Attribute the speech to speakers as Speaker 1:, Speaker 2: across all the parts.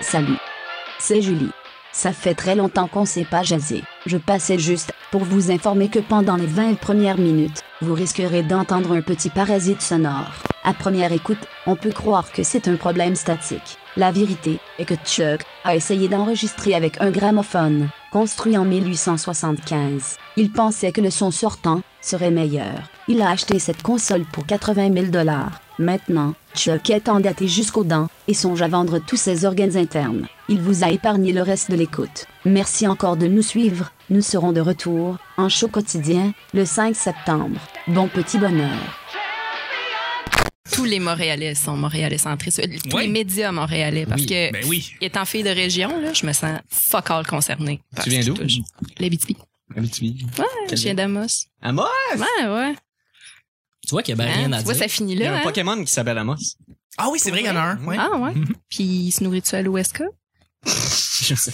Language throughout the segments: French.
Speaker 1: Salut. C'est Julie. Ça fait très longtemps qu'on s'est pas jasé. Je passais juste pour vous informer que pendant les 20 premières minutes, vous risquerez d'entendre un petit parasite sonore. À première écoute, on peut croire que c'est un problème statique. La vérité est que Chuck a essayé d'enregistrer avec un gramophone, construit en 1875. Il pensait que le son sortant serait meilleur. Il a acheté cette console pour 80 000 dollars. Maintenant, Chuck est endetté jusqu'aux dents et songe à vendre tous ses organes internes. Il vous a épargné le reste de l'écoute. Merci encore de nous suivre. Nous serons de retour en show quotidien le 5 septembre. Bon petit bonheur.
Speaker 2: Tous les Montréalais sont Montréalais centristes. Tous
Speaker 3: Ouais.
Speaker 2: les médias Montréalais. Parce
Speaker 3: Oui,
Speaker 2: que,
Speaker 3: ben oui.
Speaker 2: étant fille de région, là, je me sens fuck all concernée. par
Speaker 4: Tu viens
Speaker 2: ce qui
Speaker 4: d'où?
Speaker 2: touche L'Abitibi.
Speaker 4: Abitibi.
Speaker 2: Ouais,
Speaker 4: Quel
Speaker 2: je viens d'Amos.
Speaker 4: Amos!
Speaker 2: Ouais, ouais.
Speaker 5: Tu vois qu'il n'y a ben
Speaker 2: Hein,
Speaker 5: rien à
Speaker 2: tu vois,
Speaker 5: dire.
Speaker 2: ça finit
Speaker 4: Il y a
Speaker 2: là.
Speaker 4: un
Speaker 2: hein?
Speaker 4: Pokémon qui s'appelle Amos.
Speaker 3: Ah oui, c'est vrai, il y en a un. Ouais.
Speaker 2: Ah, ouais. Puis, il se nourrit-tu à l'OSK?
Speaker 4: Je sais.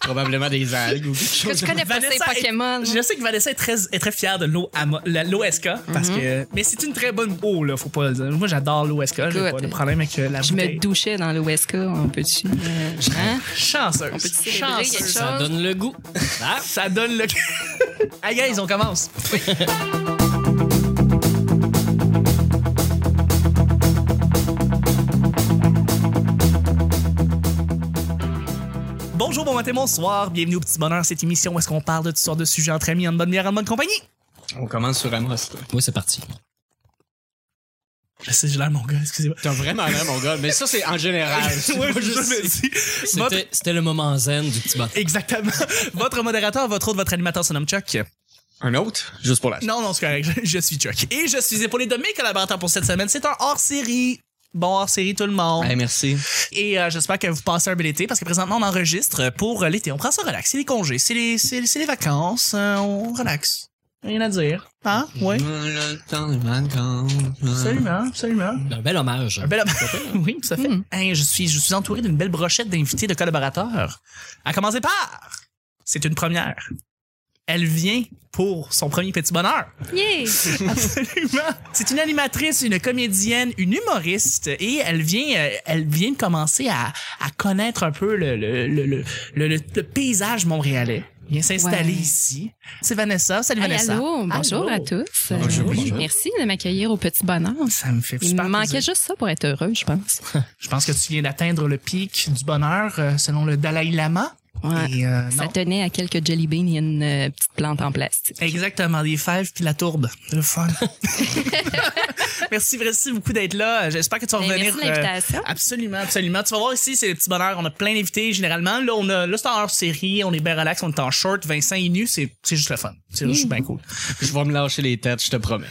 Speaker 4: Probablement des algues ou quelque
Speaker 2: Que
Speaker 4: chose.
Speaker 2: tu connais pas ces
Speaker 3: Vanessa est-
Speaker 2: Pokémon.
Speaker 3: Je sais que Vanessa est très, est très fière de l'eau Ama- la- l'OSK parce que mais c'est une très bonne eau là, faut pas le dire. Moi j'adore l'OSK, j'ai
Speaker 2: Écoute,
Speaker 3: pas de problème avec euh, la
Speaker 2: Je me
Speaker 3: bouteille.
Speaker 2: douchais dans l'OSK. On peut-tu. euh, hein?
Speaker 3: Chanceuse.
Speaker 2: On peut célébrer
Speaker 3: Chanceuse.
Speaker 2: quelque chose?
Speaker 5: Ça donne le goût. Ah,
Speaker 3: Ça donne le Hey guys, on commence. Bonjour, bon matin, bonsoir. Bienvenue au Petit Bonheur, cette émission où est-ce qu'on parle de toutes sortes de sujets entre amis, en bonne bière, en bonne compagnie.
Speaker 4: On commence sur Amos. toi.
Speaker 5: oui, c'est parti.
Speaker 3: Je sais, j'ai l'air mon gars, excusez-moi.
Speaker 4: T'as vraiment l'air, mon gars. Mais ça, c'est en général. C'est
Speaker 3: Ouais,
Speaker 4: pas
Speaker 3: je
Speaker 4: juste-
Speaker 3: me dis. Votre-
Speaker 5: C'était c'était le moment zen du petit bâtard.
Speaker 3: Exactement. Votre modérateur, votre autre, votre animateur se nomme Chuck.
Speaker 4: Un autre? Juste pour la
Speaker 3: Non, non, c'est correct. Je, je suis Chuck. Et je suis épaulé de mes collaborateurs pour cette semaine. C'est un hors-série. Bon hors-série tout le monde.
Speaker 4: Hey, Ben, merci.
Speaker 3: Et euh, j'espère que vous passez un bel été parce que présentement on enregistre pour euh, l'été. On prend ça relax. C'est les congés, c'est les, c'est, c'est les vacances. Euh, on relaxe. Rien à dire. Hein? Oui. Absolument, absolument.
Speaker 5: Ben, Un bel hommage.
Speaker 3: Un bel oui, ça fait.
Speaker 2: Mhm.
Speaker 3: Hein, je, suis, je suis entouré d'une belle brochette d'invités, de collaborateurs. À commencer par. C'est une première. Elle vient pour son premier petit bonheur.
Speaker 2: Yeah!
Speaker 3: Absolument. C'est une animatrice, une comédienne, une humoriste et elle vient, euh, elle vient de commencer à, à connaître un peu le, le, le, le, le- le- le paysage montréalais. Elle Vient s'installer
Speaker 2: Ouais.
Speaker 3: ici. C'est Vanessa. Salut
Speaker 2: Hey,
Speaker 3: Vanessa.
Speaker 2: allô, bonjour
Speaker 3: Allô.
Speaker 2: à tous.
Speaker 4: Bonjour,
Speaker 2: Euh,
Speaker 4: bonjour.
Speaker 2: Merci de m'accueillir au petit bonheur.
Speaker 3: Ça me fait
Speaker 2: Il
Speaker 3: super
Speaker 2: me manquait
Speaker 3: plaisir.
Speaker 2: juste ça pour être heureux, je pense.
Speaker 3: Je pense que tu viens d'atteindre le pic du bonheur euh, selon le Dalai Lama.
Speaker 2: Ouais.
Speaker 3: Et, euh,
Speaker 2: Ça
Speaker 3: non.
Speaker 2: tenait à quelques jelly beans et une euh, petite plante en plastique.
Speaker 3: Exactement, les fèves puis la tourbe. Le fun. merci, merci beaucoup d'être là. J'espère que tu vas
Speaker 2: Ben,
Speaker 3: revenir.
Speaker 2: merci de
Speaker 3: euh,
Speaker 2: l'invitation.
Speaker 3: absolument, absolument. Tu vas voir ici, c'est le petit bonheur. On a plein d'invités généralement. Là, on a, là, c'est en hors série. On est bien relax. On est en short. Vincent est nu. C'est, c'est juste le fun. C'est juste
Speaker 2: Mmh.
Speaker 3: bien cool.
Speaker 4: Je vais me lâcher les têtes, je te promets.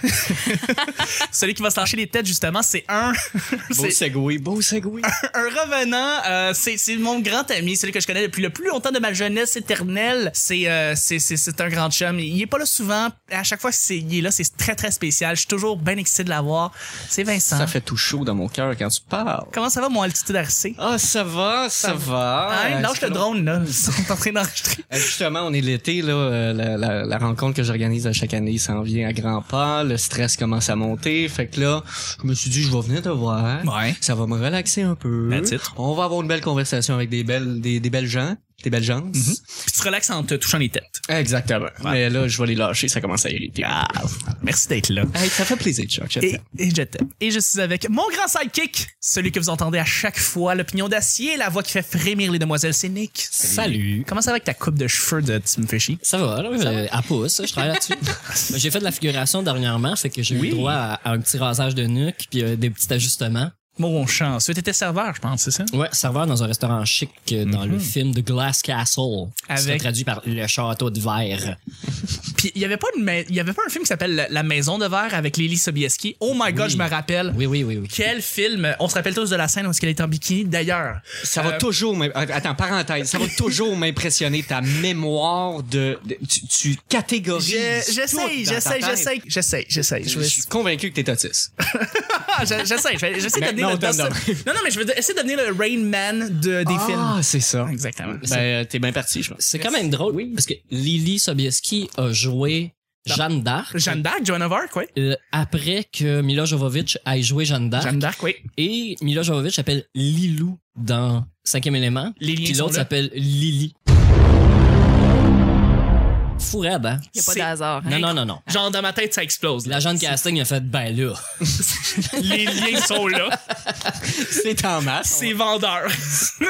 Speaker 3: Celui qui va se lâcher les têtes, justement, c'est un,
Speaker 4: Beau
Speaker 3: c'est
Speaker 4: segway, beau segway.
Speaker 3: un revenant. Euh, c'est, c'est mon grand ami, celui que je connais depuis le plus longtemps de ma jeunesse éternelle. C'est, euh, c'est, c'est, c'est un grand chum. Il est pas là souvent. À chaque fois qu'il est là, c'est très, très spécial. Je suis toujours bien excité de l'avoir. C'est Vincent.
Speaker 4: Ça fait tout chaud dans mon cœur quand tu parles.
Speaker 3: Comment ça va, mon altitude RC?
Speaker 4: Ah, ça va, ça va.
Speaker 3: Ah,
Speaker 4: Euh,
Speaker 3: lâche le drone, là. Ils sont en train d'enregistrer.
Speaker 4: Euh, Justement, on est l'été, là, euh, la, la- la rencontre que j'organise à chaque année s'en vient à grands pas, le stress commence à monter, fait que là, je me suis dit, je vais venir te voir,
Speaker 3: Ouais.
Speaker 4: ça va me relaxer un peu,
Speaker 3: That's it.
Speaker 4: on va avoir une belle conversation avec des belles, des, des belles gens, des belles gens.
Speaker 3: Puis tu te relaxes en te touchant les têtes.
Speaker 4: Exactement. Mais là, je vais les lâcher, ça commence à irriter.
Speaker 3: Merci d'être là.
Speaker 4: Hey, ça fait plaisir, Chuck. je
Speaker 3: Ah. Et,
Speaker 4: t'aime.
Speaker 3: et je t'aime. Et je suis avec mon grand sidekick, celui que vous entendez à chaque fois, l'opinion d'acier, la voix qui fait frémir les demoiselles, c'est Nick.
Speaker 5: Salut.
Speaker 3: Comment ça va avec ta coupe de cheveux de Tu me fais chier?
Speaker 5: Ça va, là, euh, à pouce, je travaille là-dessus. Mais j'ai fait de la figuration dernièrement, fait que j'ai eu droit à, à un petit rasage de nuque puis euh, des petits ajustements.
Speaker 3: Mon chanceux. T'étais serveur, je pense, c'est ça?
Speaker 5: Ouais, serveur dans un restaurant chic euh, dans le film The Glass Castle, qui serait
Speaker 3: Avec-
Speaker 5: traduit par le château de verre.
Speaker 3: Puis il y avait pas une mais- il y avait pas un film qui s'appelle La- La Maison de verre avec Lily Sobieski. Oh my god,
Speaker 5: Oui.
Speaker 3: je me rappelle.
Speaker 5: Oui, oui, oui, oui.
Speaker 3: Quel film! On se rappelle tous de la scène où est-ce qu'elle est en bikini. D'ailleurs,
Speaker 4: Ça va
Speaker 3: Euh,
Speaker 4: toujours m'im- Attends, parenthèse. Ça va toujours m'impressionner ta mémoire de, de- tu, tu catégorises.
Speaker 3: Je-
Speaker 4: tout
Speaker 3: J'essaye,
Speaker 4: dans ta
Speaker 3: j'essaye,
Speaker 4: tête.
Speaker 3: j'essaye, j'essaye, j'essaye. Je
Speaker 4: Je
Speaker 3: vais-
Speaker 4: suis convaincu que t'es autiste.
Speaker 3: Ah, je- J'essaye, je vais- j'essaie de
Speaker 4: Mais
Speaker 3: devenir
Speaker 4: non,
Speaker 3: le
Speaker 4: donne,
Speaker 3: Dustin- Non, non, mais je veux essayer de devenir le Rain Man de, des films.
Speaker 4: Ah, c'est ça.
Speaker 3: Exactement.
Speaker 4: Ben, euh, t'es bien parti, je pense.
Speaker 5: C'est quand même drôle, parce que Lily Sobieski a joué Jeanne d'Arc
Speaker 3: Jeanne d'Arc, Joan of Arc, oui.
Speaker 5: euh, après que Mila Jovovich aille jouer Jeanne d'Arc.
Speaker 3: Jeanne d'Arc, oui.
Speaker 5: Et Mila Jovovich s'appelle Lilou dans Cinquième élément.
Speaker 3: Les liens
Speaker 5: Puis
Speaker 3: sont
Speaker 5: l'autre
Speaker 3: là.
Speaker 5: s'appelle Lily. Fourade, hein?
Speaker 2: Il n'y a pas
Speaker 3: C'est-
Speaker 2: de hasard. hein?
Speaker 5: Non, non, non, non.
Speaker 3: Genre, dans ma tête, ça explose. là.
Speaker 5: L'agent de casting a fait, ben là.
Speaker 3: Les liens sont là.
Speaker 4: C'est en masse.
Speaker 3: C'est vendeur.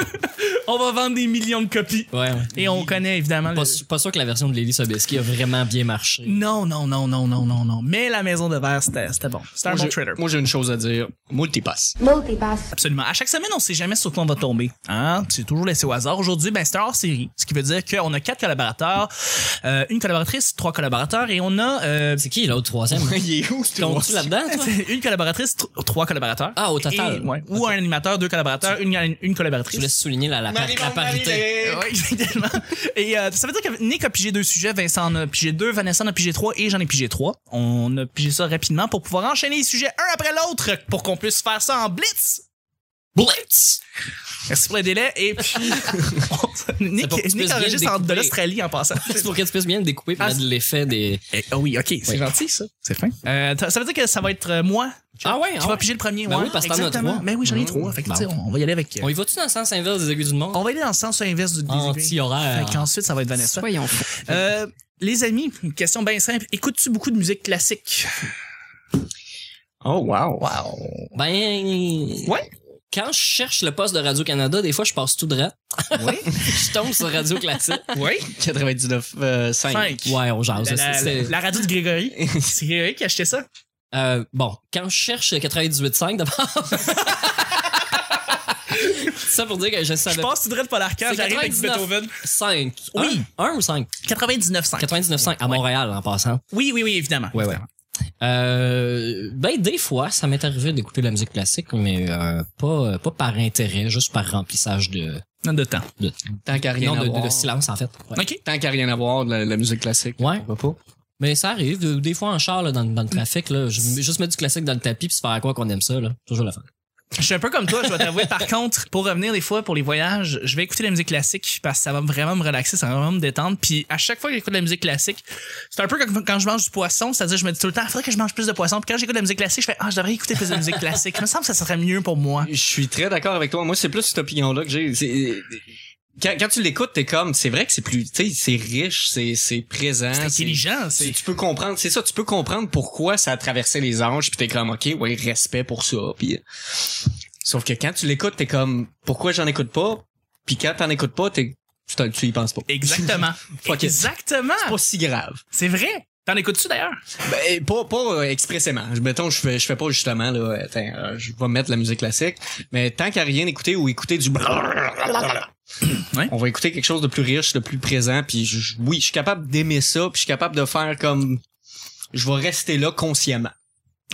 Speaker 3: on va vendre des millions de copies.
Speaker 5: Ouais. ouais.
Speaker 3: Et on connaît évidemment.
Speaker 5: Pas,
Speaker 3: le-
Speaker 5: su- pas sûr que la version de Lily Sobieski a vraiment bien marché.
Speaker 3: Non, non, non, non, non, non, non. Mais la maison de verre, c'était c'était bon. C'était un
Speaker 4: Moi,
Speaker 3: bon
Speaker 4: j'ai-
Speaker 3: trailer.
Speaker 4: Moi, j'ai une chose à dire. Multipass.
Speaker 6: Multipass.
Speaker 3: Absolument. À chaque semaine, on sait jamais sur quoi on va tomber. Hein? C'est toujours laissé au hasard. Aujourd'hui, ben, c'est un hors-série. Ce qui veut dire qu'on a quatre collaborateurs, euh, une collaboratrice, trois collaborateurs et on a euh,
Speaker 5: C'est qui l'autre troisième?
Speaker 4: Il est où, ce
Speaker 5: Comptes-tu là-dedans, toi?
Speaker 3: une collaboratrice, tr- trois collaborateurs.
Speaker 5: Ah, au total.
Speaker 3: Et- ouais. Ou un animateur, deux collaborateurs, une, une
Speaker 5: Je
Speaker 3: collaboratrice.
Speaker 5: voulais souligner la, la, par- la parité.
Speaker 3: Ouais, exactement. Et euh, ça veut dire que Nick a pigé deux sujets, Vincent en a pigé deux, Vanessa en a pigé trois et j'en ai pigé trois. On a pigé ça rapidement pour pouvoir enchaîner les sujets un après l'autre pour qu'on puisse faire ça en blitz.
Speaker 5: Blitz!
Speaker 3: Merci pour le délai. Et puis, on-
Speaker 5: C'est
Speaker 3: Nick,
Speaker 5: pour que tu
Speaker 3: Nick
Speaker 5: puisses
Speaker 3: enregistre
Speaker 5: bien
Speaker 3: en- de
Speaker 5: découper.
Speaker 3: l'Australie en passant.
Speaker 5: C'est pour que tu puisses bien le découper pour
Speaker 3: Ah,
Speaker 5: mettre de l'effet des.
Speaker 3: Eh, Ah oui, ok, c'est
Speaker 5: Oui.
Speaker 3: gentil ça. C'est fin. Euh, t- ça veut dire que ça va être euh, moi
Speaker 5: Ah ouais,
Speaker 3: qui
Speaker 5: ah
Speaker 3: va
Speaker 5: ouais.
Speaker 3: piger le premier.
Speaker 5: Ben
Speaker 3: ouais,
Speaker 5: oui, parce que t'en as
Speaker 3: exactement.
Speaker 5: trois.
Speaker 3: Mais oui, j'en ai
Speaker 5: Mmh.
Speaker 3: trois. Fait que,
Speaker 5: Bon.
Speaker 3: tu sais, on, on va y aller avec. euh,
Speaker 5: On y va-tu dans le sens inverse des aiguilles du monde?
Speaker 3: On va aller dans le sens inverse du Oh, des aiguilles.
Speaker 5: Anti-horaire.
Speaker 3: Fait qu'ensuite, ça va être Vanessa.
Speaker 2: Soyons fous.
Speaker 3: Euh, les amis, une question bien simple. Écoutes-tu beaucoup de musique classique?
Speaker 4: Oh, wow.
Speaker 5: Ben.
Speaker 3: Ouais.
Speaker 5: Quand je cherche le poste de Radio-Canada, des fois, je passe tout droit. je tombe sur Radio Classique.
Speaker 3: Oui.
Speaker 4: 99, euh, 5.
Speaker 3: Cinq.
Speaker 5: Ouais, on jase.
Speaker 3: La, la-
Speaker 5: c'est- c'est-
Speaker 3: la radio de Grégory. C'est Grégory qui a acheté ça.
Speaker 5: Euh, bon, quand je cherche 98.5 d'abord. ça pour dire que je
Speaker 3: Je
Speaker 5: savais
Speaker 3: passe tout droit de Paul Arcand,
Speaker 5: C'est
Speaker 3: j'arrive avec
Speaker 5: 99.
Speaker 3: Beethoven.
Speaker 5: 5.
Speaker 3: Oui.
Speaker 5: 1 ou 5?
Speaker 3: 99.5.
Speaker 5: 99.5 à Montréal en passant.
Speaker 3: Oui, oui, oui, évidemment.
Speaker 5: Ouais, ouais. Euh, ben des fois, ça m'est arrivé d'écouter de la musique classique, mais euh, pas pas par intérêt, juste par remplissage de
Speaker 3: Non, de temps.
Speaker 5: de,
Speaker 4: Tant qu'à rien
Speaker 5: non, de,
Speaker 4: à
Speaker 5: de-
Speaker 4: voir.
Speaker 5: de silence en fait. Ouais.
Speaker 3: OK.
Speaker 4: Tant qu'à rien à voir de la, la musique classique.
Speaker 5: Ouais. Mais ça arrive de- des fois en char là, dans, dans le trafic là, je, juste mettre du classique dans le tapis puis se faire à quoi qu'on aime ça là, toujours la fin.
Speaker 3: Je suis un peu comme toi, je dois t'avouer. Par contre, pour revenir des fois pour les voyages, je vais écouter de la musique classique parce que ça va vraiment me relaxer, ça va vraiment me détendre. Puis à chaque fois que j'écoute de la musique classique, c'est un peu comme quand je mange du poisson, c'est-à-dire je me dis tout le temps, il faudrait que je mange plus de poisson. Puis quand j'écoute de la musique classique, je fais, ah, je devrais écouter plus de musique classique. Il me semble que ça serait mieux pour moi.
Speaker 4: Je suis très d'accord avec toi. Moi, c'est plus cette opinion-là que j'ai. C'est- Quand, quand tu l'écoutes, t'es comme, c'est vrai que c'est plus, tu sais, c'est riche, c'est, c'est présent.
Speaker 3: C'est
Speaker 4: c'est-
Speaker 3: intelligent,
Speaker 4: Tu,
Speaker 3: c'est.
Speaker 4: tu peux comprendre, c'est ça, tu peux comprendre pourquoi ça a traversé les anges, puis t'es comme, ok, ouais, respect pour ça, puis... Sauf que quand tu l'écoutes, t'es comme, pourquoi j'en écoute pas, puis quand t'en écoutes pas, t'es, tu, t'en- tu y penses pas.
Speaker 3: Exactement.
Speaker 4: Fuck it.
Speaker 3: Exactement.
Speaker 4: C'est pas si grave.
Speaker 3: C'est vrai. T'en écoutes-tu d'ailleurs?
Speaker 4: Ben, pas, pas euh, expressément. Je- Mettons, je fais, je fais pas justement, là, attends, euh, je vais mettre la musique classique, mais tant qu'à rien écouter ou écouter du
Speaker 3: Ouais.
Speaker 4: on va écouter quelque chose de plus riche, de plus présent, puis je- je- oui, je suis capable d'aimer ça, puis je suis capable de faire comme, je vais rester là consciemment.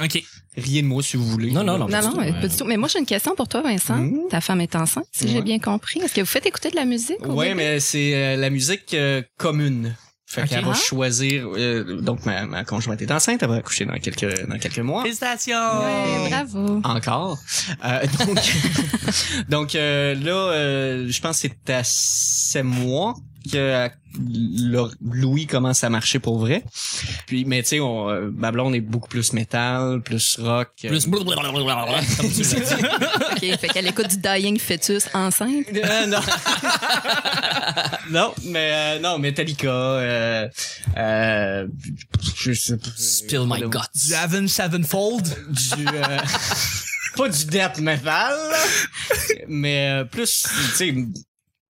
Speaker 3: OK.
Speaker 4: Riez de moi si vous voulez.
Speaker 5: Non, non, non.
Speaker 4: Ouais.
Speaker 5: Pas
Speaker 7: Non,
Speaker 5: du
Speaker 7: non,
Speaker 5: tout,
Speaker 7: euh,
Speaker 5: ouais.
Speaker 7: pas du tout. Mais moi, j'ai une question pour toi, Vincent.
Speaker 4: Mmh.
Speaker 7: Ta femme est enceinte, si
Speaker 4: Ouais.
Speaker 7: j'ai bien compris. Est-ce que vous faites écouter de la musique? au
Speaker 4: Ouais,
Speaker 7: bébé?
Speaker 4: mais c'est euh, la musique euh, commune. Fait
Speaker 7: Ok.
Speaker 4: qu'elle va
Speaker 5: hein?
Speaker 7: Ah.
Speaker 4: choisir. euh, donc ma, ma conjointe est enceinte, elle va accoucher dans quelques dans quelques mois.
Speaker 3: Félicitations!
Speaker 7: Ouais, bravo.
Speaker 4: Encore. Euh, donc donc euh, là, euh, je pense que c'est à sept mois que euh, le- Louis commence à marcher pour vrai. Puis mais tu sais, on, euh, ma blonde est beaucoup plus métal, plus rock. euh,
Speaker 5: Plus blablabla, comme tu l'as dit.
Speaker 7: OK, fait qu'elle écoute du Dying Fetus enceinte.
Speaker 4: Euh, non. non, mais euh, non, Metallica. Euh, euh, je sais pas.
Speaker 5: Spill my guts.
Speaker 3: Du Avon Sevenfold.
Speaker 4: Du, euh, pas du death metal, mais euh, plus, tu sais,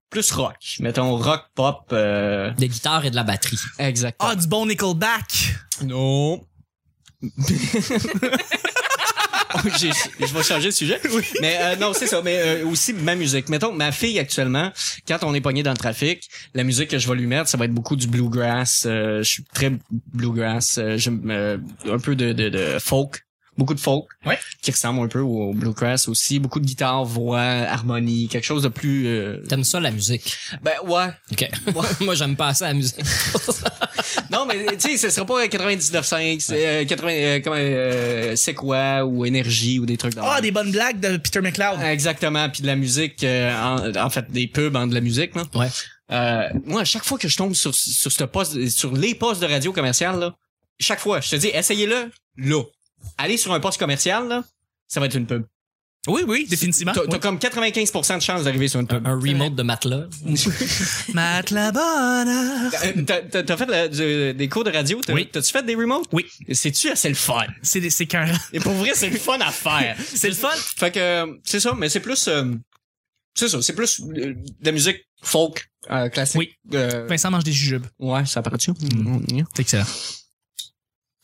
Speaker 4: plus rock. Mettons rock pop. Euh,
Speaker 5: Des guitares et de la batterie.
Speaker 4: exactement.
Speaker 3: Ah, du bon Nickelback.
Speaker 4: Non. J'ai- je vais changer de sujet. Mais euh, non, c'est ça. Mais euh, aussi ma musique. Mettons, ma fille actuellement, quand on est pogné dans le trafic, la musique que je vais lui mettre, ça va être beaucoup du bluegrass. euh, je suis très bluegrass. euh, J'aime euh, un peu de, de, de folk. Beaucoup de folk
Speaker 3: Ouais.
Speaker 4: qui ressemble un peu au bluegrass aussi. Beaucoup de guitare, voix, harmonie, quelque chose de plus... euh,
Speaker 5: T'aimes ça la musique?
Speaker 4: ben ouais.
Speaker 5: OK. Moi, j'aime pas ça la musique.
Speaker 4: Non, mais tu sais, ce sera pas 99.5, c'est euh, 80, euh, comment, euh, c'est quoi, ou énergie, ou des trucs dans
Speaker 3: Ah, des bonnes blagues de Peter McLeod.
Speaker 4: Exactement, puis de la musique, euh, en, en fait, des pubs en de la musique, là.
Speaker 5: Ouais.
Speaker 4: Euh, moi, à chaque fois que je tombe sur, sur ce poste, sur les postes de radio commerciale, là, chaque fois, je te dis, essayez-le, là. Allez sur un poste commercial, là, ça va être une pub.
Speaker 3: Oui, oui, définitivement.
Speaker 4: T'as t'as comme 95% de chances d'arriver sur une pub.
Speaker 3: Ah,
Speaker 5: Un remote de matelas.
Speaker 3: Mat la bonne.
Speaker 4: Euh, T'as t'as- t'as fait de la- du- des cours de radio? T'as-
Speaker 3: Oui.
Speaker 4: T'as-tu fait des remotes?
Speaker 3: Oui.
Speaker 4: C'est-tu assez le fun?
Speaker 3: C'est c'est qu'un.
Speaker 5: Euh.
Speaker 4: Et pour vrai, c'est le fun à faire.
Speaker 3: C'est le fun.
Speaker 4: Fait que, euh, c'est ça, mais c'est plus... euh, c'est ça, c'est plus euh, de la musique folk euh, classique.
Speaker 3: Oui. Ben.
Speaker 4: Euh,
Speaker 3: Vincent mange des jujubes.
Speaker 4: ouais, ça apparaît-tu?
Speaker 3: C'est excellent.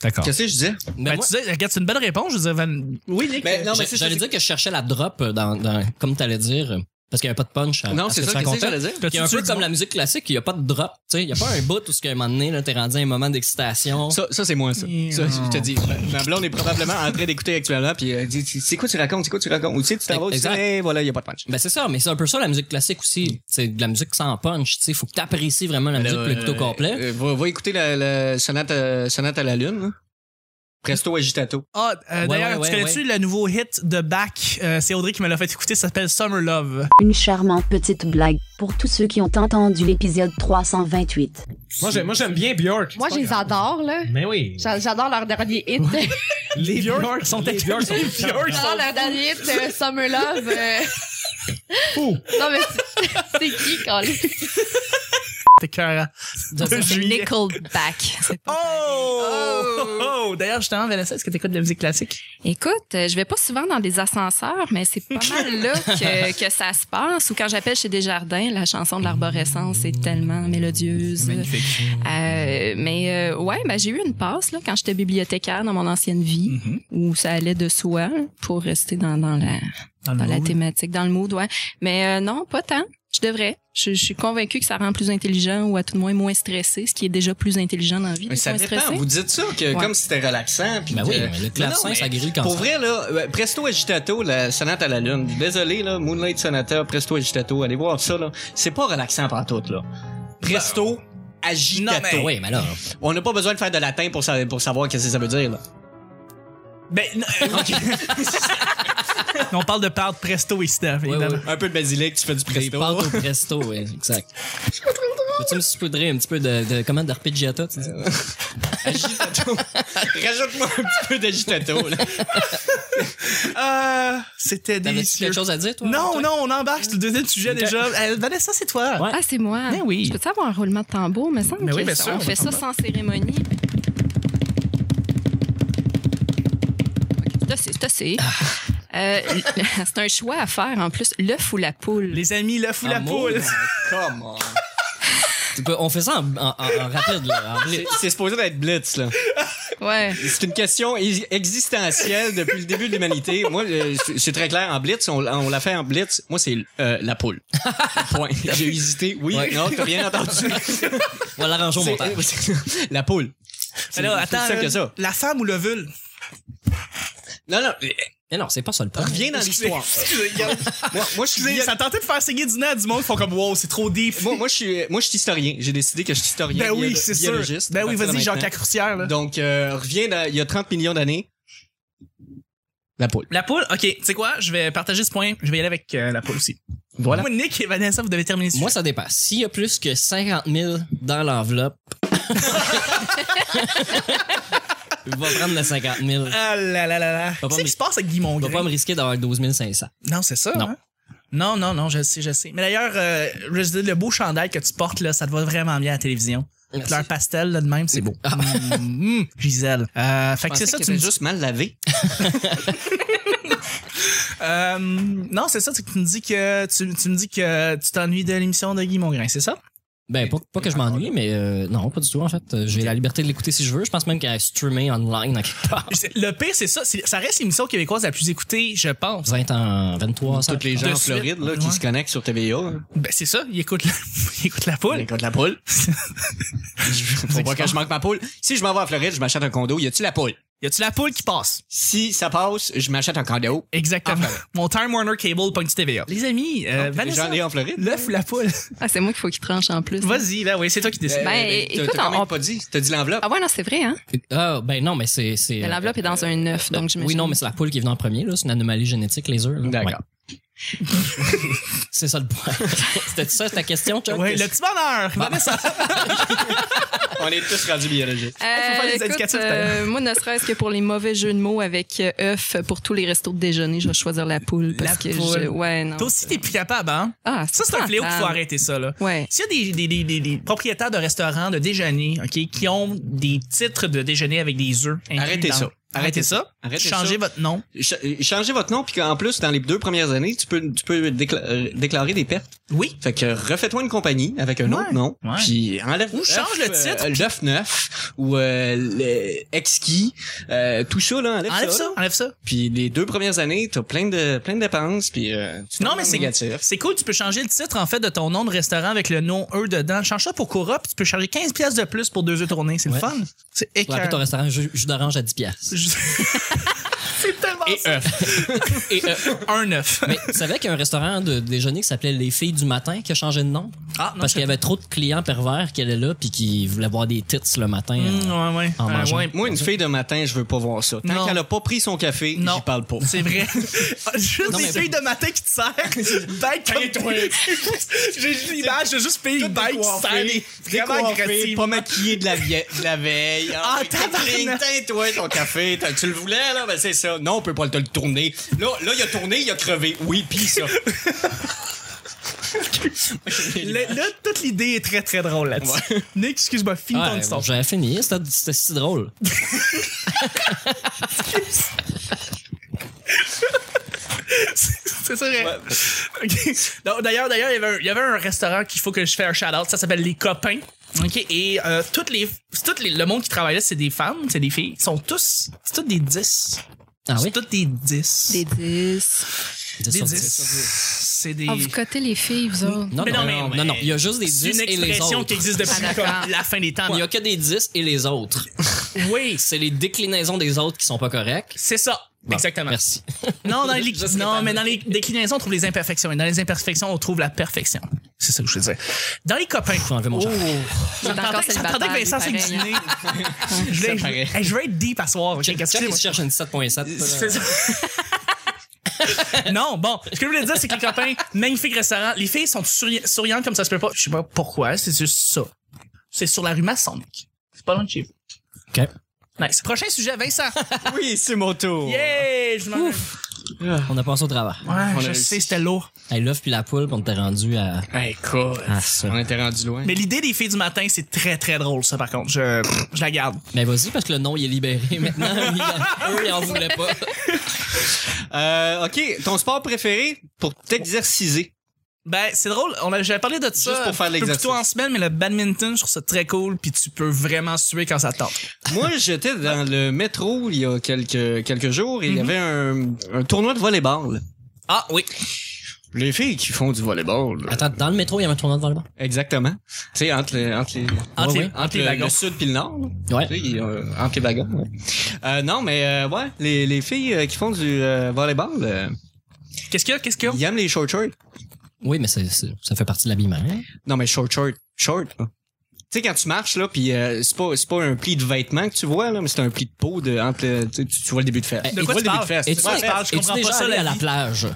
Speaker 3: D'accord.
Speaker 4: Qu'est-ce que je disais?
Speaker 3: Ben,
Speaker 5: Mais moi,
Speaker 3: tu sais, regarde, c'est une bonne réponse. Je veux dire, Van-
Speaker 4: Oui, mais, non, mais c'est ça,
Speaker 5: j'allais
Speaker 4: c'est-
Speaker 5: dire que je cherchais la drop dans, dans- comme t'allais dire, parce qu'il n'y avait pas de punch. à-
Speaker 4: Non,
Speaker 5: à ce
Speaker 4: c'est
Speaker 5: que tu
Speaker 4: ça, qu'est-ce que
Speaker 5: racontais.
Speaker 4: j'allais dire?
Speaker 5: Puis un
Speaker 3: T'as-tu
Speaker 5: peu
Speaker 3: dit
Speaker 5: comme
Speaker 3: du-
Speaker 5: la musique classique, il n'y a pas de drop. tu sais. Il n'y a pas un bout où, ce qu'à un moment donné, là, t'es rendu à un moment d'excitation.
Speaker 4: Ça, ça c'est moi, ça. Ça, je te dis. Ma blonde est probablement en train d'écouter actuellement, puis elle dit C'est quoi tu racontes C'est quoi tu racontes Ou tu sais, tu t'en vas, tu
Speaker 5: Exact.
Speaker 4: dis, Hey, voilà, il n'y a pas de punch.
Speaker 5: Ben c'est ça, mais c'est un peu ça la musique classique
Speaker 4: Mm.
Speaker 5: aussi. C'est de la musique sans punch, tu sais, faut que t'apprécies vraiment
Speaker 4: Ben
Speaker 5: la musique pour l'écouter au complet.
Speaker 4: Euh, va, va écouter la, la sonate, à, sonate à la lune. là. Presto agitato.
Speaker 3: Ah, euh,
Speaker 5: Ouais,
Speaker 3: d'ailleurs,
Speaker 5: ouais,
Speaker 3: tu
Speaker 5: ouais,
Speaker 3: connais-tu le nouveau hit de Bach? Euh, c'est Audrey qui me l'a fait écouter, ça s'appelle Summer Love.
Speaker 1: Une charmante petite blague pour tous ceux qui ont entendu l'épisode 328.
Speaker 6: Moi, j'aime, moi, j'aime bien Björk.
Speaker 8: Moi, je les adore, là.
Speaker 6: Mais oui.
Speaker 8: J'a- J'adore leur dernier hit.
Speaker 6: Les Björk sont les Björk sont
Speaker 8: J'adore leur dernier hit, euh, Summer Love. euh. Non, mais c'est- c'est qui, quand
Speaker 3: T'es cœur. De juillet.
Speaker 7: Nickelback. C'est
Speaker 3: Oh!
Speaker 7: pas
Speaker 3: oh! D'ailleurs, justement, Vanessa, est-ce que t'écoutes de la musique classique?
Speaker 7: Écoute, euh, je vais pas souvent dans des ascenseurs, mais c'est pas mal là que, que ça se passe. Ou quand j'appelle chez Desjardins, la chanson de l'arborescence est tellement mélodieuse. Euh, mais euh, ouais, ben, j'ai eu une passe là, quand j'étais bibliothécaire dans mon ancienne vie,
Speaker 4: Mm-hmm.
Speaker 7: où ça allait de soi hein, pour rester dans, dans la,
Speaker 4: Ah
Speaker 3: le
Speaker 7: dans la
Speaker 3: mood.
Speaker 7: thématique, dans le mood. Ouais. Mais euh, non, pas tant. Je devrais. Je, je suis convaincue que ça rend plus intelligent ou à tout le moins moins stressé, ce qui est déjà plus intelligent dans la vie.
Speaker 4: Mais ça
Speaker 7: moins
Speaker 4: dépend.
Speaker 7: stressé.
Speaker 4: Vous dites ça que,
Speaker 7: Ouais.
Speaker 4: comme si c'était relaxant. Puis
Speaker 5: Ben
Speaker 4: que-
Speaker 5: oui, mais le clavecin,
Speaker 4: Euh, Non, mais
Speaker 5: ça guérit le cancer.
Speaker 4: Pour vrai, là, euh, Presto agitato, la sonate à la lune. Désolé, là, Moonlight Sonata, Presto agitato, allez voir ça, là. C'est pas relaxant partout, là. Presto agitato.
Speaker 3: Non, mais-
Speaker 5: Oui, mais là,
Speaker 4: On n'a pas besoin de faire de latin pour, sa- pour savoir qu'est-ce que ça veut dire, là.
Speaker 3: Ben, non, euh, ok. On parle de part presto ici, évidemment.
Speaker 5: ouais.
Speaker 4: Un peu de basilic, tu fais du
Speaker 5: des
Speaker 4: presto.
Speaker 5: pâtes au presto, ouais, exact. Peux-tu me saupoudrer un petit peu de, de comment d'arpeggiata, tu dis?
Speaker 4: Euh, Agitato. Rajoute-moi un petit peu d'agitato, là.
Speaker 3: Euh, c'était
Speaker 5: T'avais-tu
Speaker 3: délicieux.
Speaker 5: quelque chose à dire, toi?
Speaker 3: Non,
Speaker 5: toi?
Speaker 3: non, on embarque, c'est le deuxième sujet déjà. Euh, Vanessa, c'est toi.
Speaker 5: Ouais.
Speaker 7: Ah, c'est moi.
Speaker 3: Ben oui.
Speaker 7: Je peux-tu avoir un roulement de tambour? me semble
Speaker 3: Ben oui,
Speaker 7: que
Speaker 3: bien
Speaker 7: ça-
Speaker 3: sûr,
Speaker 7: on
Speaker 3: on
Speaker 7: fait
Speaker 3: s'en
Speaker 7: ça
Speaker 3: va.
Speaker 7: sans cérémonie. Ok, C'est assez, c'est assez. Euh, c'est un choix à faire en plus. L'œuf ou la poule?
Speaker 3: Les amis, l'œuf ou la
Speaker 5: Ah,
Speaker 3: poule?
Speaker 5: mon-
Speaker 4: Come on.
Speaker 5: Tu peux- on fait ça en, en- en- en rapide, là, en blitz.
Speaker 4: C'est supposé être blitz, là.
Speaker 7: Ouais.
Speaker 4: C'est une question ex- existentielle depuis le début de l'humanité. Moi, euh, c'est- c'est très clair. En blitz, on, on l'a fait en blitz. Moi, c'est euh, la poule. Point. J'ai hésité. Oui,
Speaker 5: Ouais.
Speaker 4: non, t'as rien entendu.
Speaker 5: On va l'arranger au
Speaker 4: C'est-
Speaker 5: montage.
Speaker 4: la poule.
Speaker 3: Alors,
Speaker 4: C'est plus
Speaker 3: attends,
Speaker 4: simple que
Speaker 3: euh,
Speaker 4: ça.
Speaker 3: la femme ou le vul?
Speaker 4: Non, non, euh,
Speaker 5: Mais non, c'est pas ça le point.
Speaker 4: reviens dans l'histoire. Moi, moi, je suis
Speaker 3: Excusez, ça tentait de faire saigner du nez à du monde, ils font comme wow, c'est trop deep.
Speaker 4: Moi, moi, je suis, moi, je suis historien. J'ai décidé que je suis historien.
Speaker 3: ben oui,
Speaker 4: bio-
Speaker 3: c'est sûr.
Speaker 4: biologiste.
Speaker 3: Ben oui,
Speaker 4: À partir
Speaker 3: vas-y,
Speaker 4: de
Speaker 3: Jacques
Speaker 4: maintenant.
Speaker 3: Lacroutière. Là.
Speaker 4: Donc, euh, reviens dans- il y a 30 millions d'années. La poule.
Speaker 3: La poule, ok, tu sais quoi, je vais partager ce point, je vais y aller avec euh, la poule aussi. Voilà. Moi, Nick et Vanessa, vous devez terminer ce
Speaker 5: Moi, ça dépasse. S'il y a plus que 50 000 dans l'enveloppe, je vais prendre le 50 000.
Speaker 3: sujet. Ah là là là là.
Speaker 5: Faut pas
Speaker 3: Qu'est-ce
Speaker 5: me-
Speaker 3: qui se passe avec Guy Mongrain?
Speaker 5: Je vais pas me risquer d'avoir 12 500.
Speaker 3: Non, c'est ça.
Speaker 5: Non.
Speaker 3: hein? Non, non, non, je le sais, je le sais. Mais d'ailleurs, euh, je veux dire, le beau chandail que tu portes, là, ça te va vraiment bien à la télévision.
Speaker 5: Merci.
Speaker 3: Leur pastel, là, de même, c'est beau.
Speaker 5: Ah.
Speaker 3: Mm, mm, Gisèle. Euh, fait que c'est ça, tu me dis.
Speaker 4: juste mal lavé.
Speaker 3: Euh, non, c'est ça, c'est que tu me dis que tu, tu me dis que tu t'ennuies de l'émission de Guy Mongrain, c'est ça?
Speaker 5: Ben, pas, pas que je m'ennuie, mais euh, non, pas du tout, en fait. Euh, J'ai la liberté de l'écouter si je veux. Je pense même qu'elle est streamée online à quelque part.
Speaker 3: C'est- Le pire, c'est ça. c'est- Ça reste l'émission québécoise la plus écoutée, je pense.
Speaker 5: 20 ans, 23 ans.
Speaker 4: Toutes les gens
Speaker 3: De
Speaker 4: en
Speaker 3: suite.
Speaker 4: Floride là, qui
Speaker 3: Ouais.
Speaker 4: se connectent sur TVA. hein.
Speaker 3: Ben, c'est ça. Il écoute, la, il écoute la
Speaker 4: On
Speaker 3: poule.
Speaker 4: écoute la poule. Faut pas que je manque ma poule. Si je m'en vais en Floride, je m'achète un condo. Y a-tu la poule?
Speaker 3: Y a-tu la poule qui passe?
Speaker 4: Si ça passe, je m'achète un condo.
Speaker 3: Exactement. Mon Time Warner Cable, point TVA. Les amis, euh, Vanessa,
Speaker 4: J'en ai en Floride.
Speaker 3: l'œuf ou la poule?
Speaker 7: Ah, c'est moi qu'il faut qu'il tranche en plus.
Speaker 3: Vas-y, ben oui, c'est toi qui décides.
Speaker 7: Ben,
Speaker 4: mais Euh, t'as-
Speaker 7: écoute,
Speaker 4: t'as quand
Speaker 7: on-
Speaker 4: même pas dit. T'as dit l'enveloppe.
Speaker 7: Ah ouais, non, c'est vrai, hein?
Speaker 5: Ah, ben non, mais c'est. c'est-
Speaker 3: euh,
Speaker 5: euh,
Speaker 3: ben,
Speaker 7: Mais L'enveloppe est dans un œuf, donc je
Speaker 3: Ah,
Speaker 5: Oui, non, mais c'est la poule qui est venue en premier, là. C'est une anomalie génétique, les œufs. là.
Speaker 4: D'accord.
Speaker 5: Ouais. C'est ça le point. C'était ça ta question, Chuck?
Speaker 3: Ouais, le petit bonheur. Vanessa.
Speaker 4: On est tous rendus biologiques.
Speaker 3: Ah, faut faire des
Speaker 7: écoute,
Speaker 3: indicatifs,
Speaker 7: euh, moi, ne serait-ce que pour les mauvais jeux de mots avec euh, œuf, pour tous les restos de déjeuner, je vais choisir la poule. Parce
Speaker 3: La
Speaker 7: que
Speaker 3: poule.
Speaker 7: Je, ouais, non.
Speaker 3: Toi aussi, t'es plus capable, hein?
Speaker 7: Ah,
Speaker 3: Ça, c'est un fléau qu'il faut
Speaker 7: épouvantable.
Speaker 3: arrêter ça, là.
Speaker 7: Ouais.
Speaker 3: S'il y a des, des, des, des- des propriétaires de restaurants, de déjeuner, OK, qui ont des titres de déjeuner avec des œufs. inclus
Speaker 4: Arrêtez
Speaker 3: dans-
Speaker 4: ça.
Speaker 3: Arrêtez ça.
Speaker 4: Arrêtez
Speaker 3: Changez
Speaker 4: ça.
Speaker 3: votre nom.
Speaker 4: Ch- euh, Changez votre nom, puis qu'en plus, dans les deux premières années, tu peux, tu peux décla- euh, déclarer des pertes.
Speaker 3: Oui.
Speaker 4: Fait que refais-toi une compagnie avec un
Speaker 3: Ouais.
Speaker 4: autre nom,
Speaker 3: Ouais.
Speaker 4: puis enlève
Speaker 3: Ou change le titre,
Speaker 4: Jeff Neuf ou euh, le exquis, euh, tout ça là, enlève,
Speaker 3: Enlève ça. Enlève ça.
Speaker 4: Puis les deux premières années, t'as plein de plein de dépenses, puis euh, tu
Speaker 3: Non,
Speaker 4: t'en
Speaker 3: mais
Speaker 4: rends
Speaker 3: c'est
Speaker 4: négatif.
Speaker 3: C'est cool, tu peux changer le titre en fait de ton nom de restaurant avec le nom eux dedans. Change ça pour Cora, puis tu peux charger 15 pièces de plus pour deux œufs tournés, c'est le
Speaker 5: Ouais.
Speaker 3: fun. C'est
Speaker 5: Tu vas appeler ton
Speaker 3: écœurant.
Speaker 5: restaurant jus, jus d'orange à 10 piastres.
Speaker 3: Je- C'est tellement
Speaker 4: Et
Speaker 3: ça.
Speaker 5: Et, euh,
Speaker 3: un œuf.
Speaker 5: mais tu savais qu'il y a un restaurant de déjeuner qui s'appelait Les Filles du Matin qui a changé de nom?
Speaker 3: Ah, non,
Speaker 5: parce
Speaker 3: je-
Speaker 5: qu'il y avait trop de clients pervers qui allaient là puis qui voulaient voir des titres le matin.
Speaker 4: Hmm,
Speaker 3: Mm,
Speaker 5: euh,
Speaker 3: ouais, ouais.
Speaker 5: En
Speaker 3: Euh,
Speaker 5: mangeant.
Speaker 3: ouais.
Speaker 4: Moi, une fille de matin, je veux pas voir ça. Tant
Speaker 3: Non.
Speaker 4: qu'elle a pas pris son café,
Speaker 3: Non.
Speaker 4: j'y parle pas.
Speaker 3: C'est vrai. juste
Speaker 5: Non,
Speaker 3: des
Speaker 5: mais-
Speaker 3: filles de matin qui te serrent. Bête comme... J'ai juste l'image de juste filles bête qui
Speaker 4: décoiffées,
Speaker 3: serrent. des- Vraiment
Speaker 4: Décoiffée,
Speaker 3: agressives.
Speaker 4: pas maquillée de la, vie- de la veille. hein.
Speaker 3: Ah, tabarnak.
Speaker 4: Tiens, toi, ton café, t'as- tu le voulais, là? Ben, c'est ça. Non, on peut pas te le tourner. Là, là, il a tourné, il a crevé. Oui, pis ça.
Speaker 3: Le- Là, toute l'idée est très, très drôle là-dessus. Nick, excuse-moi, finis
Speaker 5: ouais, ben,
Speaker 3: ton histoire.
Speaker 5: J'avais fini, c'était c'était si drôle.
Speaker 3: C'est ça, vrai. Ok. Donc, D'ailleurs, d'ailleurs, il y avait un- il y avait un restaurant qu'il faut que je fasse un shout-out. Ça s'appelle Les Copains. OK? Et euh, toutes les, c'est toutes les- le monde qui travaille là, c'est des femmes, c'est des filles. Ils sont tous... C'est toutes des 10.
Speaker 5: Ah
Speaker 3: c'est
Speaker 5: oui?
Speaker 3: toutes des 10.
Speaker 7: Des 10.
Speaker 5: Dix
Speaker 3: Des
Speaker 5: sur
Speaker 3: 10.
Speaker 5: dix.
Speaker 3: C'est des...
Speaker 8: Ah, vous cotez les filles, vous autres.
Speaker 5: Non,
Speaker 3: Mais
Speaker 5: non,
Speaker 3: non,
Speaker 5: non,
Speaker 3: mais-
Speaker 5: non, non, il y a juste des 10
Speaker 3: C'est une
Speaker 5: et les
Speaker 3: expression
Speaker 5: autres.
Speaker 3: qui existe depuis
Speaker 7: Ah,
Speaker 3: comme
Speaker 7: d'accord.
Speaker 3: la fin des temps.
Speaker 5: Il y a que des 10 et les autres.
Speaker 3: Oui,
Speaker 5: C'est les déclinaisons des autres qui sont pas correctes.
Speaker 3: c'est ça.
Speaker 5: Bon,
Speaker 3: Exactement.
Speaker 5: Merci.
Speaker 3: Non, dans les,
Speaker 5: Je sais
Speaker 3: non
Speaker 5: pas.
Speaker 3: mais dans les déclinaisons, on trouve les imperfections. Et dans les imperfections, on trouve la perfection. C'est ça que je veux dire. Dans les copains.
Speaker 5: Faut enlever mon chapeau.
Speaker 7: encore
Speaker 3: J'entendais j'entendais que Vincent
Speaker 7: célibataire, hein.
Speaker 3: s'est
Speaker 7: lui,
Speaker 3: dîné. Je voulais-
Speaker 4: Ça paraît.
Speaker 3: Hey, je veux être deep à soir. ok?
Speaker 5: Check,
Speaker 3: Qu'est-ce que
Speaker 5: check,
Speaker 3: c'est,
Speaker 5: il
Speaker 3: moi?
Speaker 5: se cherche une 7.7.
Speaker 3: C'est ça. non, bon, ce que je voulais dire, c'est que les copains, magnifique restaurant, les filles sont souri- souriantes comme ça se peut pas. Je sais pas pourquoi, c'est juste ça. C'est sur la rue Masson, mec. C'est pas loin de chez vous.
Speaker 5: OK.
Speaker 3: Nice. Prochain sujet, Vincent.
Speaker 4: oui, c'est mon tour.
Speaker 3: yeah! Je m'en-
Speaker 5: On a passé au travers.
Speaker 3: Ouais,
Speaker 4: On a
Speaker 3: je
Speaker 4: réussi.
Speaker 3: sais, c'était lourd.
Speaker 5: Hey, l'œuf puis la poule, puis on était rendu à,
Speaker 4: Écoute,
Speaker 5: à ça.
Speaker 4: on était rendu loin.
Speaker 3: Mais l'idée des filles du matin, c'est très, très drôle, ça, par contre. Je, je la garde.
Speaker 5: Mais vas-y, parce que le nom, il est libéré maintenant. Il- Eux, ils en voulaient pas.
Speaker 4: Euh, OK, ton sport préféré pour t'exerciser?
Speaker 3: Ben, c'est drôle. On a, j'avais parlé de ça.
Speaker 4: Juste pour faire
Speaker 3: un peu plus
Speaker 4: l'exercice.
Speaker 3: tôt en semaine, mais le badminton, je trouve ça très cool, puis tu peux vraiment suer quand ça te tente.
Speaker 4: Moi, j'étais dans le métro il y a quelques, quelques jours et il y avait un, un tournoi de volleyball.
Speaker 3: Ah, oui.
Speaker 4: Les filles qui font du volleyball. là.
Speaker 5: Attends, dans le métro, il y avait un tournoi de volleyball.
Speaker 4: Exactement. Tu sais, entre, les- entre les...
Speaker 3: Entre,
Speaker 5: Ouais,
Speaker 3: les,
Speaker 5: ouais.
Speaker 3: entre les
Speaker 4: le-
Speaker 3: wagons.
Speaker 4: le sud puis le nord. là.
Speaker 5: Ouais.
Speaker 4: Tu sais, il y a, euh, entre les wagons. ouais. Euh, non, mais euh, ouais, les, les filles euh, qui font du euh, volleyball, euh,
Speaker 3: Qu'est-ce qu'il y a? Qu'est-ce qu'il y a?
Speaker 4: ils aiment les short shorts.
Speaker 5: Oui, mais c'est- c'est- ça fait partie de l'habillement.
Speaker 4: Non, mais short short, short. là. Tu sais, quand tu marches, là, puis euh, c'est pas, c'est pas un pli de vêtement que tu vois, là, mais c'est un pli de peau de, entre, le- tu, sais, tu- tu vois le début de fesse.
Speaker 5: Eh,
Speaker 3: De
Speaker 5: Et
Speaker 3: quoi
Speaker 5: tu
Speaker 3: tu parles?
Speaker 4: fesse.
Speaker 5: Et tu
Speaker 3: Ouais,
Speaker 5: sais,
Speaker 3: parle, je
Speaker 5: es-tu
Speaker 3: comprends
Speaker 5: déjà
Speaker 3: pas ça,
Speaker 5: allé
Speaker 3: la
Speaker 5: à la
Speaker 3: vie.
Speaker 5: plage?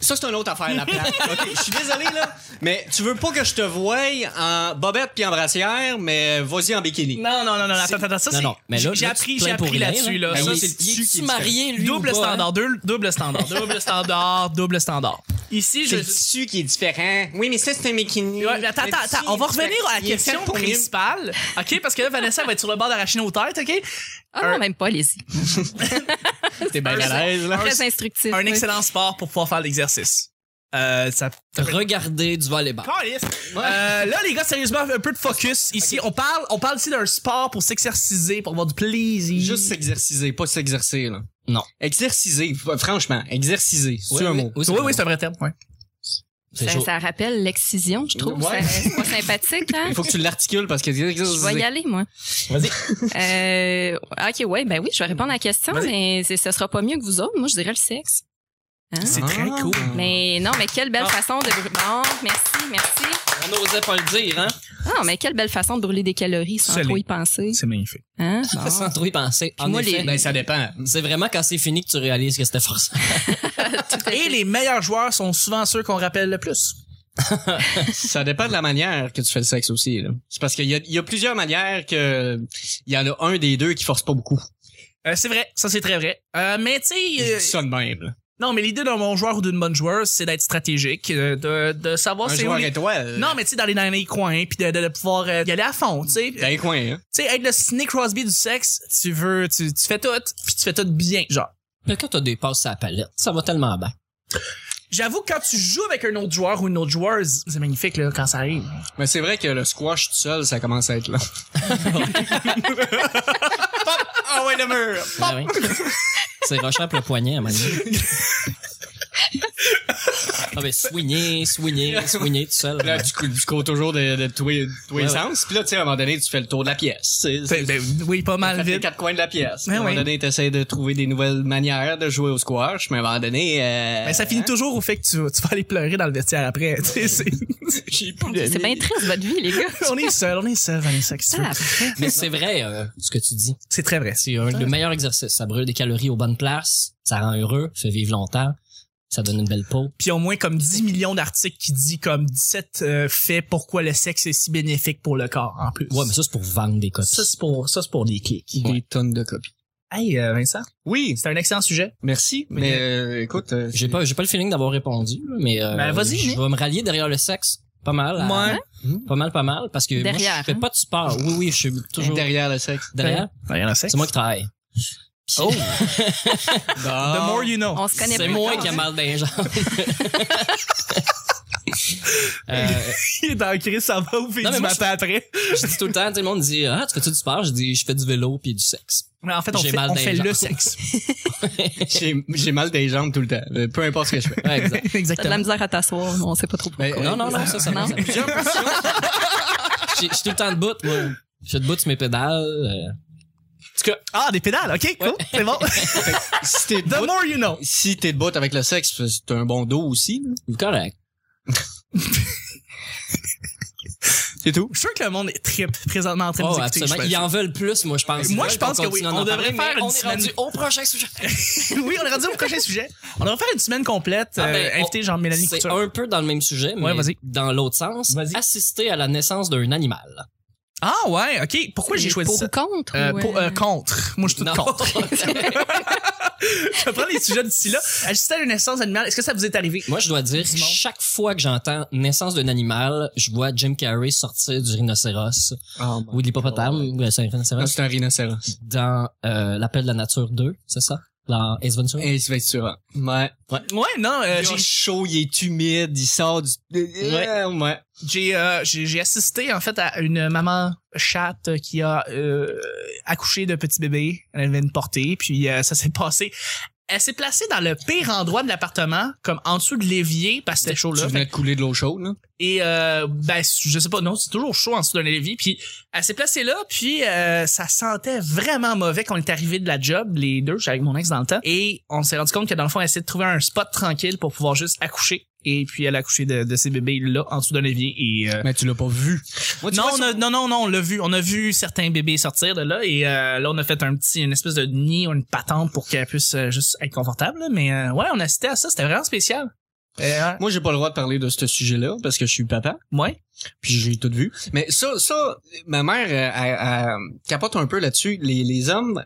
Speaker 4: Ça, c'est une autre affaire, la plage. OK, je suis désolé, là, mais tu veux pas que je te voie en bobette puis en brassière, mais vas-y en bikini.
Speaker 3: Non, non, non, non, attends, attends, ça,
Speaker 5: Non,
Speaker 3: c'est-
Speaker 5: non, mais là,
Speaker 3: j'ai
Speaker 5: là, tu te
Speaker 3: appris,
Speaker 5: plains
Speaker 3: j'ai
Speaker 5: pour
Speaker 3: appris
Speaker 5: rien,
Speaker 3: là-dessus, là.
Speaker 5: Ben,
Speaker 3: Ça,
Speaker 5: il-
Speaker 3: c'est le
Speaker 5: il
Speaker 3: dessus
Speaker 5: est-tu
Speaker 3: qui est
Speaker 5: marié, lui,
Speaker 3: Double
Speaker 5: ou pas,
Speaker 3: standard, deux- double standard, double standard, double standard. Ici, je.
Speaker 4: C'est le tissu qui est différent. Oui, mais ça, c'est un bikini.
Speaker 3: Ouais, mais attends,
Speaker 4: Le
Speaker 3: attends,
Speaker 4: tissu,
Speaker 3: attends, on va
Speaker 4: il est
Speaker 3: revenir à la
Speaker 4: différent. Il est
Speaker 3: question
Speaker 4: fait pour mieux.
Speaker 3: principale, OK? Parce que là, Vanessa va être sur le bord d'arracher nos têtes, OK?
Speaker 7: Ah non, même pas, les y
Speaker 4: T'es bien à l'aise, là.
Speaker 7: Très instructif.
Speaker 3: Un
Speaker 7: oui.
Speaker 3: excellent sport pour pouvoir faire l'exercice. Euh, ça.
Speaker 5: Regarder du volleyball.
Speaker 3: Calisse. Euh, là, les gars, sérieusement, un peu de focus. Ici, on parle, on parle ici d'un sport pour s'exerciser, pour avoir du plaisir.
Speaker 4: Juste s'exerciser, pas s'exercer, là.
Speaker 5: Non.
Speaker 4: Exerciser, f- franchement, exerciser, c'est
Speaker 5: Oui,
Speaker 4: un
Speaker 5: oui,
Speaker 4: mot.
Speaker 5: oui,
Speaker 3: Oui,
Speaker 5: un
Speaker 3: oui,
Speaker 5: mot.
Speaker 3: c'est un vrai terme. ouais.
Speaker 5: C'est
Speaker 7: Ça,
Speaker 5: chaud.
Speaker 7: ça rappelle l'excision, je trouve.
Speaker 4: Ouais.
Speaker 7: Ça- C'est pas sympathique, hein?
Speaker 4: Il faut que tu l'articules parce que
Speaker 7: Je vais y aller, moi.
Speaker 4: Vas-y.
Speaker 7: Euh, ok, ouais, ben oui, je vais répondre à la question, mais c'est- ce sera pas mieux que vous autres. Moi, je dirais le sexe. Hein?
Speaker 3: C'est très
Speaker 4: Ah.
Speaker 3: cool.
Speaker 7: Mais non, mais quelle belle
Speaker 3: Ah.
Speaker 7: façon de brûler. Bon, merci, merci.
Speaker 5: On n'osait pas le dire, hein?
Speaker 7: Non, mais quelle belle façon de brûler des calories sans
Speaker 3: Solide.
Speaker 7: trop y penser.
Speaker 3: C'est magnifique.
Speaker 7: Hein? Bon.
Speaker 5: Sans trop y penser. En
Speaker 7: moi,
Speaker 5: effet,
Speaker 7: les-
Speaker 5: ben,
Speaker 4: ça dépend.
Speaker 5: c'est vraiment quand c'est fini que tu réalises que c'était forcé.
Speaker 3: Et les meilleurs joueurs sont souvent ceux qu'on rappelle le plus.
Speaker 4: Ça dépend de la manière que tu fais le sexe aussi. là. C'est parce qu'il y a, il y a plusieurs manières que il y en a un des deux qui force pas beaucoup.
Speaker 3: Euh, c'est vrai, ça c'est très vrai. Euh, mais tu
Speaker 4: Je
Speaker 3: sais, euh,
Speaker 4: dis ça de même. là.
Speaker 3: non, mais l'idée d'un bon joueur ou d'une bonne joueuse, c'est d'être stratégique, euh, de, de savoir
Speaker 4: un
Speaker 3: c'est où
Speaker 4: joueur
Speaker 3: les-
Speaker 4: étoile.
Speaker 3: Non, mais tu sais, d'aller dans les coins, puis de, de, de pouvoir euh, y aller à fond, tu sais.
Speaker 4: Dans les coins, hein.
Speaker 3: Tu sais, être le Sidney Crosby du sexe, tu veux, tu, tu fais tout, puis tu fais tout bien, genre.
Speaker 5: Mais quand t'as des passes à la palette, ça va tellement bas.
Speaker 3: J'avoue, quand tu joues avec un autre joueur ou une autre joueuse, c'est magnifique, là, quand ça arrive.
Speaker 4: Mais c'est vrai que le squash tout seul, ça commence à être là. Ah ouais, le mur!
Speaker 5: Ben oui. C'est rochable le poignet, à un moment donné. Ah ben, swinguer, swinguer, swinguer tout seul.
Speaker 4: Là, tu, cou- tu cours toujours de, de tous les tous les
Speaker 5: Ouais,
Speaker 4: sens. Puis là, tu sais, à un moment donné, tu fais le tour de la pièce. C'est- c'est-
Speaker 3: Ben, ben, oui, pas
Speaker 4: Ça
Speaker 3: mal
Speaker 4: fait les
Speaker 3: vite.
Speaker 4: quatre coins de la pièce.
Speaker 3: Mais
Speaker 4: à un
Speaker 3: oui.
Speaker 4: moment donné, t'essaies de trouver des nouvelles manières de jouer au squash, mais à un moment donné... euh,
Speaker 3: Mais ben, ça finit toujours au fait que tu, tu vas aller pleurer dans le vestiaire après. tu sais, c'est-
Speaker 4: J'ai plus de-
Speaker 7: C'est bien triste, votre vie, les gars.
Speaker 3: on est seul, on est seul, Vanessa. qu'est-ce que tu veux?
Speaker 7: Ah,
Speaker 5: Mais c'est vrai, euh, ce que tu dis.
Speaker 3: C'est très vrai.
Speaker 5: C'est un, le meilleur exercice. Ça brûle des calories aux bonnes places, ça rend heureux, fait vivre longtemps, ça donne une belle peau.
Speaker 3: Puis au moins comme 10 millions d'articles qui dit comme 17 euh, faits pourquoi le sexe est si bénéfique pour le corps en plus.
Speaker 5: Ouais, mais ça, c'est pour vendre des copies.
Speaker 3: ça c'est pour ça c'est pour des clics.
Speaker 4: Des tonnes de copies.
Speaker 3: Hey euh, Vincent,
Speaker 4: Oui,
Speaker 3: c'est un excellent sujet.
Speaker 4: merci. Mais, euh, écoute... euh,
Speaker 5: J'ai pas, j'ai pas le feeling d'avoir répondu, là, mais, euh,
Speaker 3: Ben, vas-y,
Speaker 5: je
Speaker 3: Nick.
Speaker 5: vais me rallier derrière le sexe. Pas mal. à-
Speaker 3: Ouais.
Speaker 5: Pas mal, pas mal. Parce que moi,
Speaker 7: Derrière,
Speaker 5: je fais
Speaker 7: hein?
Speaker 5: pas de sport. Oui, oui, je suis toujours derrière.
Speaker 4: Derrière le sexe.
Speaker 3: Rien à sexe.
Speaker 5: C'est moi qui travaille.
Speaker 3: Oh, the
Speaker 5: Ah.
Speaker 4: The
Speaker 3: more you know.
Speaker 7: on se connaît
Speaker 5: C'est
Speaker 7: plus
Speaker 5: moi
Speaker 7: tard,
Speaker 5: qui a
Speaker 7: hein.
Speaker 5: mal d'un genre. euh,
Speaker 3: Il est dans le crise, ça va au fait
Speaker 5: Non, mais
Speaker 3: du
Speaker 5: moi,
Speaker 3: matin après.
Speaker 5: je dis tout le temps, tout le monde dit, ah, tu fais du sport? Je dis, je fais du vélo puis du sexe.
Speaker 3: Mais en fait on
Speaker 5: J'ai
Speaker 3: fait,
Speaker 5: mal
Speaker 3: on
Speaker 5: dans
Speaker 3: fait
Speaker 5: les
Speaker 3: le
Speaker 5: jambes.
Speaker 3: sexe.
Speaker 4: J'ai j'ai mal des jambes tout le temps, euh, peu importe ce que je fais.
Speaker 5: Ouais,
Speaker 7: T'as
Speaker 5: exact.
Speaker 7: de
Speaker 3: Exactement.
Speaker 7: la misère à t'asseoir, on sait pas trop pourquoi.
Speaker 4: Mais, euh,
Speaker 5: Non, non, non, ça, ça
Speaker 7: Non.
Speaker 5: marche. Je je suis tout le temps debout, moi. Je suis debout sur mes pédales. euh.
Speaker 3: Ah des pédales. OK, cool. C'est bon.
Speaker 4: si t'es
Speaker 3: the
Speaker 4: debout,
Speaker 3: more you know.
Speaker 4: euh, si t'es debout avec le sexe, c'est un bon dos aussi. là.
Speaker 5: C'est correct.
Speaker 4: C'est tout.
Speaker 3: Je suis sûr que le monde est trip présentement en train
Speaker 5: Oh,
Speaker 3: de nous écouter,
Speaker 5: absolument.
Speaker 3: je
Speaker 5: Ils en veulent plus, moi, je pense.
Speaker 3: Moi,
Speaker 5: Ils
Speaker 3: je
Speaker 5: veulent
Speaker 3: pense
Speaker 5: qu'on
Speaker 3: que oui.
Speaker 5: continue à en
Speaker 3: On devrait faire
Speaker 5: parler, mais
Speaker 3: une
Speaker 5: on est rendu
Speaker 3: semaine-
Speaker 5: au prochain sujet.
Speaker 3: oui, on est rendu au prochain sujet. On va faire une semaine complète.
Speaker 5: Ah,
Speaker 3: euh,
Speaker 5: ben,
Speaker 3: inviter Jean-Mélanie
Speaker 5: C'est
Speaker 3: Couture.
Speaker 5: un peu dans le même sujet, mais
Speaker 3: Ouais, vas-y.
Speaker 5: dans l'autre sens.
Speaker 3: Vas-y.
Speaker 5: Assister à la naissance d'un animal.
Speaker 3: Ah ouais, OK. Pourquoi j'ai choisi
Speaker 7: pour
Speaker 3: ça?
Speaker 7: ou contre?
Speaker 3: Euh,
Speaker 7: ou,
Speaker 3: pour-
Speaker 7: euh,
Speaker 3: euh, contre. Moi, je suis tout
Speaker 5: Non.
Speaker 3: contre. je prends les sujets d'ici là. Assister à une naissance animale, est-ce que ça vous est arrivé?
Speaker 5: Moi, je dois dire,
Speaker 3: Simon.
Speaker 5: chaque fois que j'entends naissance d'un animal, je vois Jim Carrey sortir du rhinocéros ou de l'hippopotame, ou c'est un
Speaker 4: Ah,
Speaker 5: rhinocéros,
Speaker 4: C'est un rhinocéros.
Speaker 5: dans euh, L'Appel de la Nature 2, c'est ça? Dans Ace Ventura?
Speaker 4: Et c'est sûr. Ouais.
Speaker 3: Ouais, non, euh,
Speaker 4: il est
Speaker 3: j'ai-
Speaker 4: chaud, il est humide, il sort du... Ouais. ouais.
Speaker 3: j'ai euh, j'ai j'ai assisté en fait à une maman chatte qui a euh, accouché de petit bébé. Elle avait une portée, puis euh, ça s'est passé. Elle s'est placée dans le pire endroit de l'appartement, comme en dessous de l'évier, parce que c'était chaud là.
Speaker 4: Tu venais de couler de l'eau chaude, là.
Speaker 3: Et euh, ben je sais pas, non, c'est toujours chaud en dessous d'un évier. Puis elle s'est placée là, puis euh, ça sentait vraiment mauvais quand on est arrivé de la job, les deux, j'étais avec mon ex dans le temps. Et on s'est rendu compte que dans le fond, elle essayait de trouver un spot tranquille pour pouvoir juste accoucher. Et puis elle a accouché de, de ses bébés là, en dessous d'un évier. Et euh,
Speaker 4: Mais tu l'as pas vu. Moi, tu
Speaker 3: non,
Speaker 4: vois,
Speaker 3: on a- non, non, non, on l'a vu. On a vu certains bébés sortir de là et euh, là on a fait un petit, une espèce de nid ou une patente pour qu'elle puisse euh, juste être confortable. là. Mais euh, ouais, on assistait à ça, c'était vraiment spécial. Euh,
Speaker 4: Moi, j'ai pas le droit de parler de ce sujet-là parce que je suis papa,
Speaker 3: ouais.
Speaker 4: puis j'ai tout vu. Mais ça, ça, ma mère euh, elle- elle capote un peu là-dessus. Les, les hommes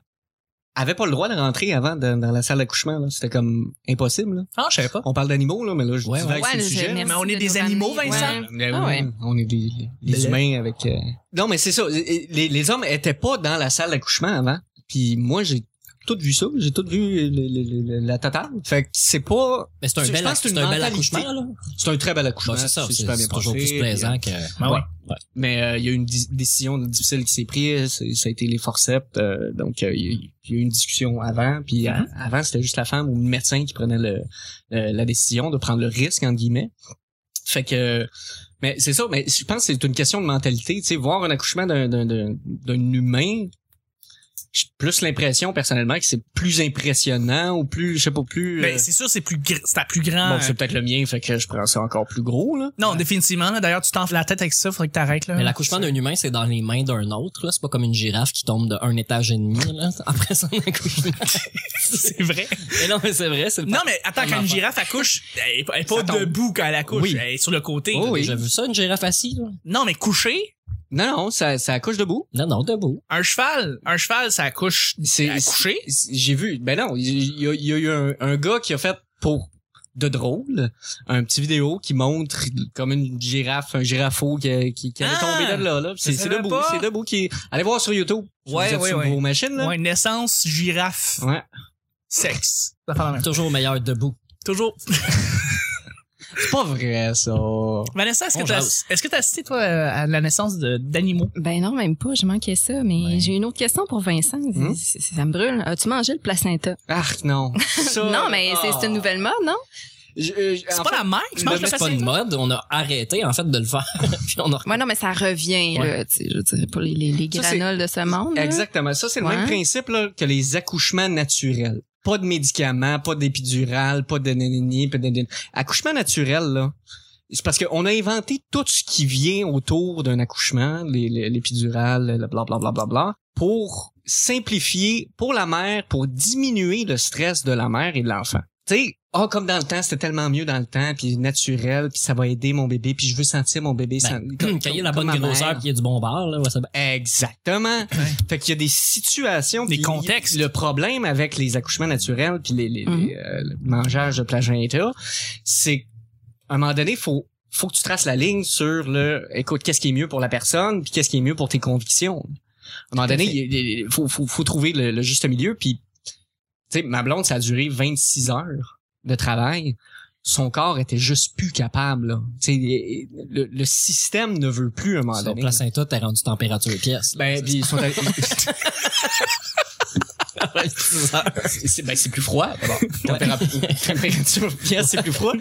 Speaker 4: avaient pas le droit de rentrer avant dans- dans la salle d'accouchement. là. C'était comme impossible. là.
Speaker 3: Ah, je savais pas.
Speaker 4: On parle d'animaux, là, mais là, je
Speaker 5: Ouais,
Speaker 4: divague
Speaker 7: ouais,
Speaker 4: sur le
Speaker 7: je-
Speaker 4: sujet.
Speaker 7: merci
Speaker 3: mais on est
Speaker 7: de
Speaker 3: des
Speaker 7: nous
Speaker 3: animaux,
Speaker 7: ramener.
Speaker 3: Vincent.
Speaker 7: Ouais.
Speaker 4: Mais
Speaker 7: Ah
Speaker 4: oui,
Speaker 7: ouais.
Speaker 4: On est des, des
Speaker 3: Bleu.
Speaker 4: humains avec. euh, Non, mais c'est ça. Les, les hommes étaient pas dans la salle d'accouchement avant. Puis moi, j'ai tout vu ça. J'ai tout vu le- le- le- la totale. Fait que c'est pas.
Speaker 5: Mais c'est un,
Speaker 4: Je
Speaker 5: bel,
Speaker 4: pense que c'est
Speaker 5: c'est
Speaker 4: une
Speaker 5: un bel
Speaker 4: mentalité.
Speaker 5: accouchement, là.
Speaker 4: C'est un très bel accouchement.
Speaker 5: Bon, c'est ça, c'est
Speaker 4: super bien
Speaker 5: c'est toujours
Speaker 4: passé. euh,
Speaker 5: plus plaisant que...
Speaker 3: Ah ouais.
Speaker 4: Mais euh, il y a eu une di- décision difficile qui s'est prise. c'est- Ça a été les forceps. euh, donc, euh, il y a eu- il y a eu une discussion avant. Puis
Speaker 5: Mm-hmm.
Speaker 4: à- avant, c'était juste la femme ou le médecin qui prenait le, euh, la décision de prendre le risque, entre guillemets. Fait que... Mais c'est ça, mais je pense que c'est une question de mentalité. Tu sais, voir un accouchement d'un- d'un d'un- d'un humain, j'ai plus l'impression personnellement que c'est plus impressionnant ou plus, je sais pas, plus. euh,
Speaker 3: Ben, c'est sûr, c'est plus, gr- c'est à plus grand.
Speaker 4: bon, c'est peut-être le mien, fait que je prends ça encore plus gros là.
Speaker 3: non, définitivement. là. D'ailleurs, tu t'enfles la tête avec ça, faudrait que t'arrêtes, là.
Speaker 5: Mais l'accouchement d'un humain, Ah, c'est dans les mains d'un autre. là. C'est pas comme une girafe qui tombe de un étage et demi là, après son accouchement.
Speaker 3: c'est vrai.
Speaker 5: mais non, mais c'est vrai. C'est le
Speaker 3: Non, mais attends,
Speaker 5: Comme
Speaker 3: quand une
Speaker 5: enfant.
Speaker 3: girafe accouche, elle est pas- elle est pas
Speaker 4: Ça tombe.
Speaker 3: debout quand elle accouche.
Speaker 4: Oui.
Speaker 3: Elle est sur le côté.
Speaker 4: Oh,
Speaker 5: T'as
Speaker 4: oui.
Speaker 5: déjà vu ça, une girafe assise? là?
Speaker 3: Non, mais coucher,
Speaker 4: Non, non, ça, ça accouche debout.
Speaker 5: Non, non, debout.
Speaker 3: un cheval, un cheval, ça accouche.
Speaker 4: Ben, C'est
Speaker 3: À coucher?
Speaker 4: c'est- J'ai vu. Ben non, il il y, a- il y a eu un, un gars qui a fait pour de drôle un petit vidéo qui montre comme une girafe, un girafeau qui, qui, qui allait
Speaker 3: Ah!
Speaker 4: tomber de là. là. Puis C'est
Speaker 3: Je
Speaker 4: c'est
Speaker 3: savais
Speaker 4: debout,
Speaker 3: pas.
Speaker 4: c'est debout qui. Allez voir sur YouTube. Si
Speaker 3: Ouais,
Speaker 4: vous êtes
Speaker 3: ouais,
Speaker 4: sur
Speaker 3: ouais.
Speaker 4: vos machines là.
Speaker 3: Ouais, naissance, girafe,
Speaker 4: Ouais.
Speaker 3: sexe. Ça fait la même.
Speaker 5: Ah. Toujours meilleur debout.
Speaker 3: Toujours.
Speaker 4: C'est pas vrai ça.
Speaker 3: Vanessa, est-ce que
Speaker 5: On
Speaker 3: t'as,
Speaker 5: jase.
Speaker 3: est-ce que t'as assisté, toi, euh, à la naissance de, d'animaux?
Speaker 7: Ben non, même pas. Je manquais ça. Mais j'ai une autre question pour Vincent.
Speaker 3: Hum?
Speaker 4: Hmm?
Speaker 7: C- c- Ça me brûle. As-tu mangé le placenta?
Speaker 4: Arc non. Ça-
Speaker 7: non, mais c'est- c'est une nouvelle mode, non?
Speaker 4: Je- euh, je-
Speaker 3: C'est
Speaker 4: en
Speaker 3: pas
Speaker 4: fait,
Speaker 3: la mère qui
Speaker 5: C'est
Speaker 3: mange le
Speaker 5: pas
Speaker 3: facile?
Speaker 5: une mode. On a arrêté, en fait, de le faire. Puis on a
Speaker 7: Ouais, non, mais ça revient,
Speaker 5: Ouais.
Speaker 7: là, tu sais, je veux dire, pour les, les, les
Speaker 4: Ça, c'est-
Speaker 7: granoles de ce monde. là.
Speaker 4: Exactement. Ça, c'est le
Speaker 7: Ouais.
Speaker 4: même principe là, que les accouchements naturels. Pas de médicaments, pas d'épidural, pas de nanani, pas de nanani. Accouchement naturel, là. C'est parce qu'on a inventé tout ce qui vient autour d'un accouchement, les- les- l'épidural, le blablabla, bla, bla, pour simplifier pour la mère, pour diminuer le stress de la mère et de l'enfant. Tu sais, ah, comme dans le temps, c'était tellement mieux dans le temps, puis naturel, puis ça va aider mon bébé, puis je veux sentir mon bébé.
Speaker 5: Ben,
Speaker 4: sen-
Speaker 5: Quand
Speaker 4: comme-
Speaker 5: il y a la
Speaker 4: comme
Speaker 5: bonne
Speaker 4: ma mère.
Speaker 5: grosseur puis il y a du bon bar, là, ouais, ça-
Speaker 4: Exactement. Fait qu'il y a des situations,
Speaker 3: Des
Speaker 4: puis
Speaker 3: contextes.
Speaker 4: Le problème avec les accouchements naturels puis les, les,
Speaker 7: Mhm.
Speaker 4: les, euh, le mangeage de placenta, c'est qu'à un moment donné, faut faut que tu traces la ligne sur le, écoute, qu'est-ce qui est mieux pour la personne, puis qu'est-ce qui est mieux pour tes convictions. À un moment donné, il il- faut, faut, faut trouver le, le juste milieu. Puis, tu sais, ma blonde, ça a duré 26 heures de travail. Son corps était juste plus capable. là. Tu sais, il- il- le, le système ne veut plus à un moment
Speaker 5: Sur le
Speaker 4: donné.
Speaker 5: placenta, t'as rendu température pièce. là.
Speaker 4: Ben, puis ils sont allés- c'est ben, c'est plus froid d'abord. Température, température pièce, c'est plus froid.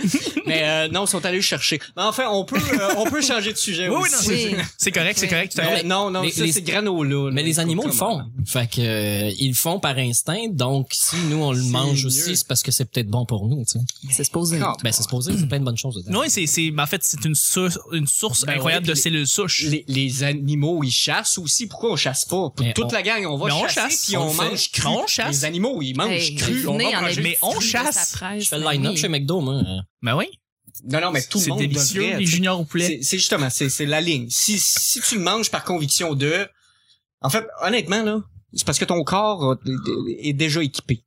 Speaker 4: Mais euh, non, ils sont allés le chercher. Mais enfin, on peut euh, on peut changer de sujet
Speaker 3: Oui, oui, non,
Speaker 4: aussi.
Speaker 3: c'est, c'est correct, c'est correct. tout à
Speaker 4: Non,
Speaker 3: fait.
Speaker 4: mais- non, non,
Speaker 5: les-
Speaker 4: ça
Speaker 5: les-
Speaker 4: c'est granola. là.
Speaker 5: mais les animaux le
Speaker 4: Comment?
Speaker 5: font. Fait que euh, ils le font par instinct, donc si nous on le
Speaker 4: C'est
Speaker 5: mange
Speaker 4: mieux.
Speaker 5: aussi, c'est parce que c'est peut-être bon pour nous, tu sais.
Speaker 7: C'est supposé.
Speaker 4: Non.
Speaker 5: Ben c'est supposé, c'est plein de bonnes choses dedans.
Speaker 3: Non, c'est, c'est, ben, en fait, c'est une source, une source
Speaker 4: Ben,
Speaker 3: incroyable
Speaker 4: oui,
Speaker 3: de
Speaker 4: puis-
Speaker 3: cellules souches.
Speaker 4: Les, les animaux, ils chassent aussi. Pourquoi on chasse pas? Pour
Speaker 5: Mais
Speaker 4: toute
Speaker 5: on-
Speaker 4: la gang, on va
Speaker 3: Mais on
Speaker 4: chasser
Speaker 3: chasse,
Speaker 4: puis
Speaker 3: on
Speaker 4: on,
Speaker 3: le fait.
Speaker 4: mange cru.
Speaker 3: On chasse.
Speaker 4: Les animaux, ils mangent
Speaker 7: Hey,
Speaker 4: cru. On
Speaker 7: venez,
Speaker 4: va
Speaker 7: en
Speaker 4: manger.
Speaker 7: avez
Speaker 3: mais
Speaker 7: du
Speaker 3: on
Speaker 7: fruit,
Speaker 3: chasse.
Speaker 7: ça presse,
Speaker 5: Je fais le
Speaker 7: mais
Speaker 5: line-up
Speaker 7: oui.
Speaker 5: chez McDo, moi. hein.
Speaker 3: Ben oui.
Speaker 4: Non, non, mais tout le
Speaker 3: c'est
Speaker 4: monde
Speaker 3: délicieux,
Speaker 4: devrait,
Speaker 3: les
Speaker 4: tu sais.
Speaker 3: juniors au poulet.
Speaker 4: C'est c'est justement, c'est c'est la ligne. Si, si tu le manges par conviction de... En fait, honnêtement, là, c'est parce que ton corps a- est déjà équipé.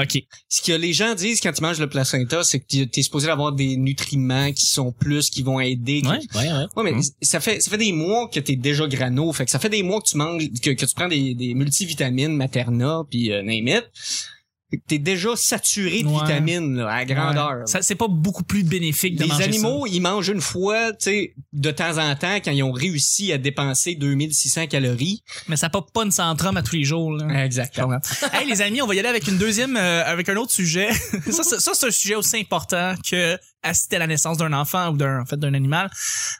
Speaker 3: OK.
Speaker 4: Ce que les gens disent quand tu manges le placenta, c'est que t'es supposé avoir des nutriments qui sont plus, qui vont aider. qui-
Speaker 3: Ouais. Mm-hmm.
Speaker 5: Ouais, ouais.
Speaker 4: Ouais, mais ça fait ça fait des mois que t'es déjà grano, fait que ça fait des mois que tu manges, que, que tu prends des, des multivitamines, Materna, puis euh, name it. Fait que T'es déjà saturé de
Speaker 3: Ouais.
Speaker 4: vitamines là, à grandeur.
Speaker 3: Ouais. Ça, c'est pas beaucoup plus bénéfique de
Speaker 4: Les
Speaker 3: manger
Speaker 4: animaux, ils mangent une fois, tu sais, de temps en temps, quand ils ont réussi à dépenser 2600 calories.
Speaker 3: ça. Mais ça pop pas une centrame à tous les jours. Là.
Speaker 4: Exactement.
Speaker 3: hey les amis, on va y aller avec une deuxième, euh, avec un autre sujet. ça, c'est- ça, c'est un sujet aussi important que assister à la naissance d'un enfant ou d'un, en fait, d'un animal.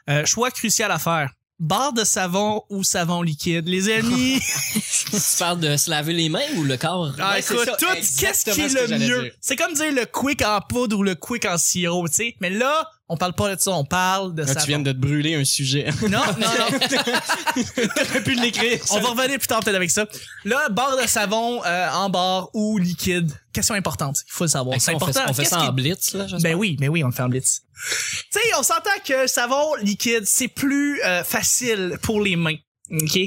Speaker 3: Euh, choix crucial à faire. Barre de savon ou savon liquide, les amis.
Speaker 5: Tu parles de se laver les mains ou le corps?
Speaker 3: Ah,
Speaker 4: Ouais,
Speaker 3: écoute,
Speaker 4: c'est ça,
Speaker 3: tout, qu'est-ce
Speaker 4: exactement
Speaker 3: qui est
Speaker 4: ce que
Speaker 3: le
Speaker 4: j'allais
Speaker 3: mieux?
Speaker 4: dire.
Speaker 3: C'est comme dire le quick en poudre ou le quick en sirop, tu sais. Mais là, on parle pas de ça, on parle de
Speaker 4: Là, tu
Speaker 3: savon.
Speaker 4: viens de te brûler un sujet.
Speaker 3: Non, non, non.
Speaker 4: T'aurais pu l'écrire.
Speaker 3: On va revenir plus tard peut-être avec ça. Là, barre de savon euh, en barre ou liquide. Question importante, il faut le savoir. C'est
Speaker 5: Fait que Ben, on fait,
Speaker 3: important.
Speaker 5: on fait
Speaker 3: Qu'est-ce
Speaker 5: ça
Speaker 3: qui-
Speaker 5: en blitz, là, j'espère.
Speaker 3: Ben oui, mais oui, on le fait en blitz. tu sais, on s'entend que le savon liquide, c'est plus euh, facile pour les mains. OK?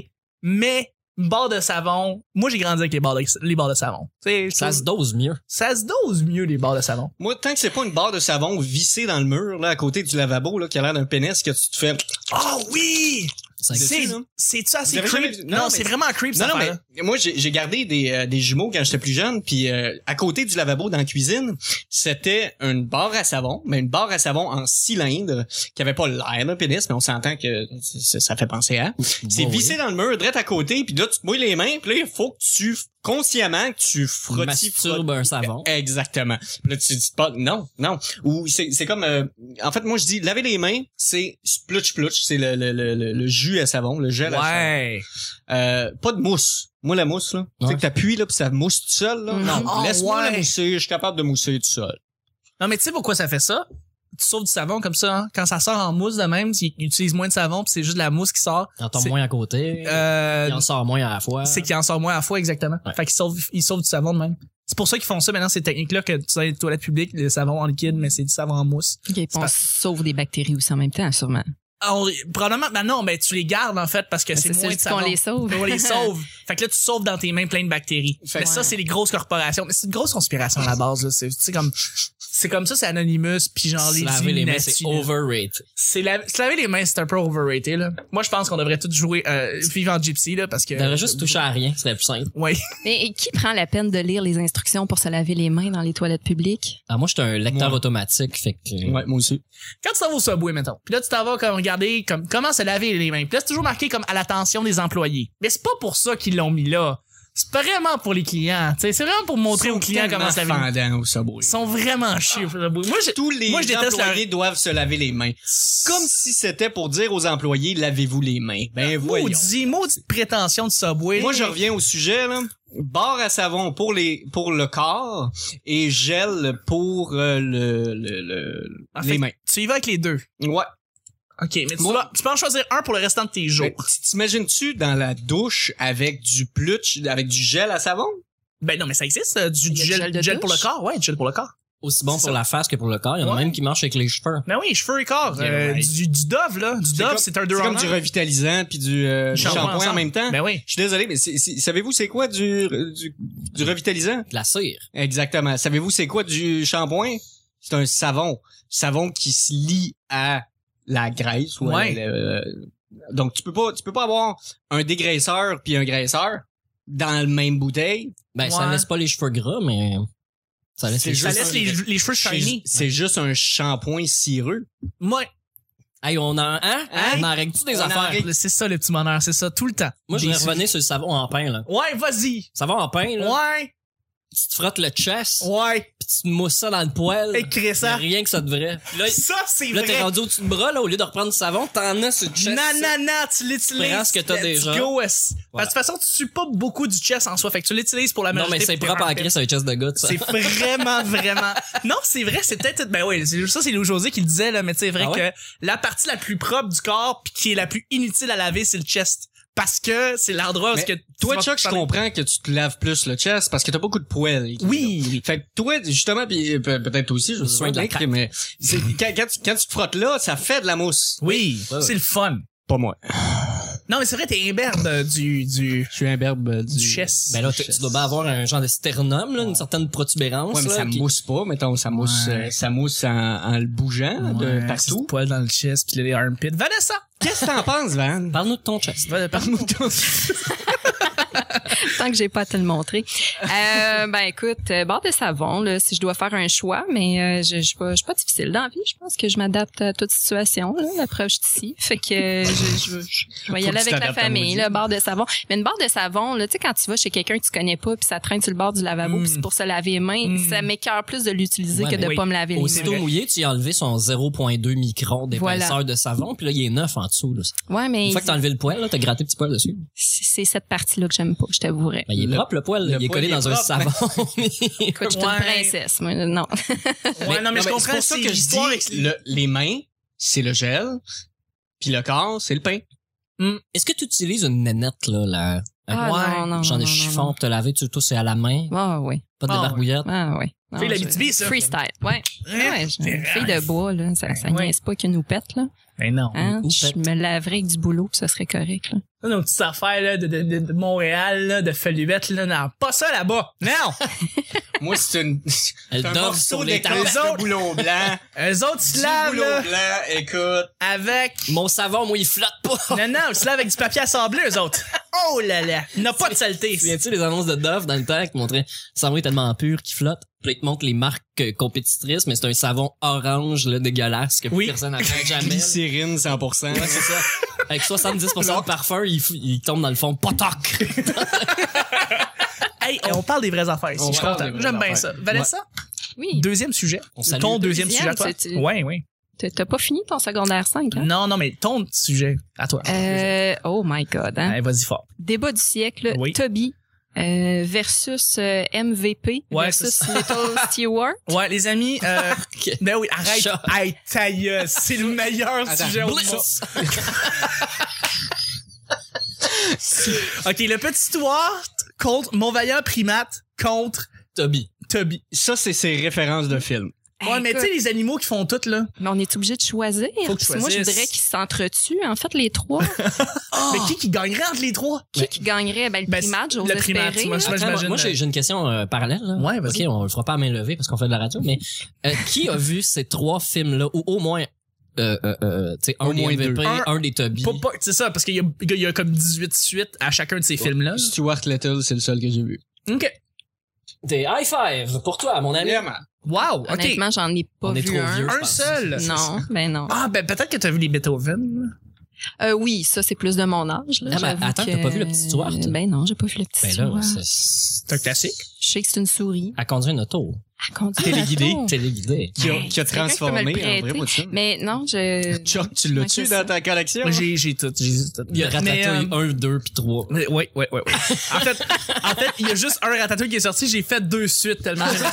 Speaker 3: Mais barre de savon, moi j'ai grandi avec les barres de, les barres de savon. Tu sais, je
Speaker 5: Ça
Speaker 3: trouve-
Speaker 5: se dose mieux.
Speaker 3: ça se dose mieux les barres de savon.
Speaker 4: Moi, tant que c'est pas une barre de savon vissée dans le mur, là, à côté du lavabo, là, qui a l'air d'un pénis, que tu te fais...
Speaker 3: Oh oui!
Speaker 5: Ça existe.
Speaker 3: C'est
Speaker 4: dessus, là.
Speaker 3: c'est-tu assez
Speaker 4: Vous avez
Speaker 3: creep?
Speaker 4: jamais vu-
Speaker 3: Non,
Speaker 4: non, mais-
Speaker 3: c'est vraiment creep ça.
Speaker 4: Non, non, mais moi, j'ai j'ai gardé des, euh, des jumeaux quand j'étais plus jeune, puis euh, à côté du lavabo dans la cuisine, c'était une barre à savon, mais une barre à savon en cylindre qui avait pas l'air d'un pénis, mais on s'entend que c- ça fait penser à. C'est
Speaker 5: Ouais,
Speaker 4: vissé dans le mur, direct à côté, puis là, tu te mouilles les mains, puis là, il faut que tu consciemment que tu frottis,
Speaker 5: Masturbe un savon.
Speaker 4: Exactement. Puis là, tu dis pas non, non. Ou c'est c'est comme euh, en fait moi je dis laver les mains, c'est splutch plutch, c'est le, le, le, le, le jus à savon, le gel à savon.
Speaker 3: Ouais.
Speaker 4: Euh, pas de mousse. Moi la mousse là, tu sais
Speaker 5: Ouais.
Speaker 4: que t'appuies là puis ça mousse tout seul là. Non,
Speaker 3: Oh,
Speaker 4: laisse-moi
Speaker 3: ouais.
Speaker 4: la mousser, je suis capable de mousser tout seul.
Speaker 3: Non, mais tu sais pourquoi ça fait ça? Tu sauves du savon comme ça, hein? Quand ça sort en mousse de même, ils ils utilisent moins de savon, puis c'est juste de la mousse qui sort.
Speaker 5: T'en tombes
Speaker 3: C'est-
Speaker 5: moins à côté.
Speaker 3: Euh,
Speaker 5: il en sort moins à la fois.
Speaker 3: c'est qu'il en sort moins à la fois, exactement.
Speaker 5: Ouais.
Speaker 3: Fait qu'ils sauvent, ils sauvent du savon de même. C'est pour ça qu'ils font ça maintenant, ces techniques-là, que tu sais, les toilettes publiques, le savon en liquide, mais c'est du savon en mousse.
Speaker 7: Ok, puis
Speaker 3: C'est
Speaker 7: on
Speaker 3: pas-
Speaker 7: sauve des bactéries aussi en même temps, sûrement.
Speaker 3: Ah, on- probablement, ben non, ben tu les gardes, en fait, parce que
Speaker 7: Ben,
Speaker 3: c'est
Speaker 7: c'est
Speaker 3: moins
Speaker 7: ça,
Speaker 3: de
Speaker 7: je dis
Speaker 3: savon.
Speaker 7: qu'on les sauve.
Speaker 3: On les sauve. Fait que là, tu sauves dans tes mains plein de bactéries.
Speaker 4: Fait
Speaker 3: mais
Speaker 4: que-
Speaker 3: ça, c'est les grosses corporations. Mais c'est une grosse conspiration à la base, là. C'est tu sais, comme, c'est comme ça, c'est Anonymous, puis genre
Speaker 5: Se
Speaker 3: les
Speaker 5: laver les mains,
Speaker 3: Illuminati,
Speaker 5: c'est
Speaker 3: là.
Speaker 5: overrated.
Speaker 3: C'est la- se laver les mains, c'est un peu overrated, là. Moi, je pense qu'on devrait tous jouer, euh, vivre en gypsy, là, parce que.
Speaker 5: Tu devrais juste toucher à rien, ce serait plus simple.
Speaker 3: Ouais.
Speaker 7: Mais qui prend la peine de lire les instructions pour se laver les mains dans les toilettes publiques?
Speaker 5: Ah, moi, j'étais un lecteur
Speaker 4: Moi.
Speaker 5: automatique, fait que.
Speaker 4: Ouais, moi aussi.
Speaker 3: Quand tu t'en vas au subway, mettons, puis là, tu t'en vas comme regarder comme, comment se laver les mains. Puis là, c'est toujours marqué comme à l'attention des employés. Mais c'est pas pour ça qu'ils l'ont mis là. C'est vraiment pour les clients. tu sais, C'est vraiment pour montrer aux clients comment se laver. les mains.
Speaker 4: fendant au Subway.
Speaker 3: Ils sont vraiment chiés au subway. Moi, j'ai-
Speaker 4: Tous les
Speaker 3: Moi, je déteste la-
Speaker 4: employés doivent se laver les mains. Comme si c'était pour dire aux employés, lavez-vous les mains. Ben voyons.
Speaker 3: Maudit, maudite prétention de subway.
Speaker 4: Moi, je reviens au sujet, là. Barre à savon pour les pour le corps et gel pour euh, le, le, le-
Speaker 3: En
Speaker 4: les
Speaker 3: fait,
Speaker 4: mains.
Speaker 3: Tu y vas avec les deux.
Speaker 4: Ouais.
Speaker 3: OK, mais tu,
Speaker 4: Moi-
Speaker 3: vas- tu peux en choisir un pour le restant de tes jours.
Speaker 4: Mais t- T'imagines-tu dans la douche avec du plutch, avec du gel à savon?
Speaker 3: Ben non, mais ça existe, euh,
Speaker 7: Il y
Speaker 3: du,
Speaker 7: a
Speaker 3: du
Speaker 7: du
Speaker 3: gel,
Speaker 7: gel de
Speaker 3: gel pour le
Speaker 7: douche?
Speaker 3: corps. Ouais, du gel pour le corps.
Speaker 5: Aussi bon
Speaker 3: C'est
Speaker 5: pour
Speaker 3: ça.
Speaker 5: la face que pour le corps. Il y en a
Speaker 3: Ouais.
Speaker 5: même qui marchent avec les cheveux.
Speaker 3: Ben oui, cheveux et corps.
Speaker 4: Yeah,
Speaker 3: euh,
Speaker 4: right.
Speaker 3: du, du Dove, là. Du Dove,
Speaker 4: comme-
Speaker 3: c'est un
Speaker 4: C'est
Speaker 3: deux
Speaker 4: comme
Speaker 3: en
Speaker 4: du
Speaker 3: un.
Speaker 4: revitalisant puis du, euh, du
Speaker 3: Shampoing
Speaker 4: shampoing en
Speaker 3: ensemble.
Speaker 4: même temps.
Speaker 3: Ben oui.
Speaker 4: Je suis désolé, mais c'est- c'est- savez-vous c'est quoi du, du, du revitalisant?
Speaker 5: De la cire.
Speaker 4: Exactement. Savez-vous c'est quoi du shampoing? C'est un savon. Savon qui se lie à la graisse. ou à
Speaker 3: Ouais.
Speaker 4: la- la- donc tu peux pas, tu peux pas avoir un dégraisseur puis un graisseur dans la même bouteille.
Speaker 5: Ben, ça
Speaker 3: Ouais.
Speaker 5: laisse pas les cheveux gras, mais. Ça laisse
Speaker 4: C'est
Speaker 5: les
Speaker 3: Ça
Speaker 5: cheveux.
Speaker 4: juste
Speaker 3: laisse les, les cheveux
Speaker 4: C'est-
Speaker 3: shiny.
Speaker 4: C'est juste un shampoing cireux.
Speaker 3: Moi,
Speaker 5: Hey, on en, hein?
Speaker 4: Hein?
Speaker 5: On en règle-tu des
Speaker 4: On en
Speaker 5: affaires?
Speaker 4: règle-
Speaker 3: c'est ça le petit bonheur, c'est ça, tout le temps.
Speaker 5: Moi, je vais
Speaker 3: Des-
Speaker 5: revenir sur le savon en pain, là.
Speaker 3: Ouais, vas-y.
Speaker 5: Savon en pain, là.
Speaker 3: Ouais,
Speaker 5: Tu te frottes le chest,
Speaker 3: ouais.
Speaker 5: puis tu te mousses ça dans le poêle.
Speaker 3: Écris ça.
Speaker 5: Rien que ça devrait. Puis Là,
Speaker 3: Ça, c'est
Speaker 5: là t'es
Speaker 3: vrai.
Speaker 5: rendu au-dessus de bras, là, au lieu de reprendre du savon, t'en as sur le chest.
Speaker 3: Non, non, non, tu l'utilises.
Speaker 5: Prends ce que t'as
Speaker 3: Let's
Speaker 5: déjà.
Speaker 3: Go, yes.
Speaker 5: Voilà.
Speaker 3: Parce que de toute façon, tu suis pas beaucoup du chest en soi. Fait que tu l'utilises pour la
Speaker 5: Non,
Speaker 3: majorité.
Speaker 5: mais c'est
Speaker 3: puis
Speaker 5: propre
Speaker 3: t'es
Speaker 5: à Chris, un chest de gars, ça.
Speaker 3: C'est vraiment, vraiment. Non, c'est vrai, c'est peut-être. Ben oui, c'est- ça, c'est Lou José qui le disait, là, mais c'est vrai
Speaker 5: Ah ouais?
Speaker 3: que la partie la plus propre du corps puis qui est la plus inutile à laver, c'est le chest. Parce que c'est l'endroit où.
Speaker 4: Mais
Speaker 3: est-ce que
Speaker 4: Toi,
Speaker 3: tu vas
Speaker 4: Chuck, je
Speaker 3: parler-
Speaker 4: comprends que tu te laves plus le chest parce que t'as beaucoup de poils.
Speaker 3: Oui, oui.
Speaker 4: Fait que toi, justement, puis euh, pe- peut-être aussi, je
Speaker 5: Le soin
Speaker 4: sais
Speaker 5: de la
Speaker 4: pas,
Speaker 5: craque.
Speaker 4: mais c'est- quand, quand tu, quand tu te frottes là, ça fait de la mousse.
Speaker 3: Oui,
Speaker 5: Ouais, ouais.
Speaker 3: c'est le fun.
Speaker 4: Pas moi.
Speaker 3: Non, mais c'est vrai, t'es imberbe euh, du, du,
Speaker 4: Je suis un berbe euh,
Speaker 3: du chest.
Speaker 5: Ben là, tu tu dois bien avoir un genre de sternum, là, une certaine protubérance.
Speaker 4: Ouais, mais
Speaker 5: là,
Speaker 4: ça
Speaker 5: qui-
Speaker 4: mousse pas, mettons, ça mousse,
Speaker 3: Ouais.
Speaker 4: euh, ça mousse en, en le bougeant de
Speaker 3: Ouais,
Speaker 4: partout.
Speaker 3: petit poil dans le chest puis les armpits. Vanessa!
Speaker 4: Qu'est-ce que t'en penses, Van?
Speaker 5: Parle-nous de ton chest.
Speaker 3: Va- Parle-nous de toi.
Speaker 7: Tant que j'ai pas à te le montrer. Euh, ben écoute, euh, barre de savon, là, si je dois faire un choix, mais euh, je je suis pas, je suis pas difficile dans la vie. Je pense que je m'adapte à toute situation. Là, la preuve, je suis ici. Fait que euh, je, je, je- je vais y
Speaker 4: Faut que
Speaker 7: aller
Speaker 4: tu
Speaker 7: avec la
Speaker 4: t'adaptes à
Speaker 7: famille,
Speaker 4: maudit.
Speaker 7: là, barre de savon. Mais une barre de savon, là, tu sais, quand tu vas chez quelqu'un que tu connais pas, puis ça traîne sur le bord du lavabo,
Speaker 3: Mm.
Speaker 7: puis c'est pour se laver les mains,
Speaker 3: Mm.
Speaker 7: ça m'écœure plus de l'utiliser
Speaker 5: Ouais,
Speaker 7: que
Speaker 5: mais
Speaker 7: de
Speaker 3: oui.
Speaker 7: pas me laver les mains.
Speaker 5: Aussitôt
Speaker 3: vrai.
Speaker 5: mouillé, tu y as enlevé son 0.2 micron d'épaisseur
Speaker 7: Voilà.
Speaker 5: de savon, puis là, il est neuf en dessous. Là.
Speaker 7: Ouais, mais
Speaker 5: Une fois que t'as enlevé le poil, là, t'as gratté le petit poil dessus.
Speaker 7: c'est c'est cette partie-là que j'aime pas, je t'avouerais.
Speaker 5: Ben, il est
Speaker 4: Le-
Speaker 5: propre, le poil.
Speaker 4: le
Speaker 5: il est
Speaker 4: poil
Speaker 5: collé
Speaker 4: est
Speaker 5: dans un
Speaker 4: propre.
Speaker 5: savon.
Speaker 7: Écoute, je suis
Speaker 3: Ouais.
Speaker 7: une princesse, moi. Non.
Speaker 3: Ouais, non, mais je
Speaker 4: c'est
Speaker 3: comprends
Speaker 4: pour ça
Speaker 3: c'est
Speaker 4: que
Speaker 3: l'histoire
Speaker 4: je dis
Speaker 3: avec-
Speaker 4: le- les mains, c'est le gel, puis le corps, c'est le pain.
Speaker 5: Est-ce que tu utilises une nénette, là, là?
Speaker 7: Ah,
Speaker 3: Ouais,
Speaker 7: non, non,
Speaker 5: J'en ai
Speaker 7: non, non,
Speaker 5: chiffon pour te laver, tu tout c'est à la main,
Speaker 7: non. Ah oui.
Speaker 5: pas de
Speaker 3: Ah, ouais.
Speaker 5: barbouillette.
Speaker 7: Ah oui. Non,
Speaker 3: Fille de
Speaker 7: je-
Speaker 3: l'Abitibi, ça.
Speaker 7: Freestyle, ouais. Ah ouais je-
Speaker 3: c'est
Speaker 7: fille de bois, là, ça, ça
Speaker 3: Ouais.
Speaker 7: niaise pas qu'une houppette, là.
Speaker 3: Ben non.
Speaker 7: Hein?
Speaker 5: Une
Speaker 7: Je
Speaker 5: houppette.
Speaker 7: me laverais avec du boulot, ça serait correct, là.
Speaker 3: Ça, nos petites affaires là, de, de, de, de Montréal, là, de Feluette, là, non, pas ça là-bas. Non!
Speaker 4: Moi, c'est une,
Speaker 5: Elle
Speaker 4: c'est un
Speaker 5: dove sur
Speaker 4: morceau
Speaker 5: les
Speaker 4: d'écran
Speaker 5: tables.
Speaker 4: de boulon blanc.
Speaker 3: Eux autres, ils se
Speaker 4: du
Speaker 3: lavent,
Speaker 4: boulon
Speaker 3: là,
Speaker 4: blanc, écoute.
Speaker 3: avec...
Speaker 5: Mon savon, moi, il flotte pas.
Speaker 3: Non, non, ils se lavent avec du papier à sabler, eux autres. Oh là là! N'a pas de saleté.
Speaker 5: Tu Viens-tu les annonces de Dove dans le temps qui montraient le savon est tellement pur qu'il flotte? Puis ils te montrent les marques euh, compétitrices, mais c'est un savon orange, là, dégueulasse, que plus
Speaker 3: Oui.
Speaker 5: personne n'atteint jamais.
Speaker 4: Glycérine 100%.
Speaker 5: Ouais, c'est ça. Avec 70% de parfum, il, f- il tombe dans le fond. Potoc!
Speaker 3: Hey, on parle des vraies affaires ici.
Speaker 4: On
Speaker 3: Je suis
Speaker 4: parle
Speaker 3: content.
Speaker 4: des vraies
Speaker 3: J'aime bien
Speaker 4: affaires.
Speaker 3: ça. Vanessa,
Speaker 7: Oui.
Speaker 3: deuxième sujet.
Speaker 5: On salue
Speaker 3: ton
Speaker 5: le
Speaker 3: deuxième,
Speaker 7: deuxième,
Speaker 3: sujet à toi.
Speaker 7: c'est-tu-
Speaker 3: Oui, oui.
Speaker 7: T'as- T'as pas fini ton secondaire 5, hein?
Speaker 3: Non, non, mais ton sujet à toi.
Speaker 7: Euh, oh my God, hein?
Speaker 3: Hey, Vas-y fort.
Speaker 7: Débat du siècle,
Speaker 3: Oui.
Speaker 7: Toby euh, versus euh, MVP
Speaker 3: Ouais,
Speaker 7: versus
Speaker 3: c'est
Speaker 7: Little Stewart.
Speaker 3: Ouais, les amis, euh, ben oui, arrête.
Speaker 5: Chat.
Speaker 3: Hey, ta gueule, c'est le meilleur
Speaker 4: Attends,
Speaker 3: sujet au monde.
Speaker 4: blitz.
Speaker 3: OK, le petit Stuart contre mon vaillant primate contre
Speaker 5: Toby.
Speaker 3: Toby.
Speaker 4: Ça, c'est ses références de films.
Speaker 3: Ouais,
Speaker 7: Hey,
Speaker 3: mais tu sais, les animaux qui font tout, là.
Speaker 7: Mais on est obligé de choisir.
Speaker 3: Faut que tu
Speaker 7: Parce que moi, je
Speaker 3: choisisses.
Speaker 7: voudrais qu'ils s'entretuent. En fait, les trois,
Speaker 5: Ah!
Speaker 3: Mais qui qui gagnerait entre les trois?
Speaker 7: qui, qui gagnerait? Ben, le
Speaker 3: Ben,
Speaker 7: primate,
Speaker 3: c'est-
Speaker 7: j'ose
Speaker 3: le primate,
Speaker 7: espérer.
Speaker 3: moi, je-
Speaker 7: là.
Speaker 5: Attends,
Speaker 3: j'imagine,
Speaker 5: moi, j'ai j'ai une question euh, parallèle. Là.
Speaker 3: Ouais, vas-y.
Speaker 5: OK, on le fera pas à main levée parce qu'on fait de la radio, mais euh, qui a vu ces trois films-là, ou au moins, euh, euh, euh, tu sais, un
Speaker 4: Au
Speaker 5: des
Speaker 4: moins deux.
Speaker 5: MVP,
Speaker 3: Un-
Speaker 5: un, des Toby.
Speaker 3: Pas- pas- C'est ça, parce qu'il y, a- il y a comme 18 suites à chacun
Speaker 5: Oh.
Speaker 3: de ces films-là.
Speaker 4: Stuart Little, c'est le seul que j'ai vu.
Speaker 3: OK.
Speaker 5: Des high five pour toi, mon ami.
Speaker 3: Wow, OK.
Speaker 7: Honnêtement, j'en ai pas
Speaker 5: On est
Speaker 7: vu
Speaker 5: trop
Speaker 7: un.
Speaker 5: vieux. je
Speaker 3: Un
Speaker 5: pense.
Speaker 3: seul.
Speaker 7: Non, ben non.
Speaker 3: Ah, ben peut-être que t'as vu les Beethoven.
Speaker 7: Euh, oui, ça, c'est plus de mon âge. Là,
Speaker 5: Ah, mais
Speaker 7: J'avoue
Speaker 5: attends,
Speaker 7: que-
Speaker 5: t'as pas vu le petit Stuart?
Speaker 7: Ben non, j'ai pas vu le petit
Speaker 5: Ben
Speaker 7: Stuart.
Speaker 5: là, c'est- c'est
Speaker 3: C'est un classique.
Speaker 7: Je sais que c'est une souris. Ah,
Speaker 5: à conduire une auto.
Speaker 7: À conduire
Speaker 4: Téléguidée.
Speaker 7: l'auto.
Speaker 5: Téléguidée.
Speaker 4: Qui a,
Speaker 7: Hey,
Speaker 4: qui a
Speaker 7: c'est vrai que tu peux me le
Speaker 4: transformé en vrai
Speaker 7: prêter.
Speaker 4: Watson.
Speaker 7: Mais non, je...
Speaker 4: Chuck, tu
Speaker 7: Ma
Speaker 4: l'as-tu
Speaker 7: question.
Speaker 4: dans ta collection?
Speaker 3: J'ai j'ai tout, j'ai tout.
Speaker 5: Il y a
Speaker 3: Mais, euh,
Speaker 5: Ratatouille 1, 2 puis 3.
Speaker 3: Oui, oui, oui. oui. En, fait, en fait, il y a juste un ratatouille qui est sorti. J'ai fait deux suites tellement j'aimais ça.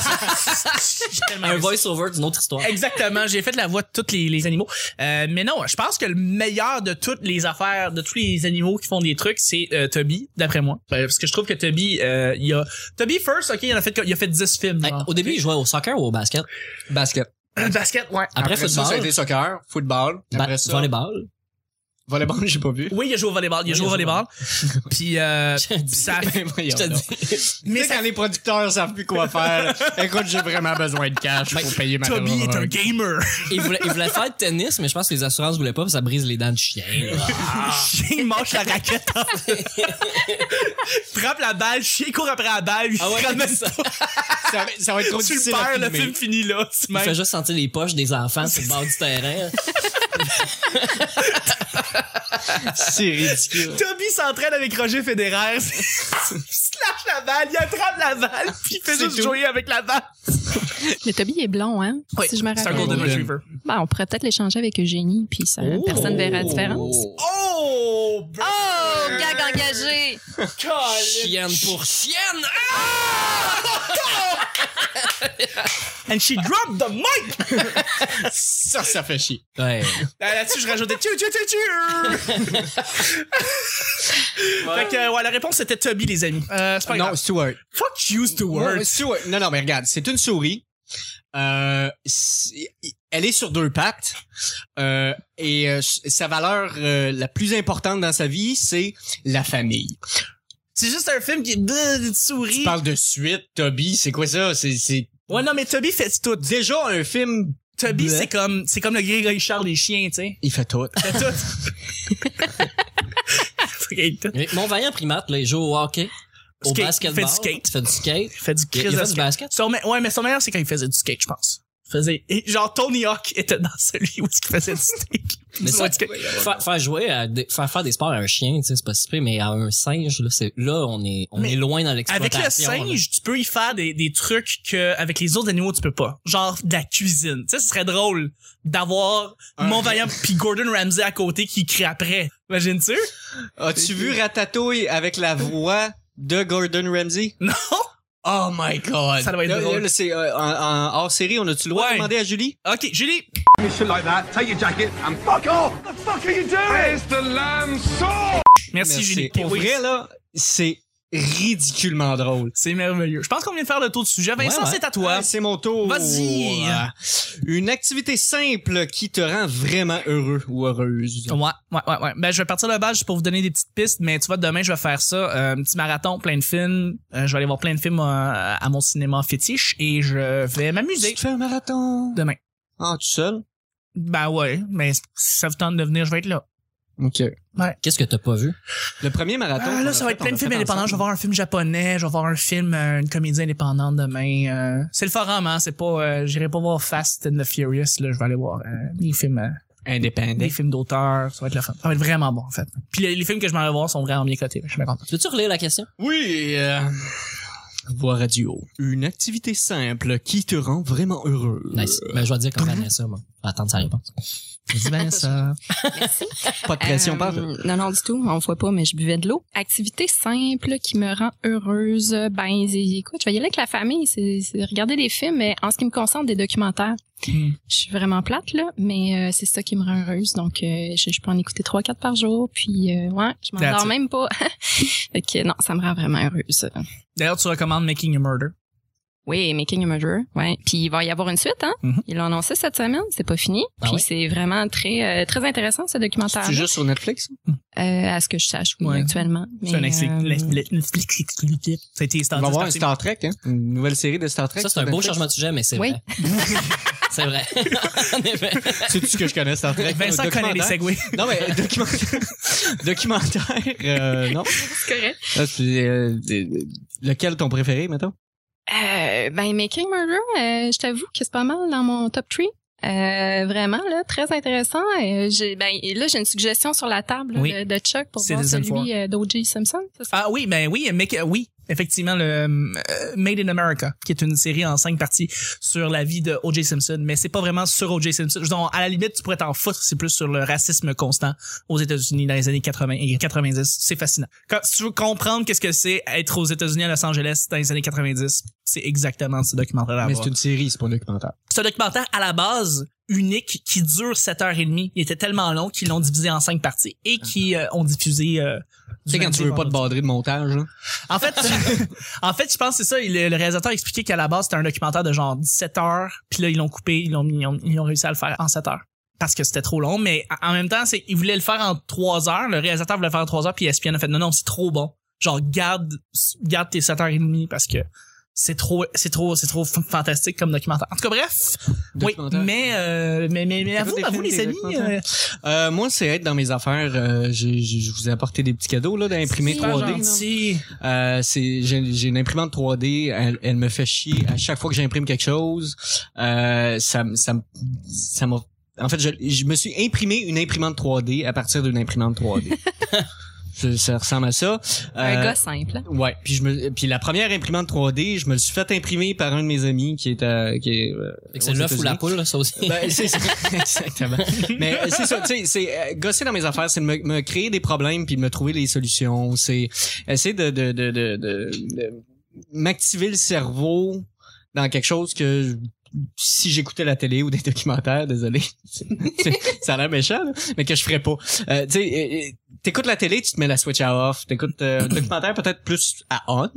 Speaker 3: J'ai tellement
Speaker 5: Un
Speaker 3: aimé ça.
Speaker 5: voice-over d'une autre histoire.
Speaker 3: Exactement, j'ai fait la voix de tous les, les animaux. Euh, mais non, je pense que le meilleur de toutes les affaires, de tous les animaux qui font des trucs, c'est euh, Toby, d'après moi. Euh, parce que je trouve que Toby, euh, il a... Toby First, OK, il en a fait, il a fait 10 films.
Speaker 5: Hey,
Speaker 3: genre.
Speaker 5: au début, il jouait au soccer ou au basket?
Speaker 4: Basket.
Speaker 3: Euh, basket, ouais.
Speaker 5: Après,
Speaker 4: ça, ça a
Speaker 5: football,
Speaker 4: été soccer, football.
Speaker 3: Ben,
Speaker 5: ba-
Speaker 4: Après ça,
Speaker 5: volleyball.
Speaker 4: volleyball, j'ai pas vu.
Speaker 3: Oui, il a joué au volleyball. Il a
Speaker 5: Oui,
Speaker 3: joué au volleyball. Puis, euh,
Speaker 5: Je te dis-
Speaker 3: ça...
Speaker 4: Je
Speaker 5: te
Speaker 3: Mais
Speaker 4: Mais quand
Speaker 3: ça-
Speaker 4: les producteurs savent plus quoi faire, écoute, j'ai vraiment besoin de cash pour payer ma
Speaker 3: Ben, Toby est un gamer.
Speaker 5: Il voulait, il voulait faire de tennis, mais je pense que les assurances voulaient pas parce que ça brise les dents du chien.
Speaker 3: Chien mange la raquette. Frappe la balle, chien court après la balle, il
Speaker 5: Ah ouais,
Speaker 3: ramène
Speaker 5: c'est ça.
Speaker 4: Ça, va- ça va être trop
Speaker 3: tu le
Speaker 4: difficile. à
Speaker 3: perds, le
Speaker 4: filmer.
Speaker 3: film finit là. c'est
Speaker 5: Il
Speaker 3: même-
Speaker 5: fait juste sentir les poches des enfants sur le bord du terrain. hein.
Speaker 4: C'est ridicule.
Speaker 3: Toby s'entraîne avec Roger Federer. il slash la balle, il attrape la balle, puis il fait
Speaker 4: C'est
Speaker 3: juste
Speaker 4: tout.
Speaker 3: jouer avec la balle.
Speaker 7: Le Toby est blond, hein? si je me
Speaker 3: c'est un
Speaker 7: rappelle.
Speaker 3: golden
Speaker 4: Golden.
Speaker 3: retriever.
Speaker 7: Ben, on pourrait peut-être l'échanger avec Eugénie, puis ça,
Speaker 5: Oh!
Speaker 7: personne verra la différence.
Speaker 3: Oh! bro-
Speaker 7: Oh, gag engagé!
Speaker 5: Chienne pour chienne! hein!
Speaker 3: And she dropped the mic!
Speaker 4: Ça, ça fait chier.
Speaker 5: Ouais.
Speaker 3: Là- Là-dessus, je rajoutais tu, tu, tu, tu! Fait que, euh, ouais, la réponse c'était Toby, les amis. Euh, c'est pas
Speaker 4: Non,
Speaker 3: grave.
Speaker 4: Stuart.
Speaker 3: Fuck you, Stuart.
Speaker 4: Ouais, Stuart. Non, non, mais regarde, c'est une souris. Euh, c'est- elle est sur deux pattes. Euh, et euh, sa valeur euh, la plus importante dans sa vie, c'est la famille.
Speaker 3: C'est juste un film qui est
Speaker 4: Tu
Speaker 3: souris.
Speaker 4: parles de suite, Toby, c'est quoi ça? C'est- C'est
Speaker 3: Ouais, non, mais Toby fait tout.
Speaker 4: déjà un film,
Speaker 3: Toby,
Speaker 4: Bleh.
Speaker 3: c'est comme, c'est comme le Grégory Charles des chiens, tu sais.
Speaker 4: il fait tout.
Speaker 3: Fait tout. Fait tout.
Speaker 5: Mais Mon vaillant primate, là, il joue au hockey, au
Speaker 3: Skate, il
Speaker 5: basketball.
Speaker 3: fait du skate.
Speaker 5: Il fait du skate.
Speaker 3: Il fait du
Speaker 5: Il,
Speaker 3: crise
Speaker 5: il
Speaker 3: de
Speaker 5: fait du
Speaker 3: skate.
Speaker 5: basket.
Speaker 3: Son me- ouais, mais son meilleur, c'est quand il faisait du skate, je pense. Il Faisait, et genre, Tony Hawk était dans celui où il faisait du skate.
Speaker 5: Mais ça,
Speaker 3: Ouais, du skate.
Speaker 5: Faire, faire jouer à des- faire faire des sports à un chien, tu sais, c'est pas si pire, mais à un singe, là, c'est, là, on est, on
Speaker 3: Mais
Speaker 5: est loin dans
Speaker 3: avec
Speaker 5: l'exploitation.
Speaker 3: le
Speaker 5: là.
Speaker 3: singe, tu peux y faire des, des trucs que, avec les autres animaux, tu peux pas. Genre, de la cuisine. Tu sais, ce serait drôle d'avoir
Speaker 4: Un-
Speaker 3: mon vaillant puis Gordon Ramsay à côté qui crie après. Imagines-tu?
Speaker 4: As-tu vu Ratatouille avec la voix de Gordon Ramsay?
Speaker 3: Non?
Speaker 4: Oh my god.
Speaker 3: Ça doit être
Speaker 4: Là,
Speaker 3: drôle.
Speaker 4: là, c'est, euh, en, en hors série, on a-tu le droit
Speaker 3: Ouais.
Speaker 4: de demander à Julie?
Speaker 3: Ok, Julie. Merci,
Speaker 4: Merci.
Speaker 3: Julie.
Speaker 4: Pour
Speaker 3: Oui,
Speaker 4: vrai, là, c'est ridiculement drôle.
Speaker 3: C'est merveilleux. Je pense qu'on vient de faire le tour du sujet. Vincent,
Speaker 5: Ouais, ouais.
Speaker 3: c'est à toi.
Speaker 4: Ah, c'est mon tour.
Speaker 3: Vas-y.
Speaker 4: Euh, Une activité simple qui te rend vraiment heureux ou heureuse.
Speaker 3: Ouais, ouais, ouais, ouais. Ben, je vais partir de base juste pour vous donner des petites pistes, mais tu vois, demain, je vais faire ça. euh, un petit marathon, plein de films. Euh, je vais aller voir plein de films euh, à mon cinéma fétiche et je vais
Speaker 4: Tu
Speaker 3: m'amuser
Speaker 4: te fais un marathon.
Speaker 3: demain.
Speaker 4: Ah, tout seul?
Speaker 3: Ben ouais, mais si ça vous tente de venir, je vais être là.
Speaker 4: OK.
Speaker 5: Qu'est-ce que t'as pas vu?
Speaker 4: Le premier marathon.
Speaker 3: Ah,
Speaker 4: qu'on a
Speaker 3: là, ça va
Speaker 4: fait,
Speaker 3: être plein
Speaker 4: on
Speaker 3: de
Speaker 4: l'a
Speaker 3: films
Speaker 4: fait
Speaker 3: indépendants.
Speaker 4: ensemble.
Speaker 3: Je vais voir un film japonais, je vais voir un film, euh, une comédie indépendante demain. euh, c'est le forum, hein. C'est pas, euh, j'irai pas voir Fast and the Furious, là. Je vais aller voir euh, des films, euh,
Speaker 4: Indépendant.
Speaker 3: des films d'auteur. Ça va être le fun. Ça va être vraiment bon, en fait. Puis les, les films que je m'en vais voir sont vraiment bien cotés. Je suis bien content.
Speaker 5: Tu veux-tu relire la question?
Speaker 4: Oui. euh, Voix radio. Une activité simple qui te rend vraiment heureux. Euh,
Speaker 5: Nice. Ben, je vais dire comme Vanessa, moi. Je vais Attendre sa réponse.
Speaker 4: Vas-y, Vanessa. Pas de pression,
Speaker 7: Euh,
Speaker 4: pas de...
Speaker 7: Non, non, du tout. On voit pas, mais je buvais de l'eau. Activité simple qui me rend heureuse. Ben, c'est- écoute, je vais y aller avec la famille. C'est c'est regarder des films, mais en ce qui me concerne, des documentaires. Je suis vraiment plate, là, mais euh, c'est ça qui me rend heureuse. Donc, euh, je, je peux en écouter trois, quatre par jour. Puis, euh, ouais, je
Speaker 3: That's
Speaker 7: m'endors
Speaker 3: it.
Speaker 7: même pas. Fait que non, ça me rend vraiment heureuse.
Speaker 3: D'ailleurs, tu recommandes Making a Murder.
Speaker 7: Oui, Making a Murderer, ouais. Puis il va y avoir une suite, hein.
Speaker 3: Mhm.
Speaker 7: Ils l'ont annoncé cette semaine, c'est pas fini.
Speaker 5: Ah
Speaker 7: Puis
Speaker 5: ouais?
Speaker 7: c'est vraiment très euh, très intéressant ce documentaire.
Speaker 4: C'est juste sur Netflix?
Speaker 7: Euh, à ce que je sache, oui,
Speaker 3: Ouais.
Speaker 7: actuellement.
Speaker 3: C'est un
Speaker 7: Mais,
Speaker 3: ex-
Speaker 7: euh,
Speaker 3: le- le- Netflix exclusif. Ça a été
Speaker 4: On va
Speaker 3: standardisé
Speaker 4: voir
Speaker 3: par
Speaker 4: un
Speaker 3: ces-
Speaker 4: Star Trek, hein? Une nouvelle série de Star Trek.
Speaker 5: Ça, c'est
Speaker 4: sur
Speaker 5: un beau
Speaker 4: Netflix.
Speaker 5: changement de sujet, mais c'est
Speaker 7: Oui.
Speaker 5: vrai. c'est vrai. en effet.
Speaker 4: C'est tout ce que je connais, Star Trek.
Speaker 3: Vincent
Speaker 4: Documentaire.
Speaker 3: connaît les segways.
Speaker 4: Non, mais documentaire. documentaire, euh, non.
Speaker 7: C'est correct.
Speaker 4: Ah, c'est, euh, euh, lequel ton préféré, mettons?
Speaker 7: Euh, ben, Making Murder, euh, je t'avoue que c'est pas mal dans mon top 3. Euh, vraiment là très intéressant Euh, j'ai ben et là j'ai une suggestion sur la table là,
Speaker 3: Oui.
Speaker 7: de, de Chuck pour voir
Speaker 3: Citizen Four.
Speaker 7: celui euh, d'O.J. Simpson ça, c'est-
Speaker 3: Ah oui, ben oui, make- oui, effectivement, le euh, Made in America, qui est une série en cinq parties sur la vie de O.J. Simpson, mais c'est pas vraiment sur O.J. Simpson. Je veux dire, à la limite, tu pourrais t'en foutre, c'est plus sur le racisme constant aux États-Unis dans les années 80 et 90. C'est fascinant. Quand, si tu veux comprendre qu'est-ce que c'est être aux États-Unis à Los Angeles dans les années 90, c'est exactement ce documentaire-là. à
Speaker 4: Mais
Speaker 3: voir.
Speaker 4: c'est une série, c'est pas un documentaire.
Speaker 3: C'est un documentaire à la base unique qui dure 7h30. Il était tellement long qu'ils l'ont divisé en cinq parties et qui euh, ont diffusé... euh,
Speaker 4: Tu sais,
Speaker 3: du
Speaker 4: quand tu
Speaker 3: lundi
Speaker 4: veux pas
Speaker 3: au
Speaker 4: de
Speaker 3: vendredi.
Speaker 4: badrer de montage, hein? là.
Speaker 3: En fait, en fait, je pense que c'est ça. Le, le réalisateur a expliqué qu'à la base, c'était un documentaire de genre 17 heures. Puis là, ils l'ont coupé, ils l'ont, ils, ont, ils ont réussi à le faire en 7 heures. Parce que c'était trop long. Mais en- en même temps, c'est, ils voulaient le faire en 3 heures. Le réalisateur voulait le faire en 3 heures. Puis E ESPN a fait, non, non, c'est trop bon. Genre, garde, garde tes 7 heures et demie parce que c'est trop, c'est trop, c'est trop f- fantastique comme documentaire. En tout cas, bref. Oui,
Speaker 4: Documentaire.
Speaker 3: mais, euh, mais, mais, mais à vous,
Speaker 4: Écoute,
Speaker 3: à
Speaker 4: des
Speaker 3: vous, les
Speaker 4: films,
Speaker 3: amis. euh,
Speaker 4: des documentaires. Euh, moi, c'est être dans mes affaires. euh, j'ai- j'ai- je vous ai apporté des petits cadeaux, là, d'imprimer
Speaker 7: C'est
Speaker 4: 3D.
Speaker 7: genre-
Speaker 3: si-
Speaker 4: Euh, c'est j'ai j'ai une imprimante 3D, elle, elle me fait chier à chaque fois que j'imprime quelque chose. Euh, ça me- ça me- ça m'a en fait je, je me suis imprimé une imprimante 3D à partir d'une imprimante 3D. ça, ça ressemble à ça.
Speaker 7: un
Speaker 4: Euh,
Speaker 7: gars simple hein.
Speaker 4: Ouais, puis je me puis la première imprimante 3D, je me le suis fait imprimer par un de mes amis qui est à qui est euh,
Speaker 5: Fait que c'est l'œuf ou la poule, là, ça aussi.
Speaker 4: ben, c'est ça. Exactement. Mais euh, c'est ça, tu sais, c'est euh, gosser dans mes affaires, c'est de me, me créer des problèmes puis de me trouver les solutions. C'est essayer de, de, de, de, de- de m'activer le cerveau dans quelque chose que je- si j'écoutais la télé ou des documentaires, désolé, c'est- ça a l'air méchant, là, mais que je ferais pas. Euh, tu sais, euh, euh, t'écoutes la télé, tu te mets la switch à off. T'écoutes euh, un documentaire peut-être plus à on,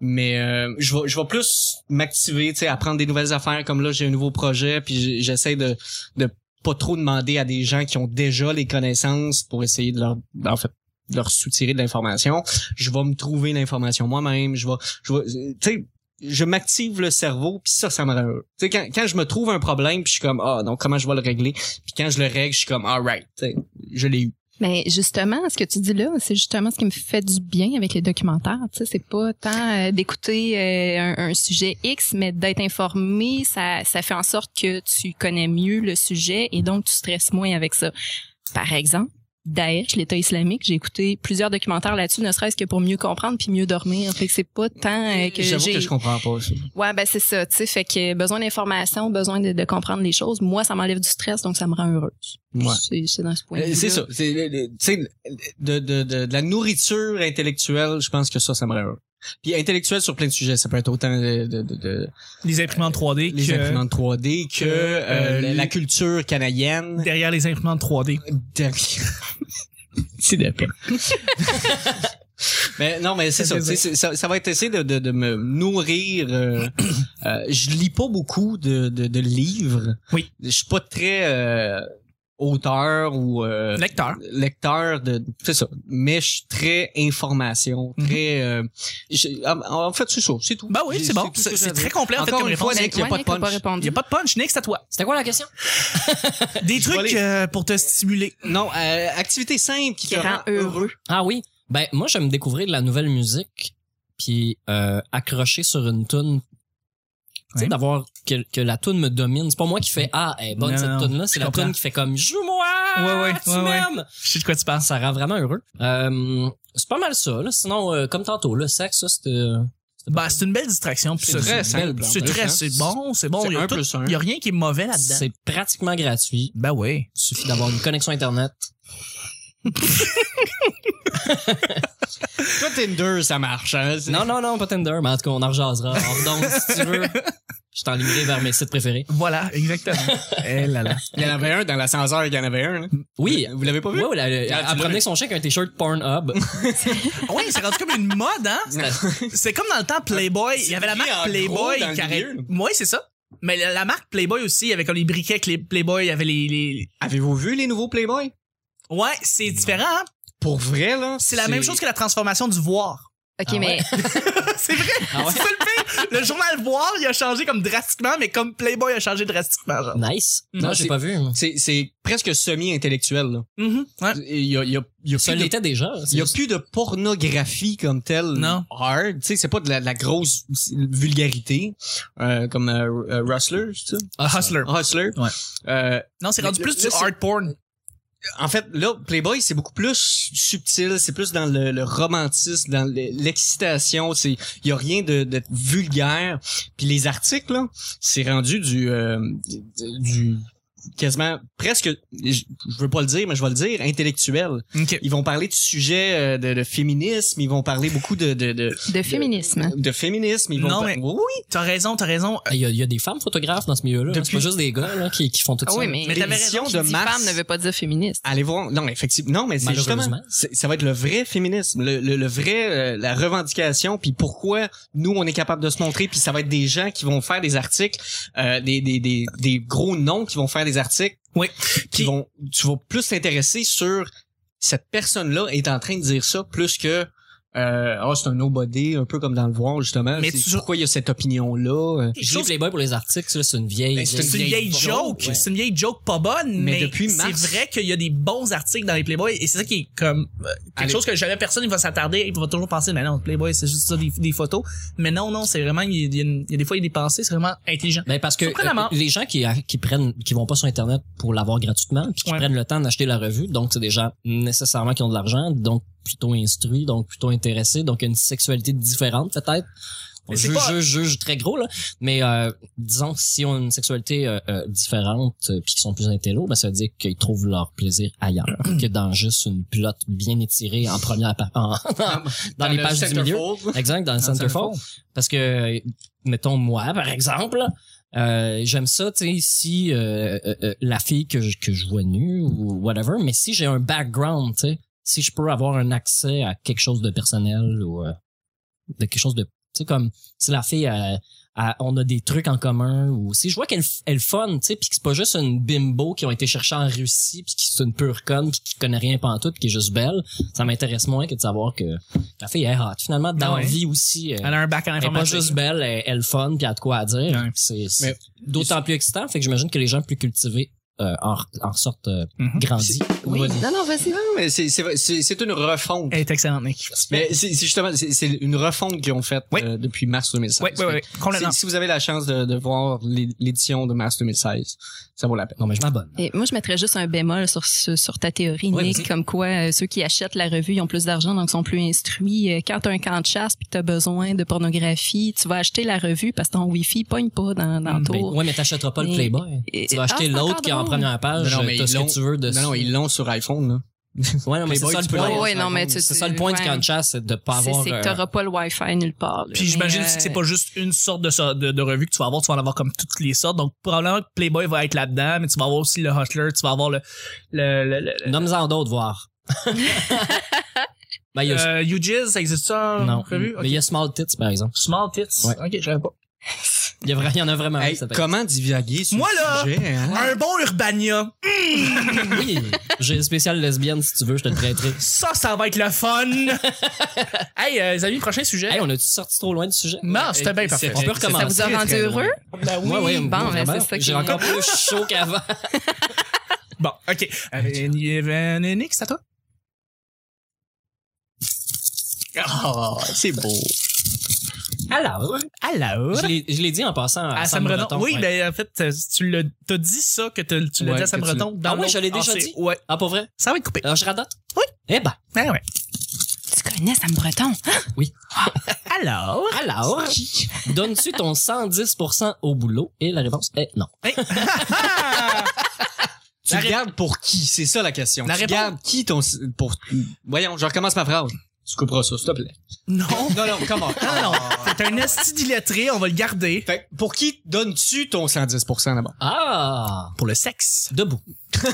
Speaker 4: mais euh, je vais je vais plus m'activer, tu sais, à prendre des nouvelles affaires. Comme là, j'ai un nouveau projet, puis j- j'essaie de de pas trop demander à des gens qui ont déjà les connaissances pour essayer de leur ben, en fait de leur soutirer de l'information. Je vais me trouver l'information moi-même. Je vais je vais tu sais je m'active le cerveau puis ça ça me rend heureux. Tu sais quand quand je me trouve un problème puis je suis comme ah non comment je vais le régler puis quand je le règle je suis comme alright tu sais, je l'ai eu.
Speaker 7: mais justement ce que tu dis là c'est justement ce qui me fait du bien avec les documentaires tu sais c'est pas tant euh, d'écouter euh, un, un sujet X mais d'être informé ça ça fait en sorte que tu connais mieux le sujet et donc tu stresses moins avec ça par exemple Daesh, l'État islamique, j'ai écouté plusieurs documentaires là-dessus, ne serait-ce que pour mieux comprendre puis mieux dormir. Fait que c'est pas tant euh, que
Speaker 4: J'avoue
Speaker 7: j'ai
Speaker 4: que je comprends pas ça.
Speaker 7: Ouais, ben c'est ça, tu sais, fait que besoin d'information, besoin de, de comprendre les choses. Moi, ça m'enlève du stress, donc ça me rend heureuse.
Speaker 4: Ouais.
Speaker 7: C'est- C'est dans ce point de
Speaker 4: Euh,
Speaker 7: vue-là.
Speaker 4: C'est ça. C'est le- le- tu sais, de, de, de, de la nourriture intellectuelle, je pense que ça, ça me rend heureux. Puis intellectuel sur plein de sujets, ça peut être autant de, de, de- de-
Speaker 3: les imprimantes 3D
Speaker 4: les
Speaker 3: que
Speaker 4: imprimantes 3D
Speaker 3: que,
Speaker 4: que euh,
Speaker 3: euh,
Speaker 4: la,
Speaker 3: les-
Speaker 4: la culture canadienne.
Speaker 3: derrière les imprimantes 3D.
Speaker 4: C'est d'accord. mais non, mais c'est
Speaker 3: Ça
Speaker 4: ça,
Speaker 3: fait
Speaker 4: tu sais, c'est- ça. Ça va être essayer de, de, de me nourrir. euh, euh, je lis pas beaucoup de, de, de livres.
Speaker 3: Oui.
Speaker 4: Je suis pas très euh, auteur ou euh,
Speaker 3: Lecteur.
Speaker 4: lecteur de c'est ça mais je suis très information
Speaker 3: Mhm.
Speaker 4: très euh, je- en en fait c'est ça c'est tout
Speaker 3: Bah oui,
Speaker 4: J'ai-
Speaker 3: c'est bon.
Speaker 4: tout ce
Speaker 3: C'est
Speaker 4: que
Speaker 3: c'est
Speaker 4: j'avais.
Speaker 3: très complet, en fait,
Speaker 4: Encore
Speaker 3: comme
Speaker 4: une
Speaker 3: réponse.
Speaker 4: fois, Nick, il y a
Speaker 7: Ben, Ouais,
Speaker 4: pas de
Speaker 7: Nick a pas
Speaker 4: punch.
Speaker 7: répondu.
Speaker 3: Il y a pas de punch, Nick, c'est à toi.
Speaker 5: C'était quoi la question?
Speaker 3: Des
Speaker 4: Je vais
Speaker 3: trucs euh, pour te stimuler.
Speaker 4: non euh, activité simple qui,
Speaker 7: Qui
Speaker 4: te
Speaker 7: rend
Speaker 4: rend heureux
Speaker 5: Ah oui. Ben, moi, j'aime découvrir de la nouvelle musique, puis euh, accrocher sur une tune. Tu sais,
Speaker 3: Ouais.
Speaker 5: d'avoir que, que la tune me domine. C'est pas moi qui fais Ah, elle est bonne
Speaker 3: Non, non,
Speaker 5: cette tune là C'est
Speaker 3: je
Speaker 5: la
Speaker 3: comprends.
Speaker 5: tune qui fait comme Joue-moi!
Speaker 3: Ouais, ouais,
Speaker 5: tu
Speaker 3: ouais, ouais.
Speaker 5: m'aimes! Ah,
Speaker 3: Je sais de quoi tu penses.
Speaker 5: Ça rend vraiment heureux. Euh, c'est pas mal ça. Là. Sinon, euh, comme tantôt, le sexe, ça, c'était
Speaker 3: Ben, c'est une belle distraction. puis
Speaker 4: C'est
Speaker 3: ça,
Speaker 4: très
Speaker 3: C'est
Speaker 4: simple, en
Speaker 3: c'est
Speaker 4: plus,
Speaker 3: très,
Speaker 4: hein.
Speaker 3: c'est bon, c'est bon.
Speaker 4: C'est
Speaker 3: Il y a
Speaker 4: un
Speaker 3: tout-
Speaker 4: plus un.
Speaker 3: il y a rien qui est mauvais là-dedans.
Speaker 5: C'est pratiquement gratuit.
Speaker 3: Ben oui.
Speaker 5: Il suffit d'avoir une connexion Internet.
Speaker 4: Toi, Tinder, ça marche. Hein? C'est-
Speaker 5: Non, non, non, pas Tinder, mais en tout cas, on en rejasera. Alors, donc, si tu veux, je t'enlignerai vers mes sites préférés.
Speaker 3: Voilà, exactement. Eh là là.
Speaker 4: Il y en avait un dans l'ascenseur, il y en avait un. là.
Speaker 3: Mm,
Speaker 5: Oui.
Speaker 4: Vous l'avez pas vu?
Speaker 5: Ouais, ouais, la- elle
Speaker 4: Ah, tu l'as
Speaker 5: elle promenait
Speaker 4: vu.
Speaker 5: son chèque avec un t-shirt Pornhub.
Speaker 3: Oui, c'est rendu comme une mode, hein? C'est comme dans le temps Playboy. Il y avait la
Speaker 4: mis
Speaker 3: marque
Speaker 4: en gros
Speaker 3: Playboy
Speaker 4: dans le
Speaker 3: qui arrêtait.
Speaker 4: milieu.
Speaker 3: Oui, c'est ça. Mais la, la marque Playboy aussi, avec comme les briquets que les Playboy avaient les. les-
Speaker 4: Avez-vous vu les nouveaux Playboy?
Speaker 3: Ouais, c'est différent, hein?
Speaker 4: Pour vrai, là.
Speaker 3: C'est la même chose que la transformation du voir.
Speaker 7: OK,
Speaker 5: Ah
Speaker 7: mais
Speaker 3: C'est vrai,
Speaker 5: Ah ouais?
Speaker 3: c'est ça le pire. Le journal Voir, il a changé comme drastiquement, mais comme Playboy a changé drastiquement. Genre.
Speaker 5: Nice.
Speaker 3: Mm.
Speaker 5: Non,
Speaker 4: C'est-
Speaker 5: j'ai pas vu.
Speaker 4: C'est, c'est presque semi-intellectuel, là.
Speaker 3: Mhm, ouais.
Speaker 4: Il y a, il y a, il y a
Speaker 5: Ça
Speaker 4: plus de-
Speaker 5: l'était déjà.
Speaker 4: Il
Speaker 5: c'est
Speaker 4: n'y a
Speaker 5: juste-
Speaker 4: plus de pornographie comme telle
Speaker 3: Non.
Speaker 4: hard. Tu sais, c'est pas de la, de la grosse vulgarité euh, comme euh, euh, Rustler, c'est ça?
Speaker 5: Ah, ça-
Speaker 3: Hustler.
Speaker 4: Hustler.
Speaker 3: Ouais.
Speaker 4: Euh,
Speaker 3: Non, c'est
Speaker 4: Mais
Speaker 3: rendu
Speaker 4: le-
Speaker 3: plus
Speaker 4: le-
Speaker 3: du
Speaker 4: c'est-
Speaker 3: hard porn.
Speaker 4: en fait, là, Playboy, c'est beaucoup plus subtil, c'est plus dans le, le romantisme, dans le- l'excitation, c'est il y a rien de, de vulgaire. Puis les articles, là, c'est rendu du euh, du quasiment presque je je veux pas le dire mais je vais le dire intellectuel
Speaker 3: OK.
Speaker 4: ils vont parler du sujet euh, de, de féminisme ils vont parler beaucoup de de, de,
Speaker 7: de féminisme.
Speaker 4: de féminisme ils vont
Speaker 3: Non,
Speaker 4: par-
Speaker 3: mais-
Speaker 4: oui oui,
Speaker 3: T'as raison, t'as raison. Euh,
Speaker 5: Il Ah, y, a, il y a des femmes photographes dans ce milieu-là. hein. C'est
Speaker 4: Depuis-
Speaker 5: pas juste des gars là, qui, qui font tout
Speaker 7: Ah
Speaker 5: ça.
Speaker 7: oui, mais,
Speaker 3: Mais t'avais
Speaker 4: l'émission
Speaker 7: raison, qui
Speaker 4: de
Speaker 7: dit
Speaker 4: mars-
Speaker 7: femme ne veut pas dire féministe.
Speaker 4: allez voir non effectivement non mais c'est justement
Speaker 5: Malheureusement.
Speaker 4: c'est- ça va être le vrai féminisme le, le, le vrai euh, la revendication puis pourquoi nous on est capable de se montrer puis ça va être des gens qui vont faire des articles euh, des, des, des, des gros noms qui vont faire des articles
Speaker 3: Oui.
Speaker 4: qui
Speaker 3: Puis-
Speaker 4: vont tu vas plus t'intéresser sur cette personne là est en train de dire ça plus que euh, Ah, c'est un nobody un peu comme dans le voir justement
Speaker 3: Mais
Speaker 4: mais
Speaker 3: tu-
Speaker 4: pourquoi il y a cette euh? opinion là
Speaker 5: Je lis Playboy pour les articles, ça, c'est une vieille.
Speaker 4: Ben, c'est
Speaker 3: C'est une vieille joke,
Speaker 5: Ouais.
Speaker 3: c'est une vieille joke pas bonne, mais,
Speaker 4: Mais depuis
Speaker 3: c'est
Speaker 4: mars-
Speaker 3: vrai qu'il y a des bons articles dans les Playboy et c'est ça qui est comme euh, quelque
Speaker 4: Allez.
Speaker 3: chose que jamais personne il va s'attarder, il va toujours penser mais non Playboy c'est juste ça des, des photos, mais non non c'est vraiment il y, a- il y a une- il y a des fois il y a des pensées c'est vraiment intelligent.
Speaker 5: Ben parce que
Speaker 3: Surprenamment.
Speaker 5: euh, les gens qui qui prennent qui vont pas sur internet pour l'avoir gratuitement puis qui
Speaker 3: Ouais.
Speaker 5: prennent le temps d'acheter la revue donc c'est des gens nécessairement qui ont de l'argent donc plutôt instruits donc plutôt intéressés donc une sexualité différente peut-être on
Speaker 3: Mais c'est
Speaker 5: juge,
Speaker 3: pas-
Speaker 5: juge, juge très gros là mais euh, disons que si ont une sexualité euh, euh, différente euh, puis qu'ils sont plus intello ben ça veut dire qu'ils trouvent leur plaisir ailleurs que dans juste une pilote bien étirée en première pa- en- dans, les
Speaker 4: le
Speaker 5: pages du milieu
Speaker 4: centerfold.
Speaker 5: Exact, dans le centerfold. Parce que, euh, mettons moi, par exemple, euh, j'aime ça, tu sais, si euh, euh, euh, la fille que je, que je vois nue ou whatever, mais si j'ai un background, tu sais, si je peux avoir un accès à quelque chose de personnel ou euh, de quelque chose de... Tu sais, comme si la fille, euh, elle- on a des trucs en commun ou si je vois qu'elle f- elle fun, tu sais, puis que c'est pas juste une bimbo qui ont été cherchée en Russie puis qui c'est une pure conne puis qui connaît rien pantoute puis qui est juste belle, ça m'intéresse moins que de savoir que la fille est hot. Finalement, dans
Speaker 3: Ouais.
Speaker 5: la vie aussi, euh,
Speaker 3: Elle a un bac en
Speaker 5: elle est pas
Speaker 3: informatique.
Speaker 5: juste belle, elle, elle fun, puis elle a de quoi à dire. Puis C'est c'est
Speaker 4: Mais-
Speaker 5: d'autant plus excitant, fait que j'imagine que les gens plus cultivés euh, en, en sortent euh,
Speaker 3: Mhm.
Speaker 5: grandis.
Speaker 7: Ah, Oui.
Speaker 4: Vas-y.
Speaker 7: Non, non, vas-y.
Speaker 4: Non, mais c'est- c'est c'est- c'est une refonte.
Speaker 3: Elle est excellente Nick.
Speaker 4: Mais c'est c'est justement, c'est c'est une refonte qu'ils ont faite
Speaker 3: Oui.
Speaker 4: euh, depuis mars 2016.
Speaker 3: Ouais ouais ouais, complètement.
Speaker 4: Si- Si vous avez la chance de, de voir l'é- l'édition de mars 2016, ça vaut la peine.
Speaker 5: Non, mais je m'abonne.
Speaker 7: Et moi, je mettrais juste un bémol sur, ce- sur ta théorie,
Speaker 5: Ouais,
Speaker 7: Nick,
Speaker 5: vas-y.
Speaker 7: comme quoi euh, ceux qui achètent la revue, ils ont plus d'argent, donc sont plus instruits. Euh, Quand t'as un camp de chasse puis que t'as besoin de pornographie, tu vas acheter la revue parce que ton Wi-Fi pogne pas dans, dans
Speaker 5: Ben,
Speaker 7: tour.
Speaker 5: ouais, mais t'achèteras pas le
Speaker 7: Mais-
Speaker 5: Playboy.
Speaker 7: Et-
Speaker 5: Tu vas
Speaker 7: Ah,
Speaker 5: acheter
Speaker 7: c'est
Speaker 5: l'autre
Speaker 7: encore
Speaker 5: qui est en
Speaker 7: drôle.
Speaker 5: première page,
Speaker 4: Non, non, mais
Speaker 5: t'as ce
Speaker 4: ils l'ont-
Speaker 5: que tu veux de
Speaker 4: Non, non, ils l'ont sur iPhone. Là.
Speaker 5: Ouais, non, mais c'est
Speaker 4: Playboy,
Speaker 5: ça le
Speaker 4: tu peux l'avoir
Speaker 5: point.
Speaker 7: Ouais, ouais,
Speaker 4: sur
Speaker 7: non,
Speaker 4: iPhone.
Speaker 7: mais tu-
Speaker 5: C'est ça le point du
Speaker 7: ouais.
Speaker 5: camp de chasse, c'est de pas
Speaker 7: C'est
Speaker 5: avoir.
Speaker 7: c'est
Speaker 5: euh,
Speaker 7: que t'auras pas le Wi-Fi nulle part. là.
Speaker 3: Puis
Speaker 7: Mais,
Speaker 3: j'imagine
Speaker 7: euh,
Speaker 3: aussi que c'est pas juste une sorte de, so- de, de revue que tu vas avoir, tu vas en avoir comme toutes les sortes. Donc probablement que Playboy va être là-dedans, mais tu vas avoir aussi le Hustler, tu vas avoir le le, le, le-
Speaker 5: Nomme-en d'autres, voir. ben, il y a.
Speaker 3: euh, You Jizz, ça existe ça en
Speaker 5: non.
Speaker 3: revue?
Speaker 5: Mais il y a Small Tits, par exemple.
Speaker 3: Small tits.
Speaker 5: Ouais.
Speaker 3: Ok, j'avais pas.
Speaker 5: Il y, a vra- il y en a vraiment. un
Speaker 4: Hey,
Speaker 5: qui s'appelle-
Speaker 4: comment divaguer sur
Speaker 3: Moi,
Speaker 4: le
Speaker 3: là,
Speaker 4: sujet, hein?
Speaker 3: Un bon Urbania.
Speaker 5: Oui, j'ai une spéciale lesbienne, si tu veux, je te le prêterai.
Speaker 3: Ça, ça va être le fun. hey, euh, les amis, prochain sujet.
Speaker 5: Hey, on a-tu sorti trop loin du sujet?
Speaker 3: non, c'était bien parfait.
Speaker 5: On peut
Speaker 7: ça
Speaker 5: recommencer.
Speaker 7: vous a
Speaker 5: Très,
Speaker 7: rendu
Speaker 5: très
Speaker 7: heureux?
Speaker 5: loin. Ouais, ouais,
Speaker 7: bon,
Speaker 5: moi,
Speaker 7: ben,
Speaker 5: vraiment,
Speaker 7: c'est ça qui-
Speaker 5: J'ai encore plus chaud qu'avant.
Speaker 3: Bon, ok.
Speaker 5: Ah,
Speaker 3: Euh, Nick, c'est à toi?
Speaker 4: Ah, c'est beau.
Speaker 5: Alors,
Speaker 3: Alors?
Speaker 5: je l'ai je l'ai dit en passant à,
Speaker 3: À Sam Breton. Oui, ben, en fait, euh, tu l'as, t'as dit ça que t'as- tu l'as
Speaker 4: Ouais,
Speaker 3: dit à Sam
Speaker 4: que tu
Speaker 3: Breton dans
Speaker 5: Ah ouais,
Speaker 3: l'autre-
Speaker 5: je l'ai déjà
Speaker 3: c'est-
Speaker 5: dit?
Speaker 3: Ouais.
Speaker 5: Ah, pour vrai?
Speaker 3: Ça va être coupé.
Speaker 5: Alors, je radote?
Speaker 3: Oui.
Speaker 5: Eh ben,
Speaker 3: Ah ouais.
Speaker 7: Tu connais Sam Breton?
Speaker 5: Alors? Alors? Donnes-tu ton 110% au boulot? Et la réponse est non.
Speaker 4: Tu
Speaker 3: La
Speaker 4: le
Speaker 3: ré-
Speaker 4: gardes pour qui? C'est ça la question.
Speaker 3: La
Speaker 4: tu
Speaker 3: réponse-
Speaker 4: gardes qui ton... Pour... Voyons, je recommence ma phrase. Tu couperas ça, s'il te plaît.
Speaker 3: Non.
Speaker 4: Non, non, comment?
Speaker 3: Non, non, non. T'es un esti d'illettré, on va le garder.
Speaker 4: Fait que pour qui donnes-tu ton 110% d'abord?
Speaker 5: Ah!
Speaker 3: Pour le sexe.
Speaker 5: Debout.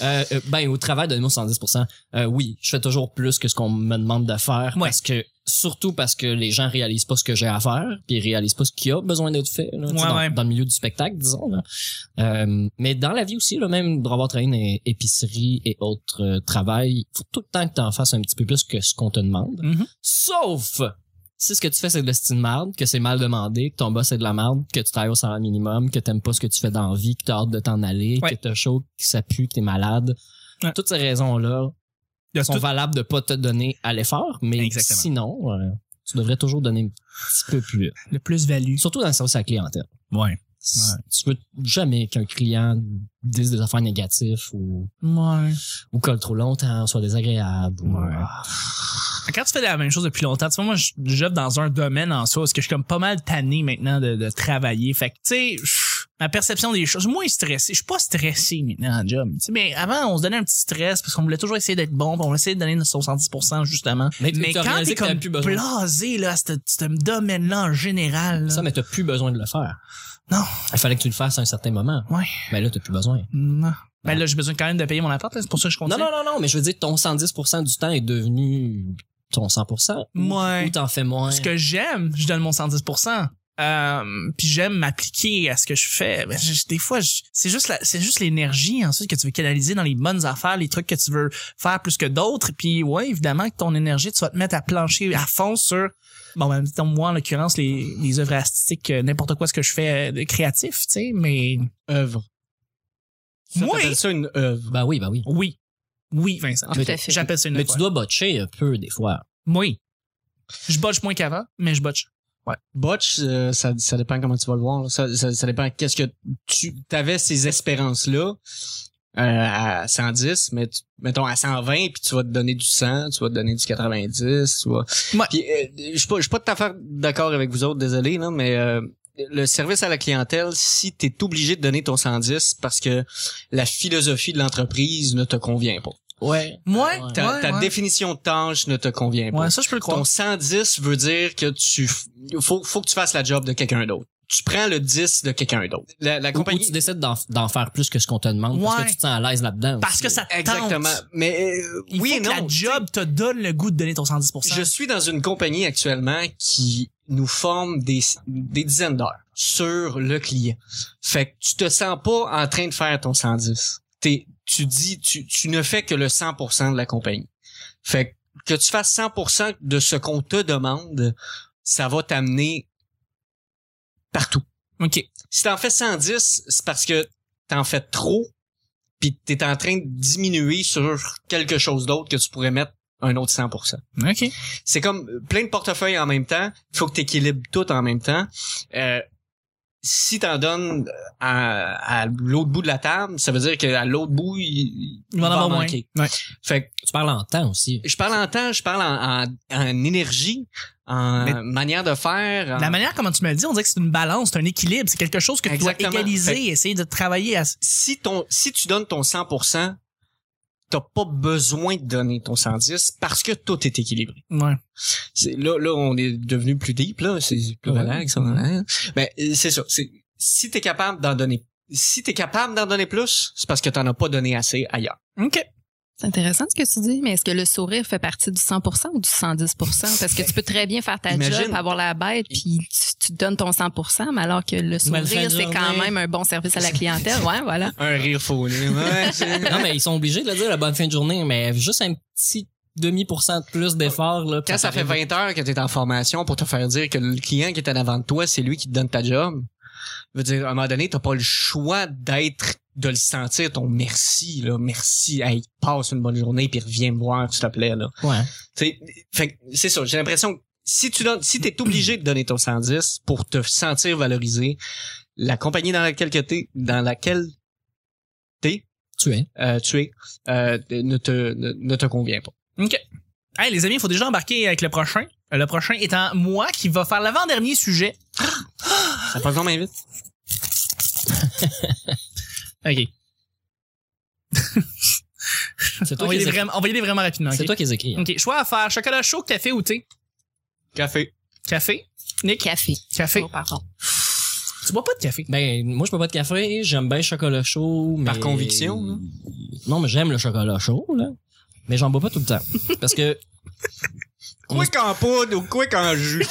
Speaker 5: Euh, euh, ben, au travail, donnez-moi 110%. Euh, oui, je fais toujours plus que ce qu'on me demande de faire.
Speaker 3: Ouais.
Speaker 5: Parce que, surtout parce que les gens réalisent pas ce que j'ai à faire, puis ils réalisent pas ce qui a besoin d'être fait, là, tu sais,
Speaker 3: Ouais,
Speaker 5: dans,
Speaker 3: ouais.
Speaker 5: dans le milieu du spectacle, disons. là. Euh, mais dans la vie aussi, là, même pour avoir travaillé dans épicerie et autres euh, travail, faut tout le temps que tu en fasses un petit peu plus que ce qu'on te demande.
Speaker 3: Mhm.
Speaker 5: Sauf si ce que tu fais c'est de la style marde, que c'est mal demandé, que ton boss c'est de la marde, que tu travailles au salaire minimum, que t'aimes pas ce que tu fais dans la vie, que t'as hâte de t'en aller,
Speaker 3: Ouais.
Speaker 5: que t'as chaud, que ça pue, que t'es malade.
Speaker 3: Ouais.
Speaker 5: Toutes ces raisons-là
Speaker 3: Il y a
Speaker 5: sont
Speaker 3: tout-
Speaker 5: valables de pas te donner à l'effort, mais
Speaker 3: Exactement.
Speaker 5: sinon, euh, tu devrais toujours donner un petit peu plus.
Speaker 3: Le plus-value.
Speaker 5: Surtout dans le service à la clientèle.
Speaker 3: Ouais.
Speaker 5: Si- Tu veux jamais qu'un client dise des affaires négatives ou,
Speaker 3: Ouais.
Speaker 5: ou colle trop longtemps, soit désagréable. ou-
Speaker 3: Ouais.
Speaker 5: Ah,
Speaker 3: Quand tu fais la même chose depuis longtemps, tu vois, moi, je j'oeuvre dans un domaine en soi, parce que je suis comme pas mal tanné maintenant de, de travailler. Fait que, tu sais, pff, ma perception des choses, moi, stressé. Je suis pas stressé maintenant en job. Tu sais, mais avant, on se donnait un petit stress parce qu'on voulait toujours essayer d'être bon, puis on essayait de donner notre 70 justement.
Speaker 5: Mais tu- tu as
Speaker 3: quand
Speaker 5: réalisé
Speaker 3: t'es
Speaker 5: que t'avais
Speaker 3: comme
Speaker 5: plus besoin.
Speaker 3: blasé, là, à ce, ce domaine-là en général, là,
Speaker 5: Ça, mais t'as plus besoin de le faire.
Speaker 3: Non.
Speaker 5: Il fallait que tu le fasses à un certain moment.
Speaker 3: Ouais.
Speaker 5: Mais là, t'as plus besoin.
Speaker 3: non. Ben là, j'ai besoin quand même de payer mon appart, là, c'est pour ça que je
Speaker 5: Non,
Speaker 3: continue.
Speaker 5: non, non, non, mais je veux dire, ton 110% du temps est devenu ton 100%. ou-
Speaker 3: Ouais.
Speaker 5: Ou t'en fais moins.
Speaker 3: ce que j'aime, je donne mon 110 euh, puis j'aime m'appliquer à ce que je fais. Ben, je- des fois, je- c'est juste la- c'est juste l'énergie ensuite que tu veux canaliser dans les bonnes affaires, les trucs que tu veux faire plus que d'autres. Puis ouais, évidemment que ton énergie, tu vas te mettre à plancher à fond sur bon, ben, mettons, moi en l'occurrence les, les œuvres artistiques, euh, n'importe quoi ce que je fais euh, de créatif, tu sais. Mais
Speaker 4: Œuvre. Ça,
Speaker 3: Moi-
Speaker 4: t'appelles ça une œuvre.
Speaker 5: Ben oui, ben oui.
Speaker 3: oui, oui, Vincent,
Speaker 7: Tout à fait.
Speaker 3: j'appelle ça une
Speaker 5: Mais
Speaker 3: œuvre.
Speaker 5: tu dois botcher un peu des fois.
Speaker 3: Oui, je botche moins qu'avant, mais je botche.
Speaker 4: Botch, euh, ça, ça dépend comment tu vas le voir. là. Ça, ça, ça dépend qu'est-ce que tu avais ces espérances-là euh, à 110, mais tu- mettons à 120, puis tu vas te donner du 100, tu vas te donner du 90, tu vas...
Speaker 3: Ouais.
Speaker 4: Puis, euh, je suis pas, je suis pas tout à fait d'accord avec vous autres, désolé, là, mais euh, le service à la clientèle, si tu es obligé de donner ton 110 parce que la philosophie de l'entreprise ne te convient pas.
Speaker 5: Ouais.
Speaker 3: Moi,
Speaker 5: Ouais.
Speaker 4: Ta, ta définition de tâche ne te convient pas
Speaker 3: Ouais, ça je peux le croire.
Speaker 4: ton 110 veut dire que tu f- faut, faut que tu fasses la job de quelqu'un d'autre. Tu prends le 10 de quelqu'un d'autre. La, la
Speaker 5: Ou, ou
Speaker 4: compagnie
Speaker 5: tu décides d'en, d'en faire plus que ce qu'on te demande parce
Speaker 3: Ouais.
Speaker 5: que tu te sens à l'aise là-dedans.
Speaker 3: Parce
Speaker 5: aussi.
Speaker 3: que ça te tente.
Speaker 4: exactement. Mais euh,
Speaker 3: Il
Speaker 4: oui
Speaker 3: faut
Speaker 4: et
Speaker 3: que
Speaker 4: non.
Speaker 3: la job te donne le goût de donner ton 110
Speaker 4: Je suis dans une compagnie actuellement qui nous forme des, des dizaines d'heures sur le client. Fait que tu te sens pas en train de faire ton 110. T'es- tu dis, tu, tu ne fais que le 100% de la compagnie. Fait que, que tu fasses 100% de ce qu'on te demande, ça va t'amener partout.
Speaker 3: OK.
Speaker 4: Si t'en fais 110, c'est parce que t'en fais trop, puis t'es en train de diminuer sur quelque chose d'autre que tu pourrais mettre un autre 100%.
Speaker 3: OK.
Speaker 4: C'est comme plein de portefeuilles en même temps. Il faut que tu équilibres tout en même temps. Euh, si t'en donnes euh, à, à l'autre bout de la table, ça veut dire qu'à l'autre bout, il,
Speaker 3: Il va en avoir moins.
Speaker 4: manquer.
Speaker 3: Ouais.
Speaker 4: Fait que
Speaker 5: Tu parles en temps aussi.
Speaker 4: je parle en temps, je parle en, en- en énergie, en
Speaker 3: Mais-
Speaker 4: manière de faire. en-
Speaker 3: La manière comment tu me le dis, on dirait que c'est une balance, c'est un équilibre, c'est quelque chose que
Speaker 4: Exactement.
Speaker 3: tu dois égaliser,
Speaker 4: Fait-
Speaker 3: essayer de travailler à
Speaker 4: si ton si tu donnes ton 100%, t'as pas besoin de donner ton 110 parce que tout est équilibré.
Speaker 3: Ouais.
Speaker 4: C'est- là, là, on est devenu plus deep, là. C'est plus
Speaker 5: Ouais.
Speaker 4: relax. ça, hein. Ben, euh, c'est ça. C'est, si t'es capable d'en donner, si t'es capable d'en donner plus, c'est parce que t'en as pas donné assez ailleurs.
Speaker 3: OK.
Speaker 7: C'est intéressant ce que tu dis, mais est-ce que le sourire fait partie du 100 ou du 110 Parce que tu peux très bien faire ta
Speaker 4: Imagine.
Speaker 7: job, avoir la bête, puis tu, tu te donnes ton 100 mais alors que le
Speaker 5: fin de
Speaker 7: sourire, c'est quand
Speaker 5: journée.
Speaker 7: même un bon service à la clientèle. Ouais, voilà.
Speaker 4: Un rire faux.
Speaker 5: non, mais ils sont obligés de le dire la bonne fin de journée, mais juste un petit demi pour cent de plus d'effort, là.
Speaker 4: Quand ça fait 20 heures que t'es en formation pour te faire dire que le client qui est en avant de toi, c'est lui qui te donne ta job, je veux dire, à un moment donné, t'as pas le choix d'être, de le sentir, ton merci, là. Merci. Hey, passe une bonne journée puis reviens me voir, s'il te plaît, là.
Speaker 5: Ouais.
Speaker 4: Tu sais, fait que c'est ça, j'ai l'impression que si tu donnes, si t'es obligé de donner ton 110 pour te sentir valorisé, la compagnie dans laquelle que t'es, dans laquelle t'es,
Speaker 5: Tu Tu es.
Speaker 4: euh, tuer euh, ne, te, ne, ne te convient pas.
Speaker 3: OK. Hey, les amis, il faut déjà embarquer avec le prochain. Euh, Le prochain étant moi qui va faire l'avant-dernier sujet.
Speaker 4: Ça passe donc bien vite.
Speaker 3: OK.
Speaker 5: C'est
Speaker 3: On
Speaker 5: toi,
Speaker 3: va, y
Speaker 5: qui les
Speaker 3: aller
Speaker 5: écris.
Speaker 3: vraiment- on va y aller vraiment rapidement.
Speaker 5: C'est
Speaker 3: OK.
Speaker 5: toi qui les écris. hein.
Speaker 3: OK. Choix à faire chocolat chaud, café ou thé?
Speaker 4: Café.
Speaker 3: Café. Nick?
Speaker 7: Café.
Speaker 3: Café.
Speaker 7: Oh, pardon.
Speaker 3: Tu bois pas de café.
Speaker 5: Ben, moi, je bois pas de café. J'aime bien le chocolat chaud.
Speaker 4: Par
Speaker 5: mais-
Speaker 4: conviction,
Speaker 3: hein?
Speaker 4: là?
Speaker 5: Non, mais j'aime le chocolat chaud, là. Mais j'en bois pas tout le temps. Parce que,
Speaker 4: Quick en poudre ou quick en jus.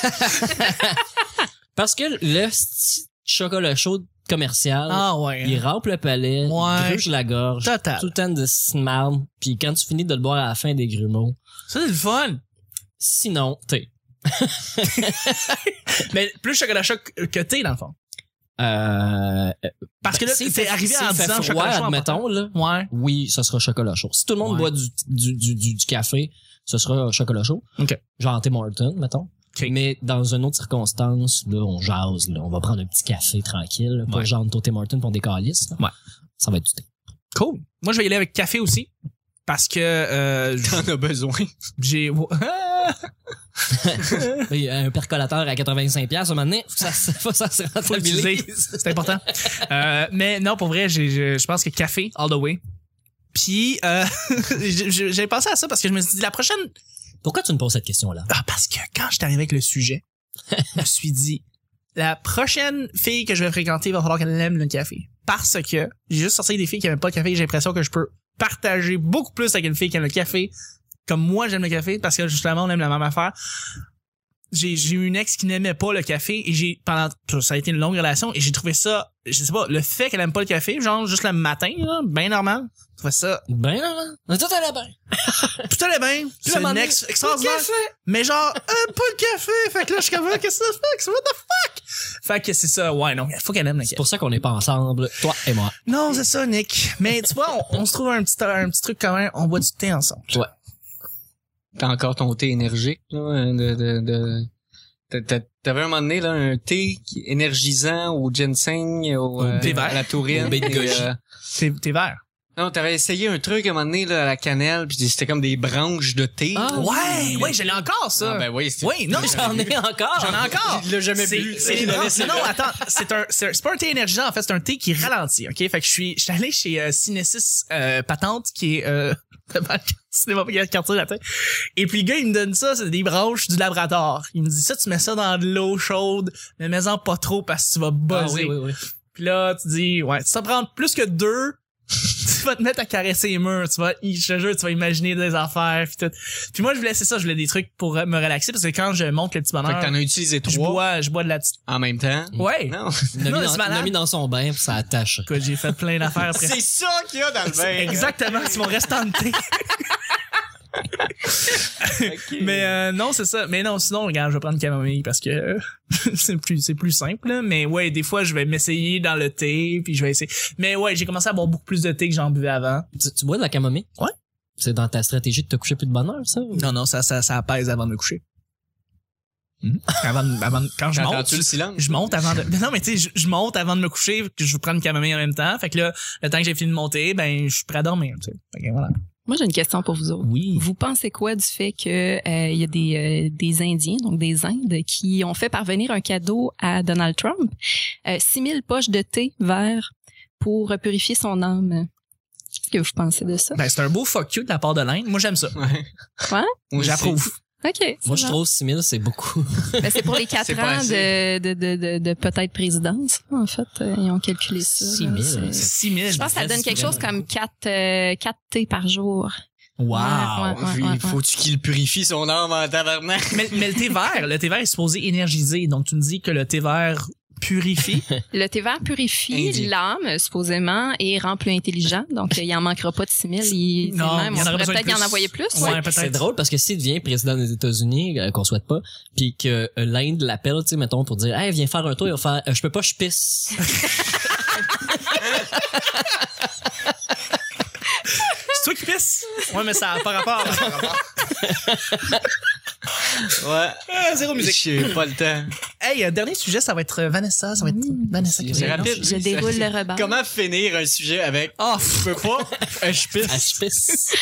Speaker 5: parce que le sti- chocolat chaud commercial,
Speaker 3: Ah ouais.
Speaker 5: il rampe le palais,
Speaker 3: Ouais.
Speaker 5: il gruge la gorge.
Speaker 3: Total.
Speaker 5: Tout le temps de smarm. Puis quand tu finis de le boire à la fin des grumeaux,
Speaker 3: Ça, c'est le fun.
Speaker 5: sinon, t'es.
Speaker 3: Mais plus chocolat chaud que que thé, dans le fond.
Speaker 5: Euh,
Speaker 3: Parce que là,
Speaker 5: s'il
Speaker 3: c'est
Speaker 5: fait-
Speaker 3: arrivé
Speaker 5: s'il
Speaker 3: en
Speaker 5: fait
Speaker 3: disant
Speaker 5: froid,
Speaker 3: chocolat chaud. en
Speaker 5: admettons, là.
Speaker 3: partant. Ouais.
Speaker 5: oui, ce sera chocolat chaud. Si tout le monde
Speaker 3: Ouais.
Speaker 5: boit du, du, du, du, du café, ce sera chocolat chaud.
Speaker 3: OK.
Speaker 5: Genre Tim Hortons, mettons.
Speaker 3: OK.
Speaker 5: Mais dans une autre circonstance, là, on jase, là. On va prendre un petit café tranquille, là, pas
Speaker 3: Ouais.
Speaker 5: genre au Tim Hortons pour des calices. là.
Speaker 3: Ouais.
Speaker 5: Ça va être du thé.
Speaker 3: Cool. Moi, je vais y aller avec café aussi. Parce que euh,
Speaker 4: T'en as besoin.
Speaker 3: j'ai...
Speaker 5: Il y a un percolateur à 85 pièces un moment donné, faut que ça, se- faut que ça se
Speaker 3: Faut
Speaker 5: rentabilise.
Speaker 3: l'utiliser. C'est important. Euh, mais non, pour vrai, j'ai- je je pense que café, all the way. Puis, euh, j'ai- j'ai j'ai pensé à ça parce que je me suis dit, la prochaine...
Speaker 5: Pourquoi tu me poses cette question-là?
Speaker 3: Ah, parce que quand je suis arrivé avec le sujet, je me suis dit, la prochaine fille que je vais fréquenter, il va falloir qu'elle aime le café. Parce que j'ai juste sorti des filles qui n'aiment pas le café et j'ai l'impression que je peux partager beaucoup plus avec une fille qui aime le café. Comme moi, j'aime le café parce que justement, on aime la même affaire. J'ai j'ai eu une ex qui n'aimait pas le café et j'ai pendant ça a été une longue relation et j'ai trouvé ça je sais pas le fait qu'elle aime pas le café genre juste le matin là, ben normal je trouvais ça
Speaker 5: Ben, non, non. tout allait bien.
Speaker 3: tout allait bien c'est une ex extraordinaire mais genre, euh, pas le café! Fait que là, je suis comme, Ah, qu'est-ce que ça fait? What the fuck? Fait que c'est ça, ouais, non, il faut qu'elle aime le
Speaker 5: C'est
Speaker 3: café.
Speaker 5: pour ça qu'on n'est pas ensemble, toi et moi.
Speaker 3: Non, c'est ça, Nick. Mais tu vois, on, on se trouve un petit, un petit truc commun, on boit du thé ensemble.
Speaker 4: T'as encore ton thé énergique, là, hein, de, de, de... t'a- t'a- T'avais un moment donné, là, un thé qui- énergisant au ginseng, au, euh,
Speaker 3: thé vert.
Speaker 4: à la taurine.
Speaker 5: Au baie de
Speaker 4: et,
Speaker 5: goji.
Speaker 4: euh,
Speaker 3: T'es, t'es vert.
Speaker 4: non, t'avais essayé un truc, à un moment donné, là, à la cannelle, puis c'était comme des branches de thé.
Speaker 5: Ah,
Speaker 3: Ouais, ouais, je l'ai encore, ça.
Speaker 4: Ah, ben oui, c'était-
Speaker 3: oui, non, j'en ai.
Speaker 5: encore!
Speaker 3: J'en ai encore.
Speaker 4: Il l'a jamais
Speaker 3: C'est-
Speaker 4: bu.
Speaker 3: c'est-
Speaker 4: Il l'a
Speaker 3: non,
Speaker 4: laissé
Speaker 3: non, attends, c'est un, c'est un- c'est pas un thé énergisant, en fait, c'est un thé qui ralentit, ok? Fait que je suis, je suis allé chez euh, Cinesis euh, Patente, qui est euh, devant le cinéma quartier latin. Et puis le gars, il me donne ça, c'est des branches du labrador. Il me dit ça, tu mets ça dans de l'eau chaude, mais mets-en pas trop parce que tu vas
Speaker 5: Ah,
Speaker 3: buzzer.
Speaker 5: oui, oui, oui.
Speaker 3: Puis là, tu dis, ouais, si ça prend plus que deux, tu vas te mettre à caresser les murs, tu vas, je te jure, tu vas imaginer des affaires, puis tout. Puis moi, je voulais, c'est ça, je voulais des trucs pour euh, me relaxer, parce que quand je monte le petit
Speaker 4: Fait
Speaker 3: bonheur,
Speaker 4: que t'en as utilisé
Speaker 3: je
Speaker 4: trois
Speaker 3: bois, je bois de la petite.
Speaker 4: en même temps.
Speaker 3: Ouais.
Speaker 4: Non.
Speaker 5: Il l'a
Speaker 3: Non,
Speaker 5: mis,
Speaker 3: c'est
Speaker 5: dans- il l'a
Speaker 3: malade.
Speaker 5: mis dans son bain, puis ça attache.
Speaker 3: Écoute, j'ai fait plein d'affaires après.
Speaker 4: C'est ça qu'il y a dans le bain.
Speaker 3: hein. Exactement, c'est mon restant de thé. Mais euh, non, c'est ça. Mais non, sinon, regarde, je vais prendre camomille parce que euh, c'est plus c'est plus simple. là. Mais ouais, des fois, je vais m'essayer dans le thé, puis je vais essayer. Mais ouais, j'ai commencé à boire beaucoup plus de thé que j'en buvais avant.
Speaker 5: Tu, tu bois de la camomille?
Speaker 3: Ouais.
Speaker 5: C'est dans ta stratégie de te coucher plus de bonne heure, ça?
Speaker 3: Non, non, ça, ça, ça apaise avant de me coucher. Hmm? Avant, de- avant de- quand je monte,
Speaker 4: T'entends-tu le silence?
Speaker 3: je monte avant de. Mais non, mais tu sais, je, je monte avant de me coucher, que je prends une camomille en même temps. Fait que là, le temps que j'ai fini de monter, ben, je suis prêt à dormir. Tu sais. Fait que voilà.
Speaker 7: Moi, j'ai une question pour vous autres.
Speaker 3: Oui.
Speaker 7: Vous pensez quoi du fait que euh, il y a des, euh, des Indiens, donc des Indes, qui ont fait parvenir un cadeau à Donald Trump, euh, 6000 poches de thé vert pour euh, purifier son âme. Qu'est-ce que vous pensez de ça?
Speaker 3: Ben, c'est un beau fuck you de la part de l'Inde. Moi, j'aime ça.
Speaker 4: Ouais.
Speaker 7: Hein?
Speaker 4: Moi,
Speaker 3: J'approuve.
Speaker 7: OK. c'est
Speaker 5: Moi, je
Speaker 7: bon.
Speaker 5: trouve 6000, c'est beaucoup.
Speaker 7: Ben, c'est pour les quatre
Speaker 4: C'est pas
Speaker 7: ans de,
Speaker 4: assez.
Speaker 7: de, de, de, de peut-être présidence, en fait. euh, Ils ont calculé ça. là.
Speaker 5: 6000,
Speaker 7: C'est-
Speaker 5: c'est-
Speaker 3: 6 000.
Speaker 7: Je pense que ça donne quelque chose comme 4 quatre thés par jour.
Speaker 5: Wow!
Speaker 7: Ouais, ouais, ouais, ouais.
Speaker 4: Il faut-tu qu'il purifie son âme en tabernacle?
Speaker 3: Mais, mais le thé vert, le thé vert est supposé énergiser. Donc, tu me dis que le thé vert purifie.
Speaker 7: Le thé vert purifie
Speaker 4: Indien.
Speaker 7: l'âme, supposément, et rend plus intelligent. Donc, euh, il en manquera pas de 6000. Il,
Speaker 3: Non,
Speaker 7: même,
Speaker 3: il y en
Speaker 7: on
Speaker 3: aurait
Speaker 7: pourrait
Speaker 3: besoin de
Speaker 7: peut-être y en
Speaker 3: plus.
Speaker 7: envoyer plus.
Speaker 3: Ouais,
Speaker 5: C'est-
Speaker 3: Ben, peut-être.
Speaker 5: C'est drôle parce que s'il devient président des États-Unis, euh, qu'on souhaite pas, puis que euh, l'Inde l'appelle, tu sais, mettons, pour dire, hey, viens faire un tour, il va faire, Euh, je peux pas, je pisse.
Speaker 3: C'est toi qui pisses? Ouais, mais ça a pas rapport.
Speaker 4: Ouais.
Speaker 3: Ah, zéro musique.
Speaker 4: J'ai pas le temps.
Speaker 3: Hey, euh, dernier sujet, ça va être euh, Vanessa. Ça va être
Speaker 7: Mmh.
Speaker 3: Vanessa qui
Speaker 4: C'est
Speaker 3: va-
Speaker 4: rapide.
Speaker 7: Je déroule le rebord.
Speaker 4: Comment finir un sujet avec
Speaker 3: Ah,
Speaker 4: je peux pas, je
Speaker 5: Ah,
Speaker 4: pisse.
Speaker 5: je pisse.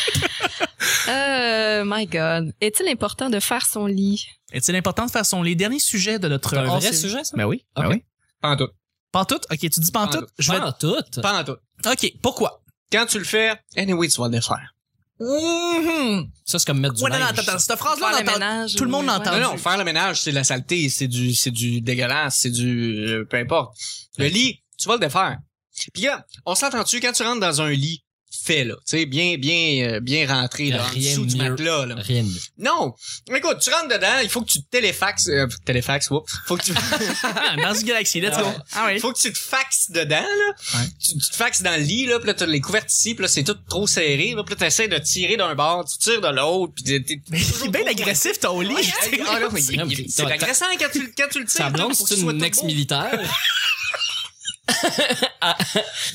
Speaker 7: Euh, my God. Est-il important de faire son lit?
Speaker 3: Est-il important de faire son les derniers sujets de notre
Speaker 5: C'est un vrai
Speaker 3: hors-série?
Speaker 5: sujet, ça?
Speaker 3: Ben oui. Ben
Speaker 5: Ok. ah.
Speaker 3: oui.
Speaker 4: Pas en tout.
Speaker 3: Pantoute? Ok, tu dis pantoute?
Speaker 4: Pantoute.
Speaker 3: Je vais...
Speaker 5: Pas en tout.
Speaker 4: Pas en tout.
Speaker 3: Ok, pourquoi?
Speaker 4: Quand tu le fais, anyway, tu vas le faire.
Speaker 3: Mhm.
Speaker 5: Ça, c'est comme mettre du
Speaker 3: Ouais, non, non,
Speaker 5: linge.
Speaker 3: attends, attends, cette phrase-là,
Speaker 7: Faire
Speaker 3: on
Speaker 7: le
Speaker 3: l'entend-
Speaker 7: ménage,
Speaker 3: tout le monde
Speaker 7: oui,
Speaker 3: l'entend.
Speaker 4: Non,
Speaker 7: ouais.
Speaker 4: non, faire le ménage, c'est de la saleté, c'est du, c'est du dégueulasse, c'est du, euh, peu importe. Le lit, tu vas le défaire. Puis là, on s'entend-tu quand tu rentres dans un lit fait là, tu sais, bien, bien, euh, bien rentré
Speaker 5: Y a
Speaker 4: là, en
Speaker 5: rien
Speaker 4: dessous
Speaker 5: de
Speaker 4: du
Speaker 5: mieux.
Speaker 4: matelas là.
Speaker 5: Rien de mieux.
Speaker 4: Non, écoute, tu rentres dedans, il faut que tu te téléfaxes, euh, téléfaxes, whoop, faut que tu,
Speaker 3: Ah, dans une galaxie, let's go. Ah oui.
Speaker 4: faut que tu te faxes dedans là.
Speaker 5: Ouais.
Speaker 4: Tu, tu te faxes dans le lit là, puis là t'as les couvertes ici, puis là c'est tout trop serré, là, puis là t'essaies de tirer d'un bord, tu tires de l'autre, puis t'es- t'es
Speaker 3: C'est bien agressif, ton lit.
Speaker 4: Hey, ah non, il- il- il- c'est agressant quand tu, quand tu le tires.
Speaker 5: Ta blonde,
Speaker 4: faut que
Speaker 5: c'est
Speaker 4: ce soit tout
Speaker 5: une
Speaker 4: beau.
Speaker 5: ex-militaire. Ah,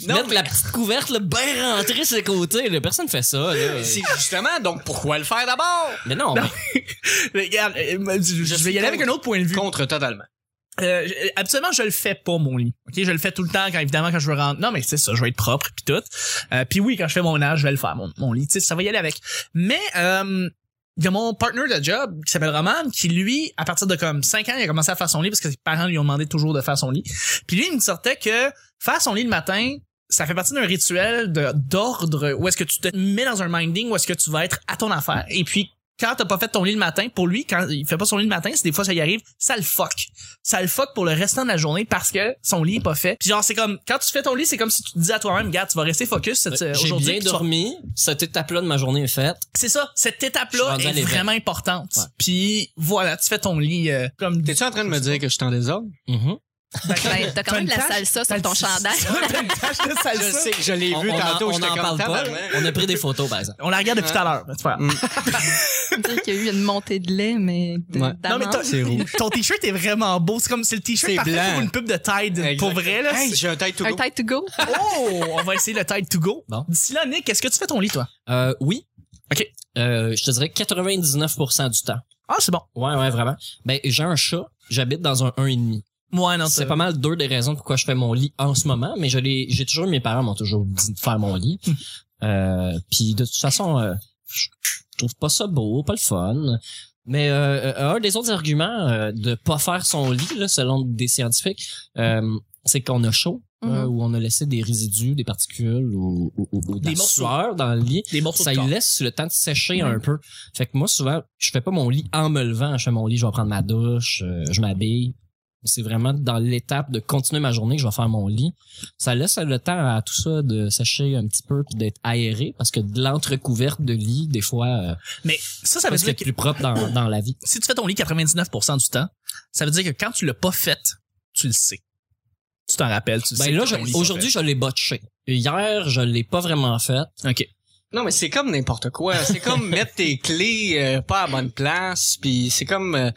Speaker 4: Non,
Speaker 5: mettre
Speaker 4: mais-
Speaker 5: la petite couverte, le bien rentrée sur le côté. Là. Personne fait ça. Là.
Speaker 4: C'est justement, donc pourquoi le faire d'abord?
Speaker 5: Mais non, mais
Speaker 3: Regarde, euh, je, je vais y aller avec un autre point de vue.
Speaker 4: Contre totalement.
Speaker 3: Euh, je- absolument, je le fais pas mon lit. Ok, je le fais tout le temps quand évidemment quand je veux rentrer. Non, mais c'est ça, je vais être propre puis tout. Euh, puis oui, quand je fais mon âge, je vais le faire mon, mon lit. Tu sais, ça va y aller avec. Mais euh, il y a mon partner de job qui s'appelle Roman qui lui, à partir de comme 5 ans, il a commencé à faire son lit parce que ses parents lui ont demandé toujours de faire son lit. Puis lui, il me sortait que faire son lit le matin, ça fait partie d'un rituel de- d'ordre où est-ce que tu te mets dans un minding où est-ce que tu vas être à ton affaire et puis quand t'as pas fait ton lit le matin, pour lui, quand il fait pas son lit le matin, c'est des fois ça y arrive, ça le fuck. Ça le fuck pour le restant de la journée parce que son lit est pas fait. Puis genre, c'est comme, quand tu fais ton lit, c'est comme si tu te dis à toi-même, regarde, tu vas rester focus cette- euh,
Speaker 5: j'ai
Speaker 3: aujourd'hui.
Speaker 5: bien
Speaker 3: puis tu vas-
Speaker 5: dormi. Cette étape-là de ma journée est faite.
Speaker 3: C'est ça, cette
Speaker 5: Je suis
Speaker 3: étape-là
Speaker 5: rendu à
Speaker 3: est
Speaker 5: l'éveil.
Speaker 3: vraiment importante.
Speaker 5: Ouais.
Speaker 3: Puis voilà, tu fais ton lit euh, comme...
Speaker 4: T'es-tu en train de me dire que je suis en désordre?
Speaker 3: Mm-hmm.
Speaker 5: Mhm.
Speaker 7: Ben, t'as quand même de la salsa sur ton chandail.
Speaker 3: T'as une tache de
Speaker 4: Je
Speaker 3: salsa.
Speaker 4: sais que je l'ai
Speaker 5: On
Speaker 4: vu
Speaker 5: on en-
Speaker 4: tantôt,
Speaker 5: on
Speaker 4: j'étais
Speaker 5: en
Speaker 4: comme
Speaker 5: parle pas.
Speaker 4: tabarnak.
Speaker 5: On a pris des photos, par exemple.
Speaker 3: On la regarde depuis tout à l'heure. mais c'est
Speaker 5: Mm.
Speaker 3: pas grave.
Speaker 7: On dirait qu'il y a eu une montée de lait, mais. de-
Speaker 4: Ouais.
Speaker 3: Non,
Speaker 7: d'amande.
Speaker 3: mais ton- ton t-shirt est vraiment beau. C'est comme, c'est le t-shirt
Speaker 4: C'est
Speaker 3: parfait
Speaker 4: blanc.
Speaker 3: pour une pub de Tide. Pour
Speaker 4: Exactement.
Speaker 3: vrai, là.
Speaker 4: Hey,
Speaker 3: c'est-
Speaker 4: j'ai un tête tout
Speaker 7: Un
Speaker 4: go.
Speaker 7: tête to go.
Speaker 3: Oh! On va essayer le Tide to go.
Speaker 5: Bon.
Speaker 3: D'ici là, Nick, est-ce que tu fais ton lit, toi?
Speaker 5: Euh, oui.
Speaker 3: OK.
Speaker 5: Euh, je te dirais 99% du temps.
Speaker 3: Ah, c'est bon.
Speaker 5: Ouais, ouais, vraiment. Ben, j'ai un chat. J'habite dans un 1,5.
Speaker 3: Ouais, non,
Speaker 5: C'est pas mal deux des raisons pourquoi je fais mon lit en ce moment, mais je l'ai, j'ai toujours, mes parents m'ont toujours dit de faire mon lit.
Speaker 3: Hmm.
Speaker 5: Euh, puis de toute façon, euh, je je trouve pas ça beau, pas le fun. Mais euh, euh, un des autres arguments euh, de pas faire son lit, là, selon des scientifiques, euh, c'est qu'on a chaud. euh,
Speaker 7: Mhm.
Speaker 5: ou on a laissé des résidus, des particules ou, ou, ou- ou de
Speaker 3: Des
Speaker 5: la
Speaker 3: morceaux.
Speaker 5: sueur dans le lit.
Speaker 3: Des morceaux
Speaker 5: Ça
Speaker 3: de
Speaker 5: y
Speaker 3: corps.
Speaker 5: laisse le temps de sécher
Speaker 4: Mm.
Speaker 5: un peu. Fait que moi, souvent, je fais pas mon lit en me levant. Je fais mon lit, je vais prendre ma douche, euh, je m'habille. C'est vraiment dans l'étape de continuer ma journée que je vais faire mon lit. Ça laisse le temps à tout ça de sécher un petit peu puis d'être aéré parce que de l'entrecouverte de lit, des fois, euh,
Speaker 3: Mais ça, ça
Speaker 5: c'est
Speaker 3: veut
Speaker 5: ce qui
Speaker 3: dire
Speaker 5: est
Speaker 3: que
Speaker 5: plus propre dans, dans la vie.
Speaker 3: si tu fais ton lit 99% du temps, ça veut dire que quand tu l'as pas fait, tu le sais. Tu t'en rappelles, tu le sais.
Speaker 5: Ben là,
Speaker 3: que
Speaker 5: je-
Speaker 3: ton lit est pas
Speaker 5: aujourd'hui, je l'ai botché. Hier, je l'ai pas vraiment fait.
Speaker 3: fait. OK.
Speaker 4: Non, mais c'est comme n'importe quoi. C'est comme mettre tes clés euh, pas à bonne place, puis c'est comme... euh,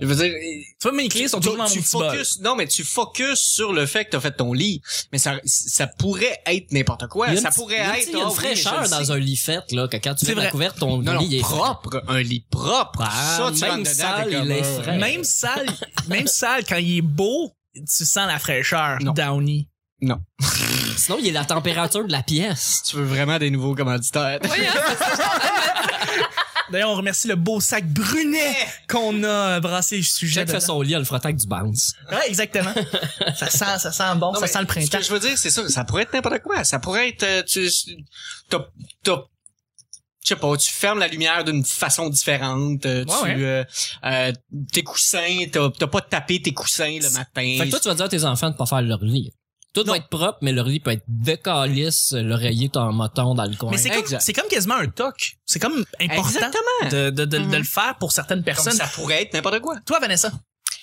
Speaker 4: je veux dire... euh,
Speaker 3: Tu vois, mes clés sont toujours dans mon
Speaker 4: tu
Speaker 3: petit bol.
Speaker 4: focus, non, mais tu focus sur le fait que t'as fait ton lit. Mais ça, ça pourrait être n'importe
Speaker 5: Il
Speaker 4: quoi.
Speaker 5: y a une
Speaker 4: Ça
Speaker 5: petite-
Speaker 4: pourrait
Speaker 5: il y a une
Speaker 4: être.
Speaker 5: petite- Il y a une
Speaker 4: ah oui,
Speaker 5: fraîcheur
Speaker 4: je le sais.
Speaker 5: dans un lit fait, là, que quand tu
Speaker 3: C'est
Speaker 5: lèves la
Speaker 3: vrai.
Speaker 5: couverte, ton
Speaker 4: Non,
Speaker 5: lit
Speaker 4: non,
Speaker 5: est
Speaker 4: propre. Un lit propre.
Speaker 5: Ah,
Speaker 4: ça, tu
Speaker 5: même
Speaker 4: rentres dedans,
Speaker 5: sale,
Speaker 4: t'es comme,
Speaker 5: il est
Speaker 4: euh,
Speaker 5: frais.
Speaker 3: Même sale, même sale, quand il est beau, tu sens la fraîcheur
Speaker 4: Non.
Speaker 3: Downy.
Speaker 5: Sinon, il y a la température de la pièce.
Speaker 4: Tu veux vraiment des nouveaux commanditaires?
Speaker 3: D'ailleurs, on remercie le beau sac brunet qu'on a brassé le sujet.
Speaker 5: Jack fait
Speaker 3: dedans.
Speaker 5: son lit, elle le frotte avec du bounce.
Speaker 3: Ouais, exactement. ça sent, ça sent bon,
Speaker 4: Non,
Speaker 3: ça
Speaker 4: mais
Speaker 3: sent le
Speaker 4: Ce
Speaker 3: printemps.
Speaker 4: que je veux dire, c'est ça. Ça pourrait être n'importe quoi. Ça pourrait être, euh, tu, t'as, t'as- je sais pas, tu fermes la lumière d'une façon différente. euh,
Speaker 3: Ouais,
Speaker 4: tu, euh, euh, tes coussins, t'as, t'as pas tapé tes coussins le matin.
Speaker 5: Fait que toi, tu vas dire à tes enfants de pas faire leur lit. Tout
Speaker 3: Non.
Speaker 5: va être propre, mais leur lit peut être de calice, l'oreiller, ton moton dans le coin.
Speaker 3: Mais c'est comme,
Speaker 4: exact.
Speaker 3: c'est comme quasiment un toc. C'est comme important
Speaker 4: Exactement. Mm-hmm.
Speaker 3: de, de, de, de le faire pour certaines
Speaker 4: Donc,
Speaker 3: personnes.
Speaker 4: ça pourrait être n'importe quoi.
Speaker 3: Toi, Vanessa,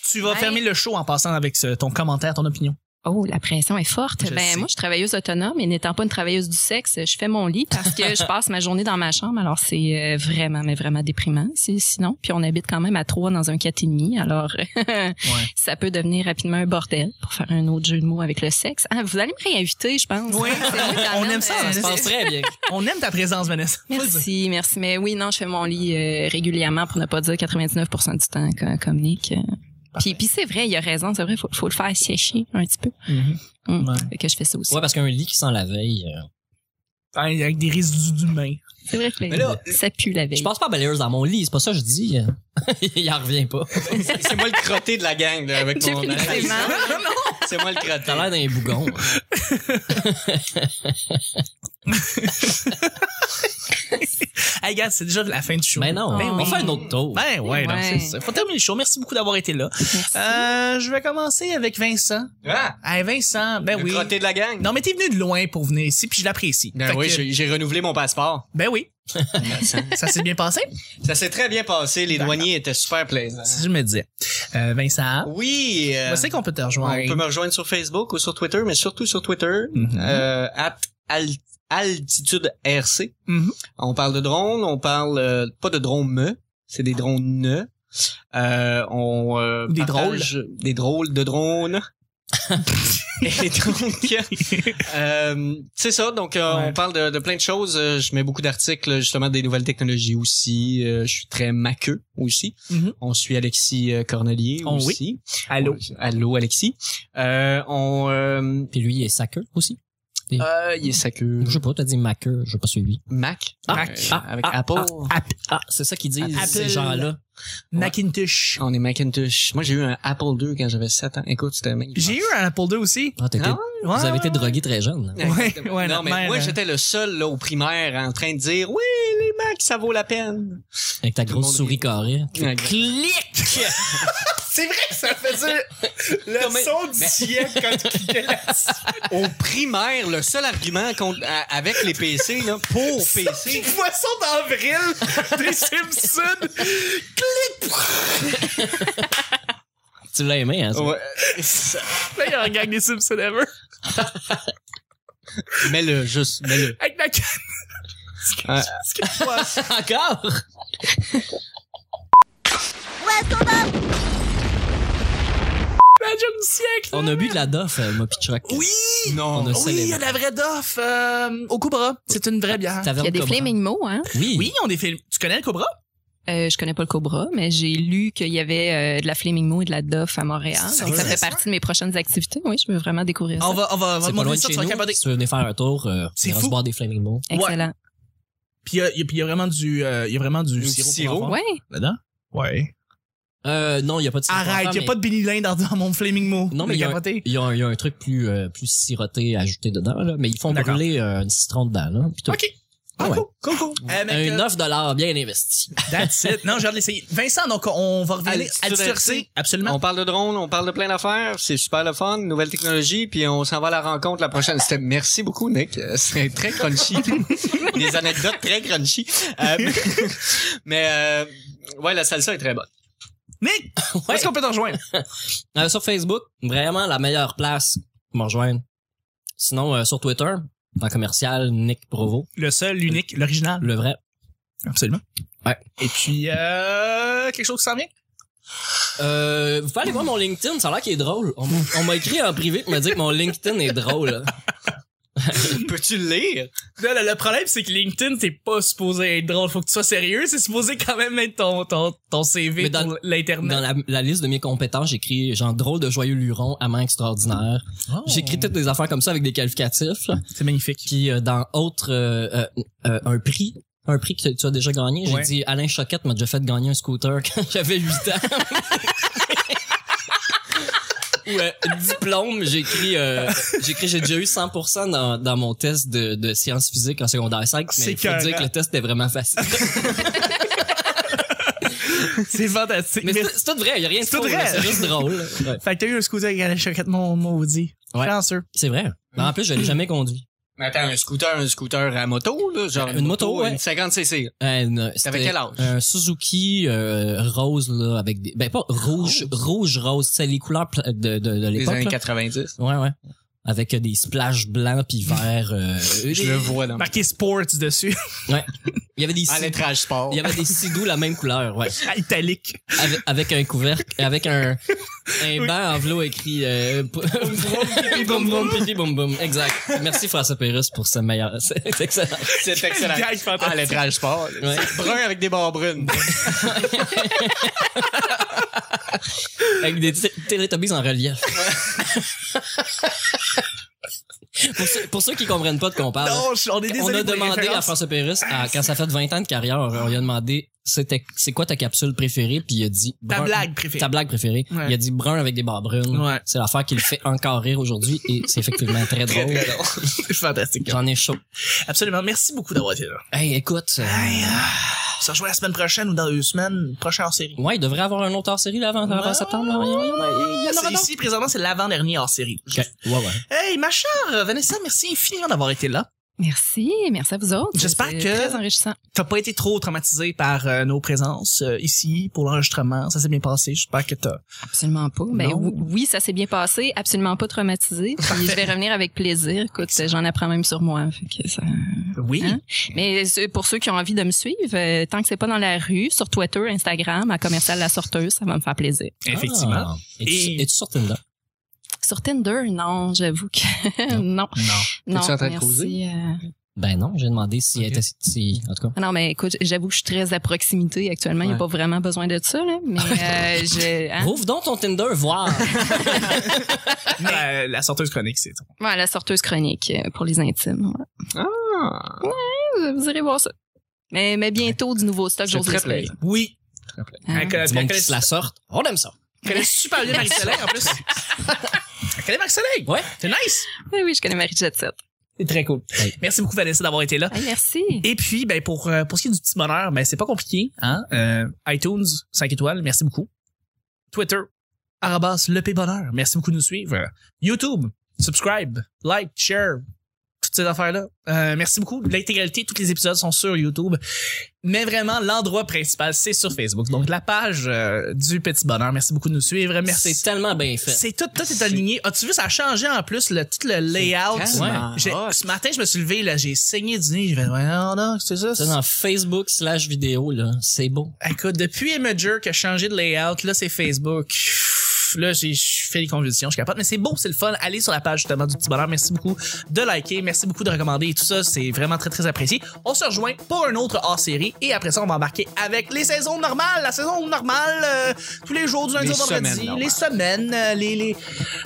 Speaker 3: tu vas
Speaker 7: Ben-
Speaker 3: fermer le show en passant avec ce- ton commentaire, ton opinion.
Speaker 7: Oh, la pression est forte.
Speaker 3: Je
Speaker 7: ben
Speaker 3: sais.
Speaker 7: moi, je suis travailleuse autonome et n'étant pas une travailleuse du sexe, je fais mon lit parce que je passe ma journée dans ma chambre. Alors c'est euh, vraiment, mais vraiment déprimant. c'est- Sinon, puis on habite quand même à trois dans un quatre et demi. Alors ça peut devenir rapidement un bordel pour faire un autre jeu de mots avec le sexe. Ah, vous allez me réinviter, je pense.
Speaker 3: Oui.
Speaker 7: C'est moi qui
Speaker 3: On
Speaker 7: amène,
Speaker 3: aime
Speaker 7: euh,
Speaker 3: ça, on
Speaker 5: Ça se passe très bien.
Speaker 3: On aime ta présence, Vanessa.
Speaker 7: Merci, merci. Mais oui, non, je fais mon lit euh, régulièrement pour ne pas dire 99% du temps comme, comme Nick. euh. Puis, puis c'est vrai, il a raison, c'est vrai, faut, faut le faire sécher un petit peu.
Speaker 3: Mm-hmm.
Speaker 7: Mm.
Speaker 3: Ouais.
Speaker 7: Fait que je fais ça aussi.
Speaker 5: Ouais, parce qu'un lit qui sent la veille. euh,
Speaker 3: Ah, Avec des résidus d'humains.
Speaker 7: C'est vrai que
Speaker 4: Mais là,
Speaker 7: ça pue la veille.
Speaker 5: Je passe pas balayeuse dans mon lit, c'est pas ça que je dis. euh. Il en revient pas.
Speaker 4: C'est moi le crotté de la gang, là, avec mon
Speaker 7: Définitivement.
Speaker 4: C'est moi le crotté.
Speaker 5: T'as l'air d'un bougon.
Speaker 3: Hey, gars, c'est déjà la fin du show.
Speaker 5: Mais non,
Speaker 7: Ben
Speaker 5: on
Speaker 7: oui.
Speaker 5: fait un autre tour.
Speaker 3: Ben ouais, non,
Speaker 7: Ouais.
Speaker 3: c'est ça. Faut terminer le show. Merci beaucoup d'avoir été là.
Speaker 7: Merci.
Speaker 3: Euh, je vais commencer avec Vincent.
Speaker 4: Ah,
Speaker 3: Hey, Vincent, ben
Speaker 4: le
Speaker 3: oui.
Speaker 4: crotté de la gang.
Speaker 3: Non, mais t'es venu de loin pour venir ici, puis je l'apprécie.
Speaker 4: Ben
Speaker 3: Fait
Speaker 4: oui,
Speaker 3: que-
Speaker 4: j'ai- j'ai renouvelé mon passeport.
Speaker 3: ben oui. ça s'est bien passé,
Speaker 4: Ça s'est très bien passé. Les douaniers étaient super plaisants.
Speaker 3: si je me disais. Euh, Vincent,
Speaker 4: Oui. euh,
Speaker 3: où c'est qu'on peut te rejoindre?
Speaker 4: on peut me rejoindre sur Facebook ou sur Twitter, mais surtout sur Twitter,
Speaker 3: Mhm.
Speaker 4: euh, at al- altitude RC.
Speaker 3: Mhm.
Speaker 4: On parle de drones, on parle euh, pas de drones me, c'est des drones ne. Euh, on euh,
Speaker 3: Des
Speaker 4: partage des drôles de drones. Et donc, euh, c'est ça. Donc, euh,
Speaker 3: Ouais.
Speaker 4: on parle de, de plein de choses. Euh, Je mets beaucoup d'articles, justement, des nouvelles technologies aussi. Euh, je suis très maqueux aussi.
Speaker 3: Mhm.
Speaker 4: On suit Alexis euh, Cornelier
Speaker 3: Oh oui.
Speaker 4: aussi.
Speaker 3: Allô?
Speaker 4: Allô, Alexis. Euh, on, euh,
Speaker 5: Puis lui, il est saqueux aussi.
Speaker 4: euh, il est sa queue.
Speaker 5: Je sais pas, t'as dit maqueux, je sais pas suivi.
Speaker 4: Mac.
Speaker 5: Ah,
Speaker 4: Mac.
Speaker 5: ah,
Speaker 4: avec
Speaker 5: ah,
Speaker 4: Apple.
Speaker 5: Ah, ah, c'est ça qu'ils disent,
Speaker 3: Apple.
Speaker 5: ces gens-là.
Speaker 3: Macintosh.
Speaker 4: On est Macintosh. Moi, j'ai eu un Apple 2 quand j'avais 7 ans. Écoute, c'était magnifique.
Speaker 3: J'ai eu un Apple II aussi.
Speaker 5: Ah, t'as été-
Speaker 4: Ah ouais?
Speaker 3: Ouais.
Speaker 5: Vous avez été drogué très jeune. là.
Speaker 3: Ouais,
Speaker 4: Exactement.
Speaker 3: ouais,
Speaker 4: non,
Speaker 3: notre
Speaker 4: mais
Speaker 3: mère,
Speaker 4: moi,
Speaker 3: euh,
Speaker 4: j'étais le seul là, au primaire en train de dire « Oui, les Macs, ça vaut la peine.
Speaker 5: Avec ta
Speaker 4: Tout le
Speaker 5: grosse
Speaker 4: monde
Speaker 5: souris
Speaker 4: est-
Speaker 5: carrée. »
Speaker 3: Clic!
Speaker 6: C'est vrai que ça faisait le son du siècle quand tu cliquais là-dessus.
Speaker 4: Au primaire, le seul argument contre- à- avec les PC, là, pour
Speaker 6: Une
Speaker 4: PC,
Speaker 6: Poisson d'avril des Simpsons.
Speaker 5: Tu l'as aimé, hein? ça?
Speaker 4: ouais,
Speaker 3: Meilleur gang des Simpsons ever.
Speaker 4: mets-le, juste, mets-le.
Speaker 3: Avec ma canne. Ah.
Speaker 4: Ouais.
Speaker 5: Encore?
Speaker 3: La
Speaker 5: Ben,
Speaker 3: joke du siècle.
Speaker 5: On a bu de la doff, euh, moi pis Chuck.
Speaker 3: Oui!
Speaker 4: Non.
Speaker 5: On a
Speaker 3: Oui, il y a la vraie doff euh, au Cobra. C'est une vraie bière.
Speaker 7: Il
Speaker 5: Taverne
Speaker 7: y a des
Speaker 5: Cobra.
Speaker 7: flaming mots, hein?
Speaker 5: Oui.
Speaker 3: Oui, on est films. Tu connais le Cobra?
Speaker 7: Euh, je connais pas le Cobra, mais j'ai lu qu'il y avait euh, de la flaming mots et de la doff à Montréal.
Speaker 3: Ça
Speaker 7: Donc, ça fait
Speaker 3: existe,
Speaker 7: partie de mes prochaines activités. Oui, je veux vraiment découvrir ça.
Speaker 3: On va, on va, on va te
Speaker 5: C'est pas
Speaker 3: montrer
Speaker 5: loin de
Speaker 3: ça,
Speaker 5: chez
Speaker 3: tu vas
Speaker 5: nous.
Speaker 3: capoter.
Speaker 5: Si tu veux venir faire un tour, euh,
Speaker 3: C'est
Speaker 5: on ira
Speaker 3: fou.
Speaker 5: se boire des flaming mots.
Speaker 7: Excellent.
Speaker 3: Puis il y a- il y a vraiment du, euh, il y a vraiment du
Speaker 4: Du
Speaker 3: sirop. pour
Speaker 4: sirop.
Speaker 3: enfants
Speaker 7: Ouais.
Speaker 3: Là-dedans? Ouais.
Speaker 5: Euh, non, il y a pas de
Speaker 3: Arrête, il y a pas de bénilin dans, dans mon Flaming Mo.
Speaker 5: Non, mais
Speaker 3: Le
Speaker 5: il y a un-
Speaker 3: capoté.
Speaker 5: Il y, a un, il y a un truc plus, euh, plus siroté ajouté dedans, là, mais ils font
Speaker 3: D'accord.
Speaker 5: brûler euh, une citron dedans. Là, puis tout.
Speaker 3: Ok.
Speaker 5: Ah ouais.
Speaker 3: cool, cool. Euh, mec,
Speaker 5: Un
Speaker 3: euh,
Speaker 5: 9 bien investi.
Speaker 3: That's it. Non, j'ai hâte de l'essayer. Vincent, donc, on va revenir
Speaker 4: Altitude
Speaker 3: à Distorcé.
Speaker 4: RC.
Speaker 3: Absolument.
Speaker 4: On parle de drones, on parle de plein d'affaires, c'est super le fun, nouvelle technologie, puis on s'en va à la rencontre la prochaine. C'était- Merci beaucoup, Nick. Euh, C'est très crunchy. Des anecdotes très crunchy. Euh, mais- mais euh, ouais, la salsa est très bonne.
Speaker 3: Nick, où est-ce qu'on peut te rejoindre?
Speaker 5: Euh, sur Facebook, vraiment la meilleure place pour me rejoindre. Sinon, euh, sur Twitter, en commercial, Nick Provo,
Speaker 3: Le seul, l'unique, l'original.
Speaker 5: le vrai.
Speaker 3: Absolument.
Speaker 5: Ouais.
Speaker 3: Et puis, euh, quelque chose qui s'en vient?
Speaker 5: Euh, vous pouvez aller voir mon LinkedIn, ça a l'air qu'il est drôle. On m'a- on m'a écrit en privé pour me dire que mon LinkedIn est drôle.
Speaker 4: Peux-tu le lire?
Speaker 3: Non, le, le problème, c'est que LinkedIn, t'es pas supposé être drôle. Faut que tu sois sérieux. C'est supposé quand même être ton, ton, ton CV
Speaker 5: Mais dans-
Speaker 3: pour l'Internet.
Speaker 5: Dans la, la liste de mes compétences, j'écris genre drôle de joyeux luron, amant extraordinaire. J'écris toutes des affaires comme ça avec des qualificatifs. là.
Speaker 3: Oh, C'est magnifique.
Speaker 5: Puis euh, dans autre euh, euh, euh, un prix un prix que tu as déjà gagné, j'ai
Speaker 3: Ouais.
Speaker 5: dit Alain Choquette m'a déjà fait gagner un scooter quand j'avais 8 ans. Ou euh, diplôme, j'écris euh, j'écris j'ai déjà eu 100% dans, dans mon test de, de sciences physiques en secondaire 5, mais
Speaker 3: C'est
Speaker 5: il faut dire
Speaker 3: écœurant.
Speaker 5: que le test était vraiment facile.
Speaker 3: C'est fantastique.
Speaker 5: mais
Speaker 3: Merci.
Speaker 5: c'est c'est tout vrai, il y a rien de
Speaker 3: C'est tout
Speaker 5: faux,
Speaker 3: vrai.
Speaker 5: là, c'est juste drôle. Ouais.
Speaker 3: Fait que t'as eu un scooter avec la choquette mon maudit.
Speaker 5: Ouais.
Speaker 3: Chanceux.
Speaker 5: hein? Mm. C'est vrai. Mais en plus, Ben, je l'ai jamais conduit.
Speaker 4: Mais attends, un scooter, un scooter à moto, là, genre
Speaker 5: Une moto,
Speaker 4: une
Speaker 5: ouais.
Speaker 4: 50cc.
Speaker 5: Un, Euh, c'était
Speaker 4: quel âge?
Speaker 5: Un Suzuki euh, rose là avec des ben pas rouge rouge rose, c'est les couleurs pla- de de, de
Speaker 4: Oh. Des
Speaker 5: l'époque.
Speaker 4: années
Speaker 5: là.
Speaker 4: 90.
Speaker 5: Ouais ouais. Avec euh, des splashes blancs puis verts. euh,
Speaker 4: Je
Speaker 5: des-
Speaker 4: le vois dans
Speaker 3: Marqué sports dessus,
Speaker 5: Il y avait des
Speaker 4: à
Speaker 5: si-
Speaker 4: l'étrage sport.
Speaker 5: il y avait des sidous la même couleur, ouais.
Speaker 3: à Ah, italique.
Speaker 5: Avec, avec un couvercle, avec un un banc en velours écrit euh, p- pipi boum boum pipi boum boum. Exact. Merci François Pérusse pour ce meilleur c'est excellent.
Speaker 4: C'est excellent.
Speaker 3: Gag fantastique.
Speaker 4: À l'étrage sport.
Speaker 5: Ouais.
Speaker 4: C'est brun avec des barres brunes.
Speaker 5: Avec des t- Teletubbies en relief. pour, ceux, pour ceux qui comprennent pas de quoi on parle,
Speaker 3: Non, je- on est
Speaker 5: on
Speaker 3: désolé.
Speaker 5: a
Speaker 3: pour les
Speaker 5: demandé à
Speaker 3: références.
Speaker 5: François Pérus, à- quand ça fait 20 ans de carrière, on, on lui a demandé c'était c'est quoi ta capsule préférée, puis il a dit
Speaker 3: ta
Speaker 5: brun-
Speaker 3: blague préférée.
Speaker 5: Ta blague préférée.
Speaker 3: Ouais.
Speaker 5: Il a dit brun avec des barres brunes.
Speaker 3: Ouais.
Speaker 5: C'est l'affaire qui le fait encore rire aujourd'hui et c'est effectivement très drôle.
Speaker 3: C'est fantastique.
Speaker 5: J'en ai chaud.
Speaker 3: Absolument. Merci beaucoup d'avoir été là.
Speaker 5: Hey, écoute. euh,
Speaker 3: On se rejoint la semaine prochaine ou dans deux semaines, prochaine hors série.
Speaker 5: ouais, il devrait avoir un autre hors série là avant, avant septembre. là.
Speaker 3: Ah, c'est ici, présentement, c'est l'avant-dernier hors série.
Speaker 5: Ok. Ouais, ouais.
Speaker 3: Hey, ma chère Vanessa, merci infiniment d'avoir été là.
Speaker 7: Merci, merci à vous autres.
Speaker 3: J'espère
Speaker 7: C'est
Speaker 3: que-
Speaker 7: très enrichissant.
Speaker 3: T'as pas été trop traumatisé par euh, nos présences euh, ici pour l'enregistrement. Ça s'est bien passé. J'espère que t'as.
Speaker 7: Absolument pas. Ben
Speaker 3: Non.
Speaker 7: oui, oui, ça s'est bien passé, absolument pas traumatisé. Puis je vais revenir avec plaisir. Écoute, j'en apprends même sur moi. Fait que ça-
Speaker 3: Oui.
Speaker 7: Hein? Mais ce- pour ceux qui ont envie de me suivre, euh, tant que c'est pas dans la rue, sur Twitter, Instagram, à commercial la sorteuse, ça va me faire plaisir.
Speaker 3: Effectivement.
Speaker 5: Ah. Es-tu
Speaker 3: Et-
Speaker 5: es-tu sur Tinder?
Speaker 7: Sur Tinder, non, j'avoue que non. Non,
Speaker 4: T'es-tu en train de
Speaker 7: merci,
Speaker 4: causer?
Speaker 7: euh,
Speaker 5: Ben non, j'ai demandé si elle était si, en tout cas.
Speaker 7: Non, mais écoute, j'avoue que je suis très à proximité actuellement. Il n'y
Speaker 4: Ouais.
Speaker 7: a pas vraiment besoin de ça, là. Mais euh, je... hein?
Speaker 5: Rouvre donc ton Tinder, voir.
Speaker 3: Mais, euh, la sorteuse chronique, c'est tout.
Speaker 7: Ouais, la sorteuse chronique euh, pour les intimes. ouais.
Speaker 4: Ah.
Speaker 7: Vous- Vous irez voir ça. Mais, mais bientôt du nouveau stock,
Speaker 4: C'est
Speaker 7: j'ose
Speaker 4: très
Speaker 7: l'espérer.
Speaker 3: Oui.
Speaker 7: Hein?
Speaker 3: Elle connaît,
Speaker 5: du
Speaker 3: elle
Speaker 5: monde
Speaker 3: connaît-
Speaker 5: qui se la sorte. On aime ça.
Speaker 3: elle connaît super bien Marie-Soleil, en plus. Elle connaît Marie-Soleil.
Speaker 5: Ouais.
Speaker 3: C'est nice.
Speaker 7: Oui, oui, je connais Marie Jet Set.
Speaker 3: C'est très cool.
Speaker 5: Ouais.
Speaker 3: Merci beaucoup, Vanessa, d'avoir été là.
Speaker 7: Hey, merci.
Speaker 3: Et puis, ben pour, euh, pour ce qui est du petit bonheur, ben c'est pas compliqué. Hein? Euh, iTunes, 5 étoiles, merci beaucoup. Twitter, arabas le P bonheur, merci beaucoup de nous suivre. YouTube, subscribe, like, share, toutes ces affaires-là. Euh, merci beaucoup. L'intégralité, tous les épisodes sont sur YouTube. Mais vraiment, l'endroit principal, c'est sur Facebook. Donc, la page euh, du petit bonheur, merci beaucoup de nous suivre. Merci.
Speaker 5: C'est tellement bien fait.
Speaker 3: C'est tout, tout est aligné. As-tu vu, ça a changé en plus le, tout le layout.
Speaker 4: tellement
Speaker 3: J'ai-
Speaker 4: hot.
Speaker 3: Ce matin, je me suis levé, là, j'ai saigné du nez. J'ai fait, ouais, non, non, c'est ça.
Speaker 5: C'est dans Facebook slash vidéo, là. C'est beau.
Speaker 3: Écoute, depuis Imager qui a changé de layout, là, c'est Facebook. Pff, Là, j'ai je fais les convulsions, je capote. Mais c'est beau, c'est le fun. Allez sur la page, justement, du petit bonheur. Merci beaucoup de liker. Merci beaucoup de recommander et tout ça. C'est vraiment très, très apprécié. On se rejoint pour un autre hors-série. Et après ça, on va embarquer avec les saisons normales. La saison normale, euh, tous les jours du lundi
Speaker 4: Les
Speaker 3: au vendredi.
Speaker 4: semaines
Speaker 3: les semaines, euh, les, les-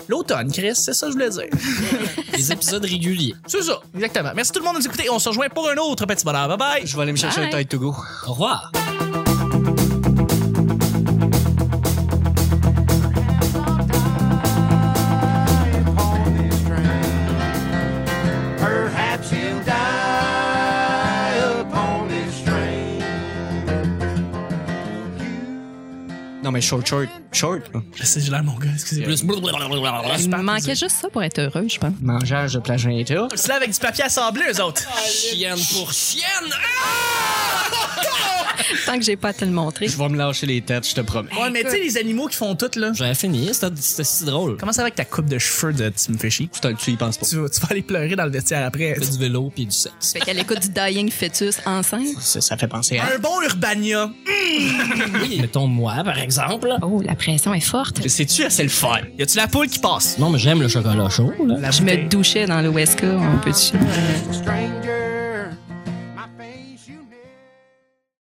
Speaker 3: l'automne, Chris. C'est ça que je voulais dire.
Speaker 5: Des épisodes réguliers.
Speaker 3: C'est ça, exactement. Merci tout le monde de nous écouter. On se rejoint pour un autre petit bonheur. Bye bye.
Speaker 4: Je vais aller me chercher
Speaker 7: Bye.
Speaker 4: un Tide to go.
Speaker 5: Au revoir.
Speaker 9: Perhaps he'll die upon his train.
Speaker 4: Non, mais short, short, short. là.
Speaker 3: C'est Gilles, mon gars. Excusez-moi.
Speaker 5: Plus blablabla.
Speaker 7: Il me manquait juste ça pour être heureux, je pense.
Speaker 4: Mangeage de plagiat.
Speaker 3: C'est là avec du papier assemblé, eux autres.
Speaker 5: chienne pour chienne.
Speaker 7: Tant que j'ai pas à te le montrer.
Speaker 4: Je vais me lâcher les têtes, je te promets.
Speaker 3: Ouais, mais tu sais, les animaux qui font tout, là.
Speaker 5: J'avais fini. C'était c'était si drôle.
Speaker 3: Comment ça va avec ta coupe de cheveux de tu me fais chier?
Speaker 4: Tu, tu y penses pas.
Speaker 3: Tu, vas- tu vas aller pleurer dans le vestiaire après.
Speaker 5: Fait du vélo puis du sexe.
Speaker 7: Fait qu'elle écoute du dying fetus enceinte.
Speaker 4: Ça, ça fait penser à...
Speaker 3: Un bon Urbania.
Speaker 5: Oui. Mettons moi, par exemple.
Speaker 7: Oh, la pression est forte.
Speaker 4: Sais-tu assez le faire?
Speaker 3: Y a-tu la poule qui passe?
Speaker 5: Non, mais j'aime le chocolat chaud, là.
Speaker 7: Je me douchais dans le Wesca, on peut-tu?
Speaker 9: Stranger